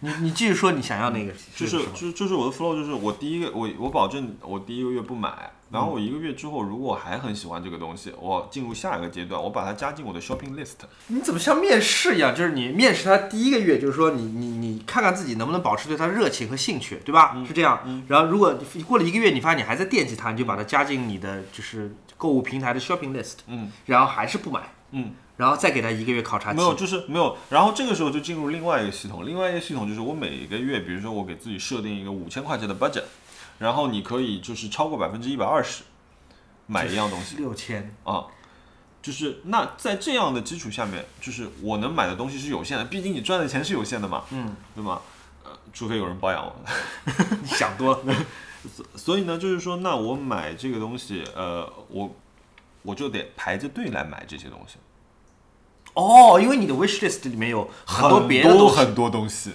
[SPEAKER 1] 你你继续说你想要那个，
[SPEAKER 2] 嗯就
[SPEAKER 1] 什
[SPEAKER 2] 是
[SPEAKER 1] 么
[SPEAKER 2] 就是就是我的 flow，就是我第一个我我保证我第一个月不买，然后我一个月之后如果我还很喜欢这个东西，我进入下一个阶段，我把它加进我的 shopping list。
[SPEAKER 1] 你怎么像面试一样？就是你面试他第一个月，就是说你你你看看自己能不能保持对他热情和兴趣，对
[SPEAKER 2] 嗯
[SPEAKER 1] 吧？是这样。然后如果你过了一个月，你发现你还在惦记他，你就把它加进你的就是购物平台的 shopping list，
[SPEAKER 2] 嗯，
[SPEAKER 1] 然后还是不买，
[SPEAKER 2] 嗯，
[SPEAKER 1] 然后再给他一个月考察期
[SPEAKER 2] 没。有，就是没有。然后这个时候就进入另外一个系统，另外一个系统就是我每个月，比如说我给自己设定一个五千块钱的 budget，然后你可以就是超过百分之一百二十买一样东西
[SPEAKER 1] 六 千，
[SPEAKER 2] 啊。就是那在这样的基础下面，就是我能买的东西是有限的，毕竟你赚的钱是有限的嘛，
[SPEAKER 1] 嗯，
[SPEAKER 2] 对吗？呃，除非有人包养我，
[SPEAKER 1] 你想多了。
[SPEAKER 2] 所以呢，就是说，那我买这个东西，呃，我我就得排着队来买这些东西，
[SPEAKER 1] 哦，因为你的 wish list 里面有很多别的
[SPEAKER 2] 很
[SPEAKER 1] 东
[SPEAKER 2] 多
[SPEAKER 1] 西，
[SPEAKER 2] 很多东西。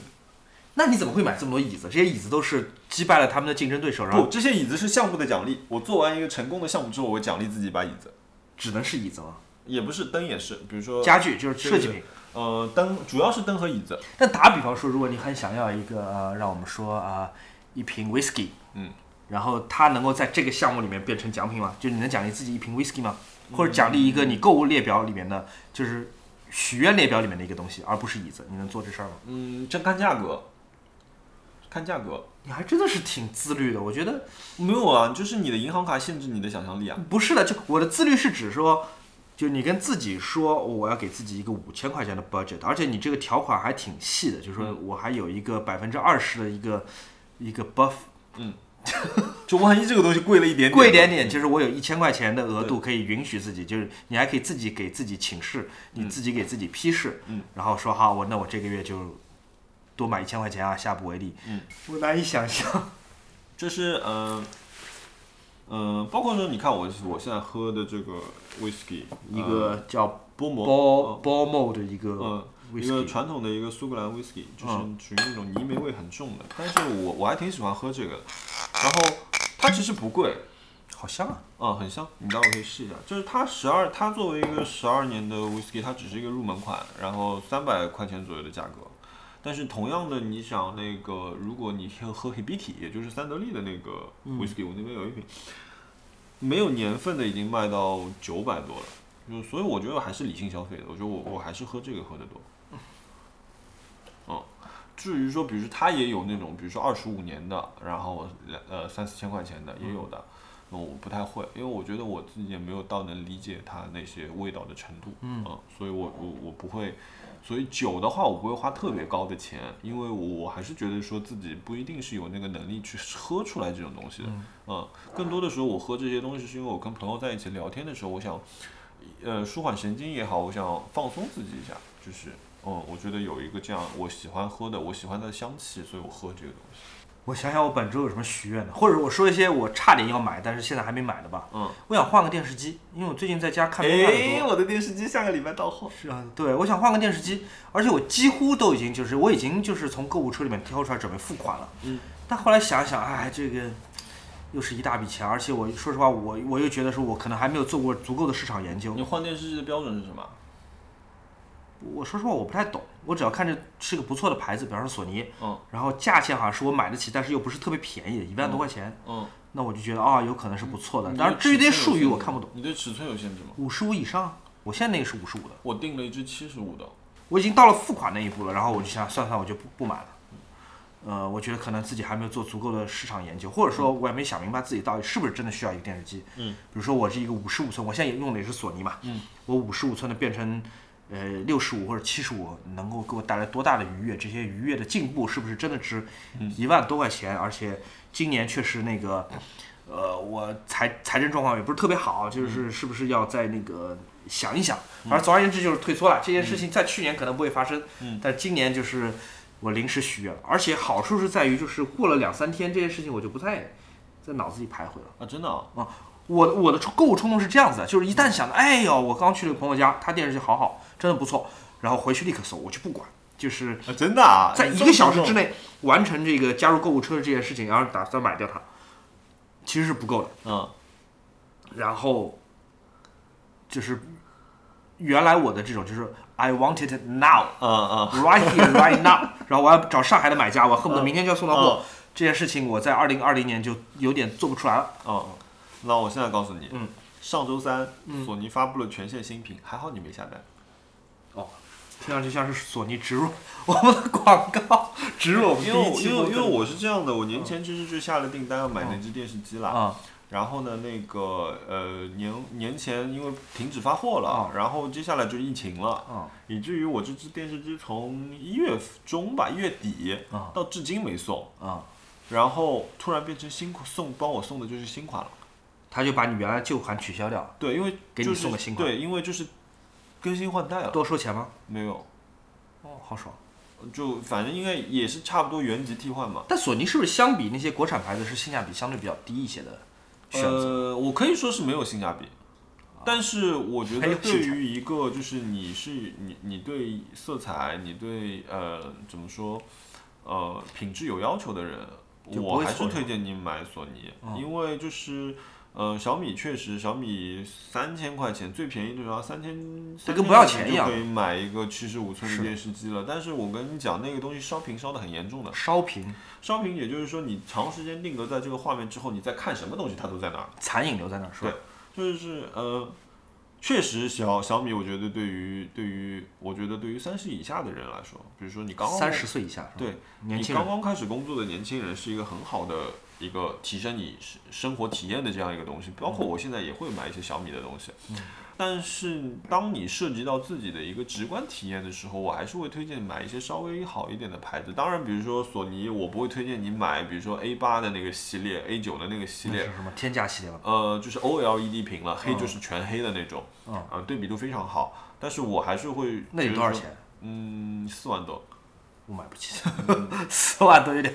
[SPEAKER 1] 那你怎么会买这么多椅子？这些椅子都是击败了他们的竞争对手，然
[SPEAKER 2] 不，
[SPEAKER 1] 后
[SPEAKER 2] 这些椅子是项目的奖励。我做完一个成功的项目之后，我奖励自己一把椅子，
[SPEAKER 1] 只能是椅子吗？
[SPEAKER 2] 也不是灯也是，比如说
[SPEAKER 1] 家具就是设计品，
[SPEAKER 2] 呃，灯主要是灯和椅子，
[SPEAKER 1] 但打比方说，如果你很想要一个，呃、让我们说啊、一瓶 whisky，
[SPEAKER 2] 嗯，
[SPEAKER 1] 然后它能够在这个项目里面变成奖品吗？就你能奖励自己一瓶 whisky 吗？或者奖励一个你购物列表里面的，就是许愿列表里面的一个东西，而不是椅子，你能做这事儿吗？
[SPEAKER 2] 嗯，这看价格，看价格。
[SPEAKER 1] 你还真的是挺自律的，我觉得
[SPEAKER 2] 没有啊，就是你的银行卡限制你的想象力啊。
[SPEAKER 1] 不是的。就我的自律是指说，就你跟自己说，哦我要给自己一个五千块钱的 budget，而且你这个条款还挺细的，就是说我还有一个百分之二十的一个一个 buff，
[SPEAKER 2] 就万一这个东西贵了一点 点，
[SPEAKER 1] 贵一点点，就是我有一千块钱的额度可以允许自己，就是你还可以自己给自己请示，你自己给自己批示，
[SPEAKER 2] 嗯
[SPEAKER 1] 然后说好，我那我这个月就多买一千块钱啊，下不为例。
[SPEAKER 2] 嗯，
[SPEAKER 1] 我难以想象。
[SPEAKER 2] 这是嗯嗯、呃包括说你看我我现在喝的这个 whisky，
[SPEAKER 1] 一个叫
[SPEAKER 2] 波摩，
[SPEAKER 1] 包包帽的一个
[SPEAKER 2] 嗯，呃一个
[SPEAKER 1] 呃 whisky，
[SPEAKER 2] 传统的一个苏格兰 whisky，就是
[SPEAKER 1] 嗯
[SPEAKER 2] 属于那种泥煤味很重的，但是我我还挺喜欢喝这个的。然后它其实不贵，
[SPEAKER 1] 好香啊！
[SPEAKER 2] 嗯，很香，你待会儿可以试一下。就是它十二，它作为一个十二年的 whisky，它只是一个入门款，然后三百块钱左右的价格。但是同样的，你想那个，如果你要喝 Hibiki，也就是三得利的那个 whisky，、我那边有一瓶，没有年份的已经卖到九百多了。就是所以我觉得还是理性消费的，我觉得我我还是喝这个喝的多。嗯，至于说，比如说它也有那种，比如说二十五年的，然后两呃三四千块钱的也有的。那嗯我不太会，因为我觉得我自己也没有到能理解它那些味道的程度，嗯，所以我我我不会，所以酒的话我不会花特别高的钱，因为我我还是觉得说自己不一定是有那个能力去喝出来这种东西的，嗯更多的时候我喝这些东西是因为我跟朋友在一起聊天的时候，我想，呃，舒缓神经也好，我想放松自己一下，就是，嗯，我觉得有一个这样我喜欢喝的，我喜欢它的香气，所以我喝这个东西，
[SPEAKER 1] 我想想，我本周有什么许愿的，或者我说一些我差点要买，但是现在还没买的吧。
[SPEAKER 2] 嗯，
[SPEAKER 1] 我想换个电视机，因为我最近在家看动画的多。
[SPEAKER 2] 我的电视机下个礼拜到货，
[SPEAKER 1] 是啊，对，我想换个电视机，而且我几乎都已经就是我已经就是从购物车里面挑出来准备付款了。
[SPEAKER 2] 嗯，
[SPEAKER 1] 但后来想想，哎，这个又是一大笔钱，而且我说实话，我我又觉得说我可能还没有做过足够的市场研究
[SPEAKER 2] 你。换电视机的标准是什么？
[SPEAKER 1] 我说实话，我不太懂，我只要看这是个不错的牌子，比方说索尼，
[SPEAKER 2] 嗯
[SPEAKER 1] 然后价钱好像是我买得起，但是又不是特别便宜，一万多块钱，
[SPEAKER 2] 嗯，
[SPEAKER 1] 那我就觉得啊、有可能是不错的。
[SPEAKER 2] 你
[SPEAKER 1] 当然，
[SPEAKER 2] 对
[SPEAKER 1] 至于这些
[SPEAKER 2] 尺寸
[SPEAKER 1] 术语
[SPEAKER 2] 有限
[SPEAKER 1] 我
[SPEAKER 2] 制
[SPEAKER 1] 看不
[SPEAKER 2] 吗
[SPEAKER 1] 懂，
[SPEAKER 2] 你对尺寸有限制吗？
[SPEAKER 1] 五十五以上，我现在那个是五十五的，
[SPEAKER 2] 我订了一只七十五的，
[SPEAKER 1] 我已经到了付款那一步了，然后我就想算算，我就不不买了。呃，我觉得可能自己还没有做足够的市场研究，或者说我也没想明白自己到底是不是真的需要一个电视机。
[SPEAKER 2] 嗯，
[SPEAKER 1] 比如说我是一个五十五寸，我现在也用的也是索尼嘛。
[SPEAKER 2] 嗯，
[SPEAKER 1] 我五十五寸的变成呃六十五或者七十五，能够给我带来多大的愉悦？这些愉悦的进步是不是真的值
[SPEAKER 2] 嗯
[SPEAKER 1] 一万多块钱？而且今年确实那个呃，我财财政状况也不是特别好，就是
[SPEAKER 2] 嗯
[SPEAKER 1] 是不是要在那个想一想。反正总而言之就是退缩了，这件事情在去年可能不会发生，
[SPEAKER 2] 嗯
[SPEAKER 1] 但今年就是我临时许愿了，而且好处是在于就是过了两三天这件事情我就不再在脑子里徘徊了。
[SPEAKER 2] 啊，真的、啊，
[SPEAKER 1] 我我的冲购物冲动是这样子的，就是一旦想到，哎呦，我刚去了个朋友家，他电视机好好，真的不错，然后回去立刻搜，我就不管，就是
[SPEAKER 2] 啊真的啊，
[SPEAKER 1] 在
[SPEAKER 2] 你
[SPEAKER 1] 一
[SPEAKER 2] 这
[SPEAKER 1] 个
[SPEAKER 2] 么
[SPEAKER 1] 小时
[SPEAKER 2] 冲
[SPEAKER 1] 之
[SPEAKER 2] 动，
[SPEAKER 1] 内完成这个加入购物车这件事情，然后打算买掉它，其实是不够的。
[SPEAKER 2] 嗯
[SPEAKER 1] 然后就是原来我的这种就是 I want it now。
[SPEAKER 2] 嗯嗯，
[SPEAKER 1] right here right now，然后我要找上海的买家，我恨不得明天就要送到货。
[SPEAKER 2] 嗯
[SPEAKER 1] 这件事情我在二零二零年就有点做不出来了。
[SPEAKER 2] 嗯，那我现在告诉你，
[SPEAKER 1] 嗯，
[SPEAKER 2] 上周三，索尼发布了全线新品，还好你没下单，
[SPEAKER 1] 哦，听上去像是索尼植入 我们的广告，植入我们第
[SPEAKER 2] 因为
[SPEAKER 1] 一
[SPEAKER 2] 我
[SPEAKER 1] 期
[SPEAKER 2] 因为因为
[SPEAKER 1] 我
[SPEAKER 2] 我是这样的，我
[SPEAKER 1] 嗯
[SPEAKER 2] 年前其实就下了订单要买那只电视机了，
[SPEAKER 1] 啊，
[SPEAKER 2] 然后呢，那个呃年年前因为停止发货了，啊然后接下来就疫情了，
[SPEAKER 1] 嗯
[SPEAKER 2] 以至于我这只电视机从一月中吧，一月底
[SPEAKER 1] 啊
[SPEAKER 2] 到至今没送，
[SPEAKER 1] 啊，
[SPEAKER 2] 然后突然变成新款送，帮我送的就是新款了。
[SPEAKER 1] 他就把你原来旧款取消掉了，
[SPEAKER 2] 对，因为
[SPEAKER 1] 给你
[SPEAKER 2] 就是
[SPEAKER 1] 送个新款
[SPEAKER 2] 对，因为就是更新换代了，
[SPEAKER 1] 多收钱吗？
[SPEAKER 2] 没有，
[SPEAKER 1] 哦，好爽。
[SPEAKER 2] 就反正应该也是差不多原级替换嘛。
[SPEAKER 1] 但索尼是不是相比那些国产牌子是性价比相对比较低一些的选择？
[SPEAKER 2] 呃，我可以说是没有性价比，但是我觉
[SPEAKER 1] 没
[SPEAKER 2] 得
[SPEAKER 1] 有性
[SPEAKER 2] 对
[SPEAKER 1] 价
[SPEAKER 2] 于一个就是你是你你对色彩，你对呃怎么说呃品质有要求的人，
[SPEAKER 1] 就不
[SPEAKER 2] 我
[SPEAKER 1] 会
[SPEAKER 2] 还
[SPEAKER 1] 错
[SPEAKER 2] 是
[SPEAKER 1] 是嗯
[SPEAKER 2] 推荐你买索尼，因为就是呃，小米确实，小米三千块钱最便宜的时候三千，
[SPEAKER 1] 这
[SPEAKER 2] 三
[SPEAKER 1] 跟
[SPEAKER 2] 千
[SPEAKER 1] 不要钱一
[SPEAKER 2] 就
[SPEAKER 1] 样
[SPEAKER 2] 可以买一个七十五寸
[SPEAKER 1] 是
[SPEAKER 2] 的电视机了。但是我跟你讲，那个东西烧屏烧的很严重的，
[SPEAKER 1] 烧屏，
[SPEAKER 2] 烧屏也就是说你长时间定格在这个画面之后，你再看什么东西它都在那儿。
[SPEAKER 1] 残影留在那儿是吧？
[SPEAKER 2] 就是呃，确实小小米，我觉得对于对于我觉得对于三十以下的人来说，比如说你刚刚
[SPEAKER 1] 三十岁以下是吧？
[SPEAKER 2] 对
[SPEAKER 1] 年轻人
[SPEAKER 2] 你刚刚开始工作的年轻人是一个很好的一个提升你生生活体验的这样一个东西。包
[SPEAKER 1] 嗯
[SPEAKER 2] 括我现在也会买一些小米的东西，但是当你涉及到自己的一个直观体验的时候，我还是会推荐买一些稍微好一点的牌子。当然，比如说索尼，我不会推荐你买，比如说 A 八的那个系列、A 九的那个系
[SPEAKER 1] 那
[SPEAKER 2] 列，
[SPEAKER 1] 是什么天价系列吧？
[SPEAKER 2] 呃，就是 OLED 屏了，黑就是全黑的那种，
[SPEAKER 1] 嗯
[SPEAKER 2] 啊、对比度非常好。但是我还是会，
[SPEAKER 1] 那得多少？钱？
[SPEAKER 2] 嗯，四 万多，
[SPEAKER 1] 我买不起，四万多有点。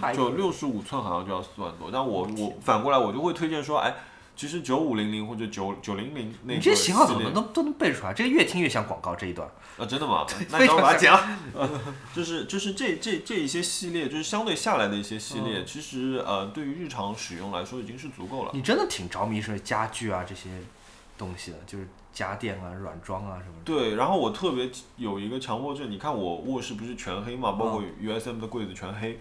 [SPEAKER 1] 太贵
[SPEAKER 2] 对，就六十五寸好像就要四万多。但我我反过来我就会推荐说，哎，其实九五零零或者九九零零那
[SPEAKER 1] 你
[SPEAKER 2] 个
[SPEAKER 1] 这些型号怎
[SPEAKER 2] 系
[SPEAKER 1] 么
[SPEAKER 2] 列
[SPEAKER 1] 能都能背出来？这越听越像广告这一段。
[SPEAKER 2] 啊，真 的吗？那
[SPEAKER 1] 非
[SPEAKER 2] 你让我
[SPEAKER 1] 常
[SPEAKER 2] 把它剪了。就是就是这这这一些系列，就是相对下来的一些系列，
[SPEAKER 1] 嗯
[SPEAKER 2] 其实呃，对于日常使用来说已经是足够了。
[SPEAKER 1] 你真的挺着迷是家具啊这些东西的，就是家电啊、软装啊什么的。
[SPEAKER 2] 对，然后我特别有一个强迫症，你看我卧室不是全黑嘛，包括 USM 的柜子全黑，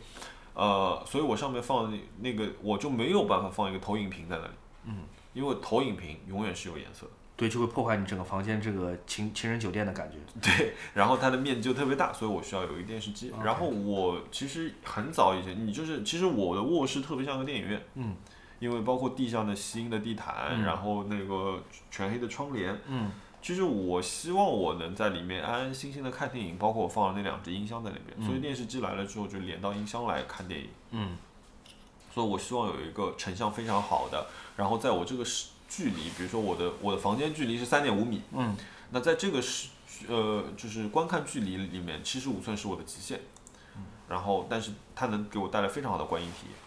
[SPEAKER 2] 呃，所以我上面放的那个我就没有办法放一个投影屏在那里，嗯，因为投影屏永远是有颜色的，
[SPEAKER 1] 对，就会破坏你整个房间这个情情人酒店的感觉。
[SPEAKER 2] 对，然后它的面积就特别大，所以我需要有一个电视机。然后我其实很早以前，你就是其实我的卧室特别像个电影院，
[SPEAKER 1] 嗯，
[SPEAKER 2] 因为包括地上的吸音的地毯，
[SPEAKER 1] 嗯
[SPEAKER 2] 然后那个全黑的窗帘，
[SPEAKER 1] 嗯，
[SPEAKER 2] 其实我希望我能在里面安安心心的看电影，包括我放了那两只音箱在那边，所以电视机来了之后就连到音箱来看电影。
[SPEAKER 1] 嗯，
[SPEAKER 2] 所以我希望有一个成像非常好的，然后在我这个是距离，比如说我的我的房间距离是三点五米，
[SPEAKER 1] 嗯，
[SPEAKER 2] 那在这个是呃就是观看距离里面，七十五寸是我的极限，
[SPEAKER 1] 嗯
[SPEAKER 2] 然后但是它能给我带来非常好的观影体验。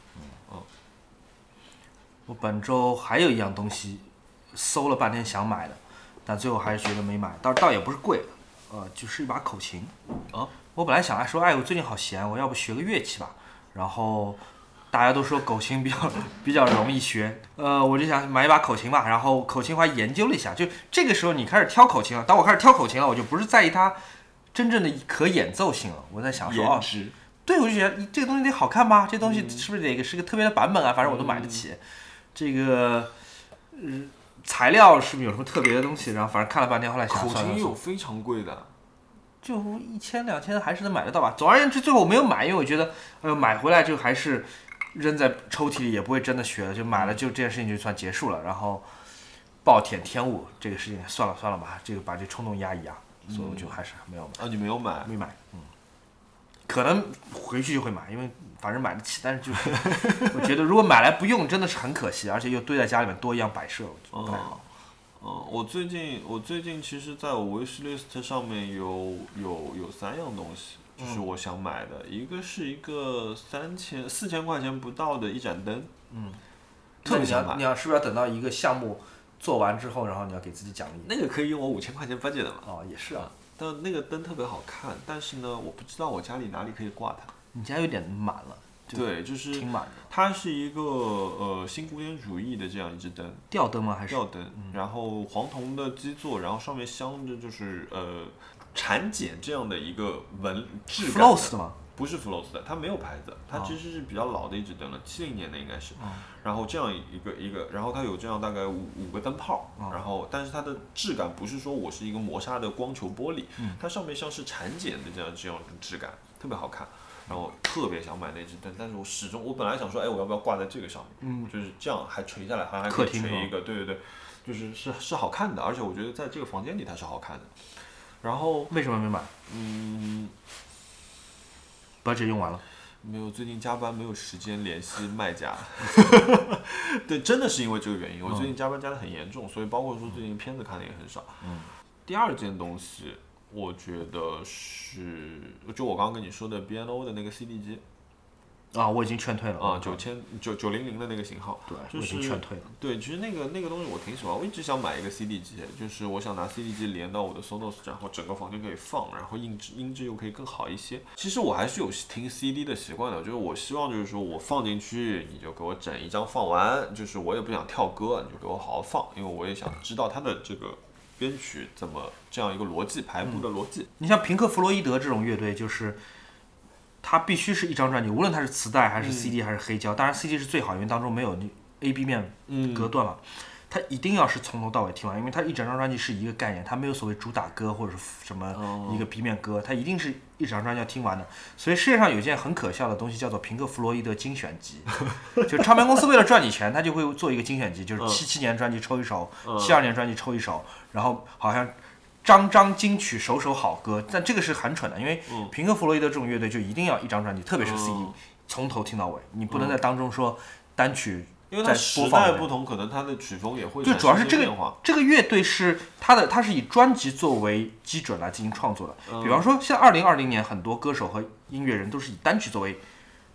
[SPEAKER 1] 我本周还有一样东西，搜了半天想买的，但最后还是觉得没买。倒倒也不是贵，呃，就是一把口琴。
[SPEAKER 2] 啊，
[SPEAKER 1] 我本来想哎说，哎，我最近好闲，我要不学个乐器吧。然后大家都说口琴比较比较容易学，呃，我就想买一把口琴吧。然后口琴我还研究了一下，就这个时候你开始挑口琴了。当我开始挑口琴了，我就不是在意它真正的可演奏性了，我在想说
[SPEAKER 2] 颜
[SPEAKER 1] 哦，
[SPEAKER 2] 值，
[SPEAKER 1] 对，我就觉得这个东西得好看吧，这东
[SPEAKER 2] 嗯
[SPEAKER 1] 西是不是得是个特别的版本啊？反正我都买得起。这个，呃，材料是不是有什么特别的东西？然后反正看了半天，后来想
[SPEAKER 2] 口
[SPEAKER 1] 算
[SPEAKER 2] 琴
[SPEAKER 1] 了
[SPEAKER 2] 也
[SPEAKER 1] 算了，
[SPEAKER 2] 有非常贵的，啊
[SPEAKER 1] 就一千两千还是能买得到吧。总而言之，最后我没有买，因为我觉得，呃，买回来就还是扔在抽屉里，也不会真的学了，就买了，
[SPEAKER 2] 嗯
[SPEAKER 1] 就这件事情就算结束了。然后暴殄天物这个事情，算了算了吧，这个把这冲动压一压，所以我就还是没有买。
[SPEAKER 2] 啊，你没有买，
[SPEAKER 1] 没买，嗯，可能回去就会买，因为反正买得起，但是就是 我觉得如果买来不用，真的是很可惜，而且又堆在家里面多一样摆设，我觉得不太好。
[SPEAKER 2] 嗯，我最近我最近其实在我 wish list 上面有有有三样东西，
[SPEAKER 1] 嗯
[SPEAKER 2] 就是我想买的，一个是一个三千四千块钱不到的一盏灯，
[SPEAKER 1] 嗯那
[SPEAKER 2] 特别
[SPEAKER 1] 你
[SPEAKER 2] 想
[SPEAKER 1] 要
[SPEAKER 2] 买
[SPEAKER 1] 你要是不是要等到一个项目做完之后，然后你要给自己奖励？
[SPEAKER 2] 那个可以用我五千块钱 budget 的嘛，
[SPEAKER 1] 哦，也是啊，
[SPEAKER 2] 但那个灯特别好看，但是呢，我不知道我家里哪里可以挂它。
[SPEAKER 1] 你家有点满了，就
[SPEAKER 2] 对，就是
[SPEAKER 1] 挺满的。
[SPEAKER 2] 它是一个呃新古典主义的这样一支灯，
[SPEAKER 1] 吊灯吗？还是嗯
[SPEAKER 2] 吊灯，然后黄铜的基座，然后上面镶着就是呃蚕茧这样的一个纹质感的
[SPEAKER 1] floss 的吗？
[SPEAKER 2] 不是 Flows 的，它没有牌子，
[SPEAKER 1] 哦
[SPEAKER 2] 它其实是比较老的一支灯了，七零年的应该是。然后这样一个一个，然后它有这样大概五五个灯泡，
[SPEAKER 1] 哦
[SPEAKER 2] 然后但是它的质感不是说我是一个磨砂的光球玻璃，
[SPEAKER 1] 嗯
[SPEAKER 2] 它上面像是蚕茧的这样这样一种质感，特别好看。然后特别想买那只灯，但是我始终我本来想说，哎，我要不要挂在这个上面？嗯，就是这样还垂下来，好像还可
[SPEAKER 1] 客
[SPEAKER 2] 以
[SPEAKER 1] 厅
[SPEAKER 2] 垂
[SPEAKER 1] 是
[SPEAKER 2] 一个，对对对，就是是是好看的，而且我觉得在这个房间里它是好看的。然后
[SPEAKER 1] 为什么没买
[SPEAKER 2] 嗯，
[SPEAKER 1] ？budget 用完了，
[SPEAKER 2] 没有，最近加班没有时间联系卖家。 对，真的是因为这个原因，我最近加班加的很严重，所以包括说最近片子看的也很少。
[SPEAKER 1] 嗯，
[SPEAKER 2] 第二件东西，我觉得是就我刚刚跟你说的 B N O 的那个 C D 机，
[SPEAKER 1] 啊，我已经劝退了
[SPEAKER 2] 啊，九千九九零零的那个型号，
[SPEAKER 1] 对，
[SPEAKER 2] 就
[SPEAKER 1] 我已经
[SPEAKER 2] 是
[SPEAKER 1] 劝退了。
[SPEAKER 2] 对，其实那个那个东西我挺喜欢，我一直想买一个 CD 机，就是我想拿 CD 机连到我的 Sonos，然后整个房间可以放，然后音质音质又可以更好一些。其实我还是有听 CD 的习惯的，就是我希望就是说我放进去，你就给我整一张放完，就是我也不想跳歌，你就给我好好放，因为我也想知道它的这个编曲怎么这样一个逻辑排布的逻辑。
[SPEAKER 1] 你像平克·弗洛伊德这种乐队，就是它必须是一张专辑，无论它是磁带还是 CD 还是黑胶，当然 CD 是最好，因为当中没有那 A、B 面
[SPEAKER 2] 嗯
[SPEAKER 1] 隔断嘛。它一定要是从头到尾听完，因为它一整张专辑是一个概念，它没有所谓主打歌或者是什
[SPEAKER 2] 哦
[SPEAKER 1] 么一个 B 面歌，它一定是一整张专辑要听完的。所以世界上有一件很可笑的东西叫做平克·弗洛伊德精选集， 就唱片公司为了赚你钱，他就会做一个精选集，
[SPEAKER 2] 嗯
[SPEAKER 1] 就是七七年专辑抽一首，七二年专辑抽一首，然后好像张张金曲，首首好歌。但这个是很蠢的，因为
[SPEAKER 2] 嗯
[SPEAKER 1] 平克·弗洛伊德这种乐队就一定要一张专辑，特别是 CD，、从
[SPEAKER 2] 哦
[SPEAKER 1] 头听到尾，你不能在当中说单曲
[SPEAKER 2] 嗯因为
[SPEAKER 1] 在
[SPEAKER 2] 它时
[SPEAKER 1] 播放
[SPEAKER 2] 代
[SPEAKER 1] 里面
[SPEAKER 2] 不同，可能它的曲风也会
[SPEAKER 1] 对
[SPEAKER 2] 产
[SPEAKER 1] 主要
[SPEAKER 2] 生
[SPEAKER 1] 是
[SPEAKER 2] 一
[SPEAKER 1] 这
[SPEAKER 2] 些
[SPEAKER 1] 个
[SPEAKER 2] 变化。
[SPEAKER 1] 这个乐队是它的，它是以专辑作为基准来进行创作
[SPEAKER 2] 嗯
[SPEAKER 1] 的。比方说，像二零二零年，很多歌手和音乐人都是以单曲作为，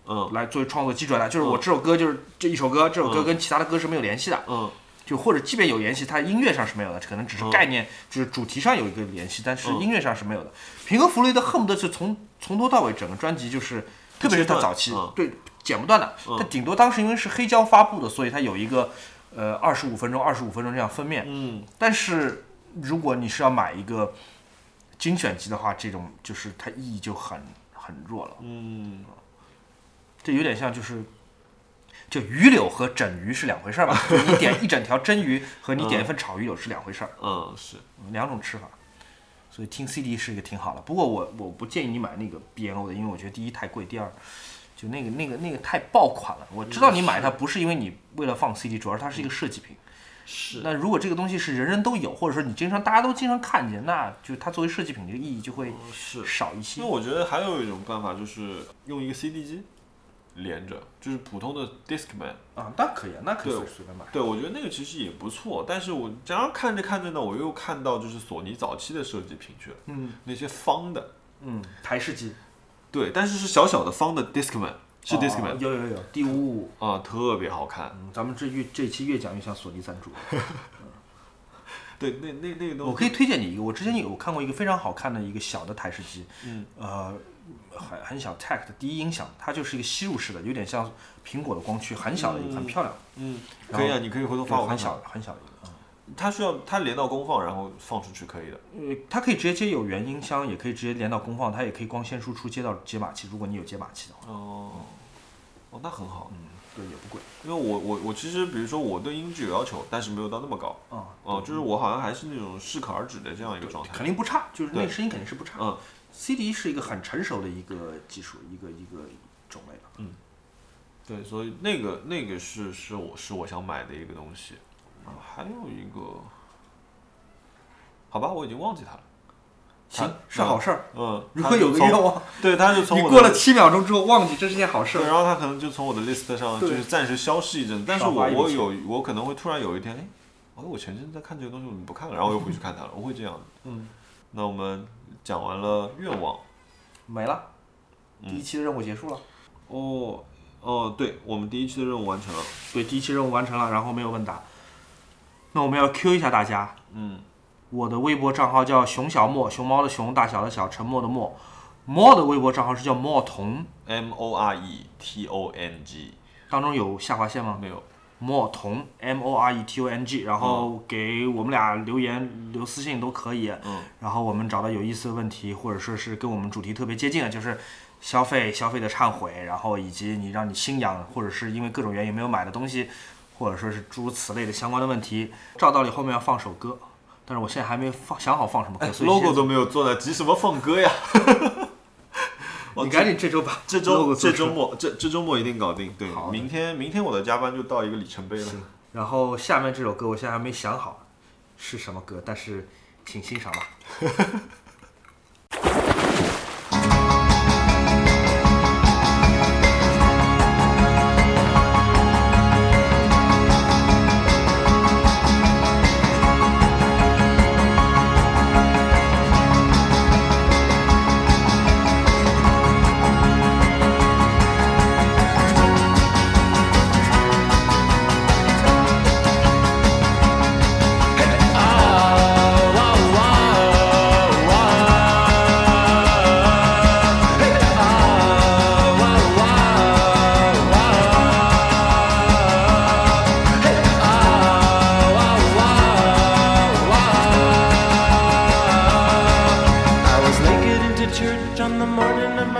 [SPEAKER 2] 嗯，
[SPEAKER 1] 来作为创作基准的，就是我这首歌就是这一首歌，这首歌跟其他的歌是没有联系的，
[SPEAKER 2] 嗯
[SPEAKER 1] 就或者即便有联系，它音乐上是没有的，可能只是概念，就是主题上有一个联系，但是
[SPEAKER 2] 嗯
[SPEAKER 1] 音乐上是没有的。平克·弗洛伊德恨不得是从从头到尾整个专辑就是，特别是他早期
[SPEAKER 2] 嗯
[SPEAKER 1] 对剪不断的，他顶多当时因为是黑胶发布的，所以它有一个呃二十五分钟、二十五分钟这样分面，
[SPEAKER 2] 嗯，
[SPEAKER 1] 但是如果你是要买一个精选集的话，这种就是它意义就很很弱了。
[SPEAKER 2] 嗯，
[SPEAKER 1] 这有点像就是，就鱼柳和整鱼是两回事儿吧？就你点一整条真鱼和你点一份炒鱼柳是两回事儿，
[SPEAKER 2] 嗯，是，
[SPEAKER 1] 两种吃法。所以听 CD 是一个挺好的，不过我我不建议你买那个 BNO 的，因为我觉得第一太贵，第二就那个那个那个太爆款了。我知道你买它不是因为你为了放 CD，主要是它是一个设计品。
[SPEAKER 2] 是
[SPEAKER 1] 那如果这个东西是人人都有，或者说你经常大家都经常看见，那就它作为设计品这个意义就会
[SPEAKER 2] 是。
[SPEAKER 1] 少一些
[SPEAKER 2] 因为。我觉得还有一种办法就是用一个 CD 机连着，就是普通的 Discman。
[SPEAKER 1] 啊，那可以啊，那可以
[SPEAKER 2] 对
[SPEAKER 1] 随便买。
[SPEAKER 2] 对，我觉得那个其实也不错，但是我然后看着看着呢，我又看到就是索尼早期的设计品去了，
[SPEAKER 1] 嗯
[SPEAKER 2] 那些方的，
[SPEAKER 1] 嗯，台式机
[SPEAKER 2] 对，但是是小小的方的 Discman，是
[SPEAKER 1] 哦
[SPEAKER 2] Discman
[SPEAKER 1] 有有有，第五五。
[SPEAKER 2] 啊、特别好看。
[SPEAKER 1] 嗯，咱们这越这期越讲越像索尼赞助。
[SPEAKER 2] 对，那那那个
[SPEAKER 1] 我
[SPEAKER 2] 东西，
[SPEAKER 1] 可以推荐你一个，我之前有看过一个非常好看的一个小的台式机，
[SPEAKER 2] 嗯，
[SPEAKER 1] 呃，很很小 Tech 的第一音响，它就是一个吸入式的，有点像苹果的光驱，很小的一个，很漂亮，
[SPEAKER 2] 嗯，
[SPEAKER 1] 然后
[SPEAKER 2] 可以啊，你可以回头
[SPEAKER 1] 对
[SPEAKER 2] 发我
[SPEAKER 1] 很
[SPEAKER 2] 看看。
[SPEAKER 1] 小很小的一个。嗯
[SPEAKER 2] 它需要它连到功放，然后放出去可以的。
[SPEAKER 1] 呃，它可以直接接有源音箱，也可以直接连到功放，它也可以光纤输出接到解码器，如果你有解码器的话，
[SPEAKER 2] 哦，哦，那很好，
[SPEAKER 1] 嗯，对，也不贵
[SPEAKER 2] 因为我我我其实比如说我对音质有要求，但是没有到那么高。
[SPEAKER 1] 啊，
[SPEAKER 2] 哦，就是我好像还是那种适可而止的这样一个状态。
[SPEAKER 1] 肯定不差，就是那
[SPEAKER 2] 对
[SPEAKER 1] 声音肯定是不差。
[SPEAKER 2] 嗯
[SPEAKER 1] CD 是一个很成熟的一个技术，一个一个种类了。
[SPEAKER 2] 对，所以那个那个是是我是我想买的一个东西，啊，还有一个，好吧，我已经忘记它了。
[SPEAKER 1] 行
[SPEAKER 2] 它，
[SPEAKER 1] 是好事儿。
[SPEAKER 2] 嗯，
[SPEAKER 1] 如
[SPEAKER 2] 它
[SPEAKER 1] 果
[SPEAKER 2] 是
[SPEAKER 1] 有个
[SPEAKER 2] 从
[SPEAKER 1] 愿望。
[SPEAKER 2] 对，它就从
[SPEAKER 1] 你
[SPEAKER 2] 我
[SPEAKER 1] 过
[SPEAKER 2] 的
[SPEAKER 1] 了七秒钟之后忘记这是件好事
[SPEAKER 2] 对，
[SPEAKER 1] 儿。
[SPEAKER 2] 然后它可能就从我的 list 上就
[SPEAKER 1] 对
[SPEAKER 2] 是暂时消失一阵，但是
[SPEAKER 1] 少花
[SPEAKER 2] 我
[SPEAKER 1] 一笔
[SPEAKER 2] 我
[SPEAKER 1] 钱
[SPEAKER 2] 有我可能会突然有一天，哎，哦，我前阵在看这个东西，我怎么不看了？然后我又回去看它了，我会这样的。
[SPEAKER 1] 嗯，
[SPEAKER 2] 那我们讲完了愿望，
[SPEAKER 1] 没了，第一期的任务结束了。
[SPEAKER 2] 哦哦，对，我们第一期的任务完成了，
[SPEAKER 1] 对，第一期任务完成了，然后没有问答。那我们要 Q 一下大家，
[SPEAKER 2] 嗯，
[SPEAKER 1] 我的微博账号叫熊小莫，熊猫的熊，大小的小，沉默的默。莫的微博账号是叫莫童，
[SPEAKER 2] M O R E T O N G
[SPEAKER 1] 当中有下划线吗？
[SPEAKER 2] 没有，
[SPEAKER 1] 莫童 M O R E T O N G，然后给我们俩留言、留私信都可以。
[SPEAKER 2] 嗯，
[SPEAKER 1] 然后我们找到有意思的问题，或者说是跟我们主题特别接近的，就是消费、消费的忏悔，然后以及你让你心痒，或者是因为各种原因没有买的东西，或者说是诸如此类的相关的问题。照道理后面要放首歌，但是我现在还没放想好放什么歌，所以
[SPEAKER 2] logo
[SPEAKER 1] 现在
[SPEAKER 2] 都没有做呢，急什么放歌 呀？
[SPEAKER 1] 你赶 紧这周把
[SPEAKER 2] 这
[SPEAKER 1] logo 做
[SPEAKER 2] 周这
[SPEAKER 1] 出
[SPEAKER 2] 周末这这周末一定搞定。对
[SPEAKER 1] 好，的
[SPEAKER 2] 明天明天我的加班就到一个里程碑了。
[SPEAKER 1] 然后下面这首歌我现在还没想好是什么歌，但是请欣赏吧。
[SPEAKER 3] 我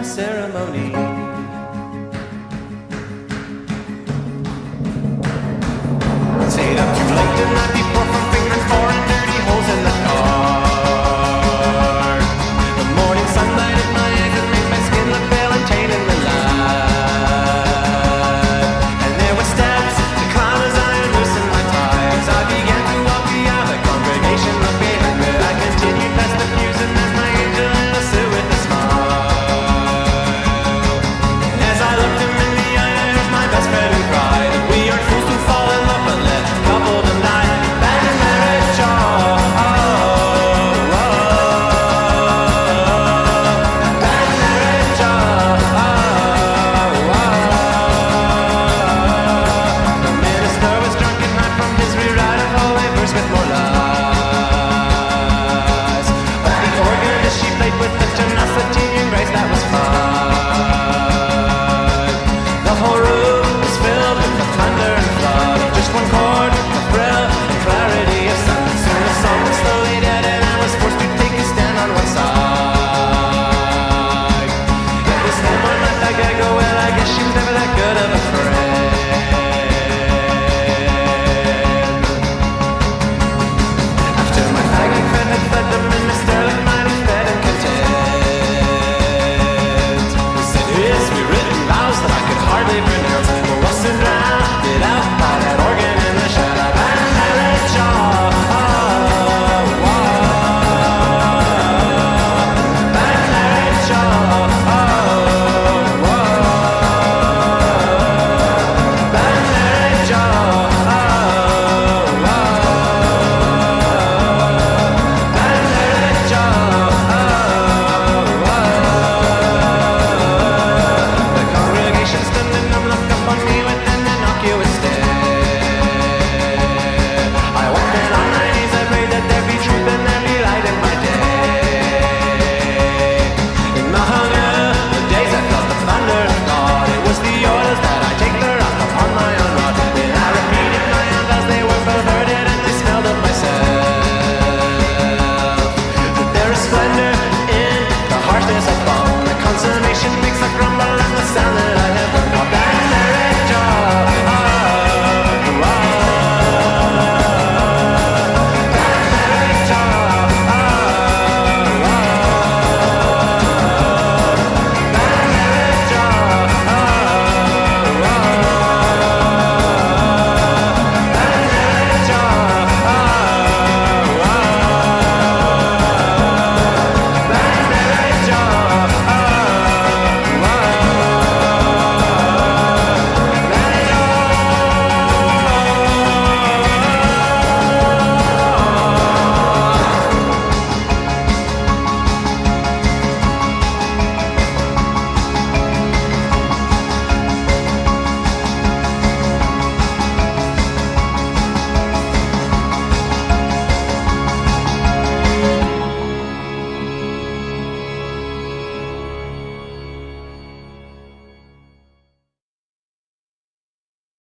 [SPEAKER 3] ceremony.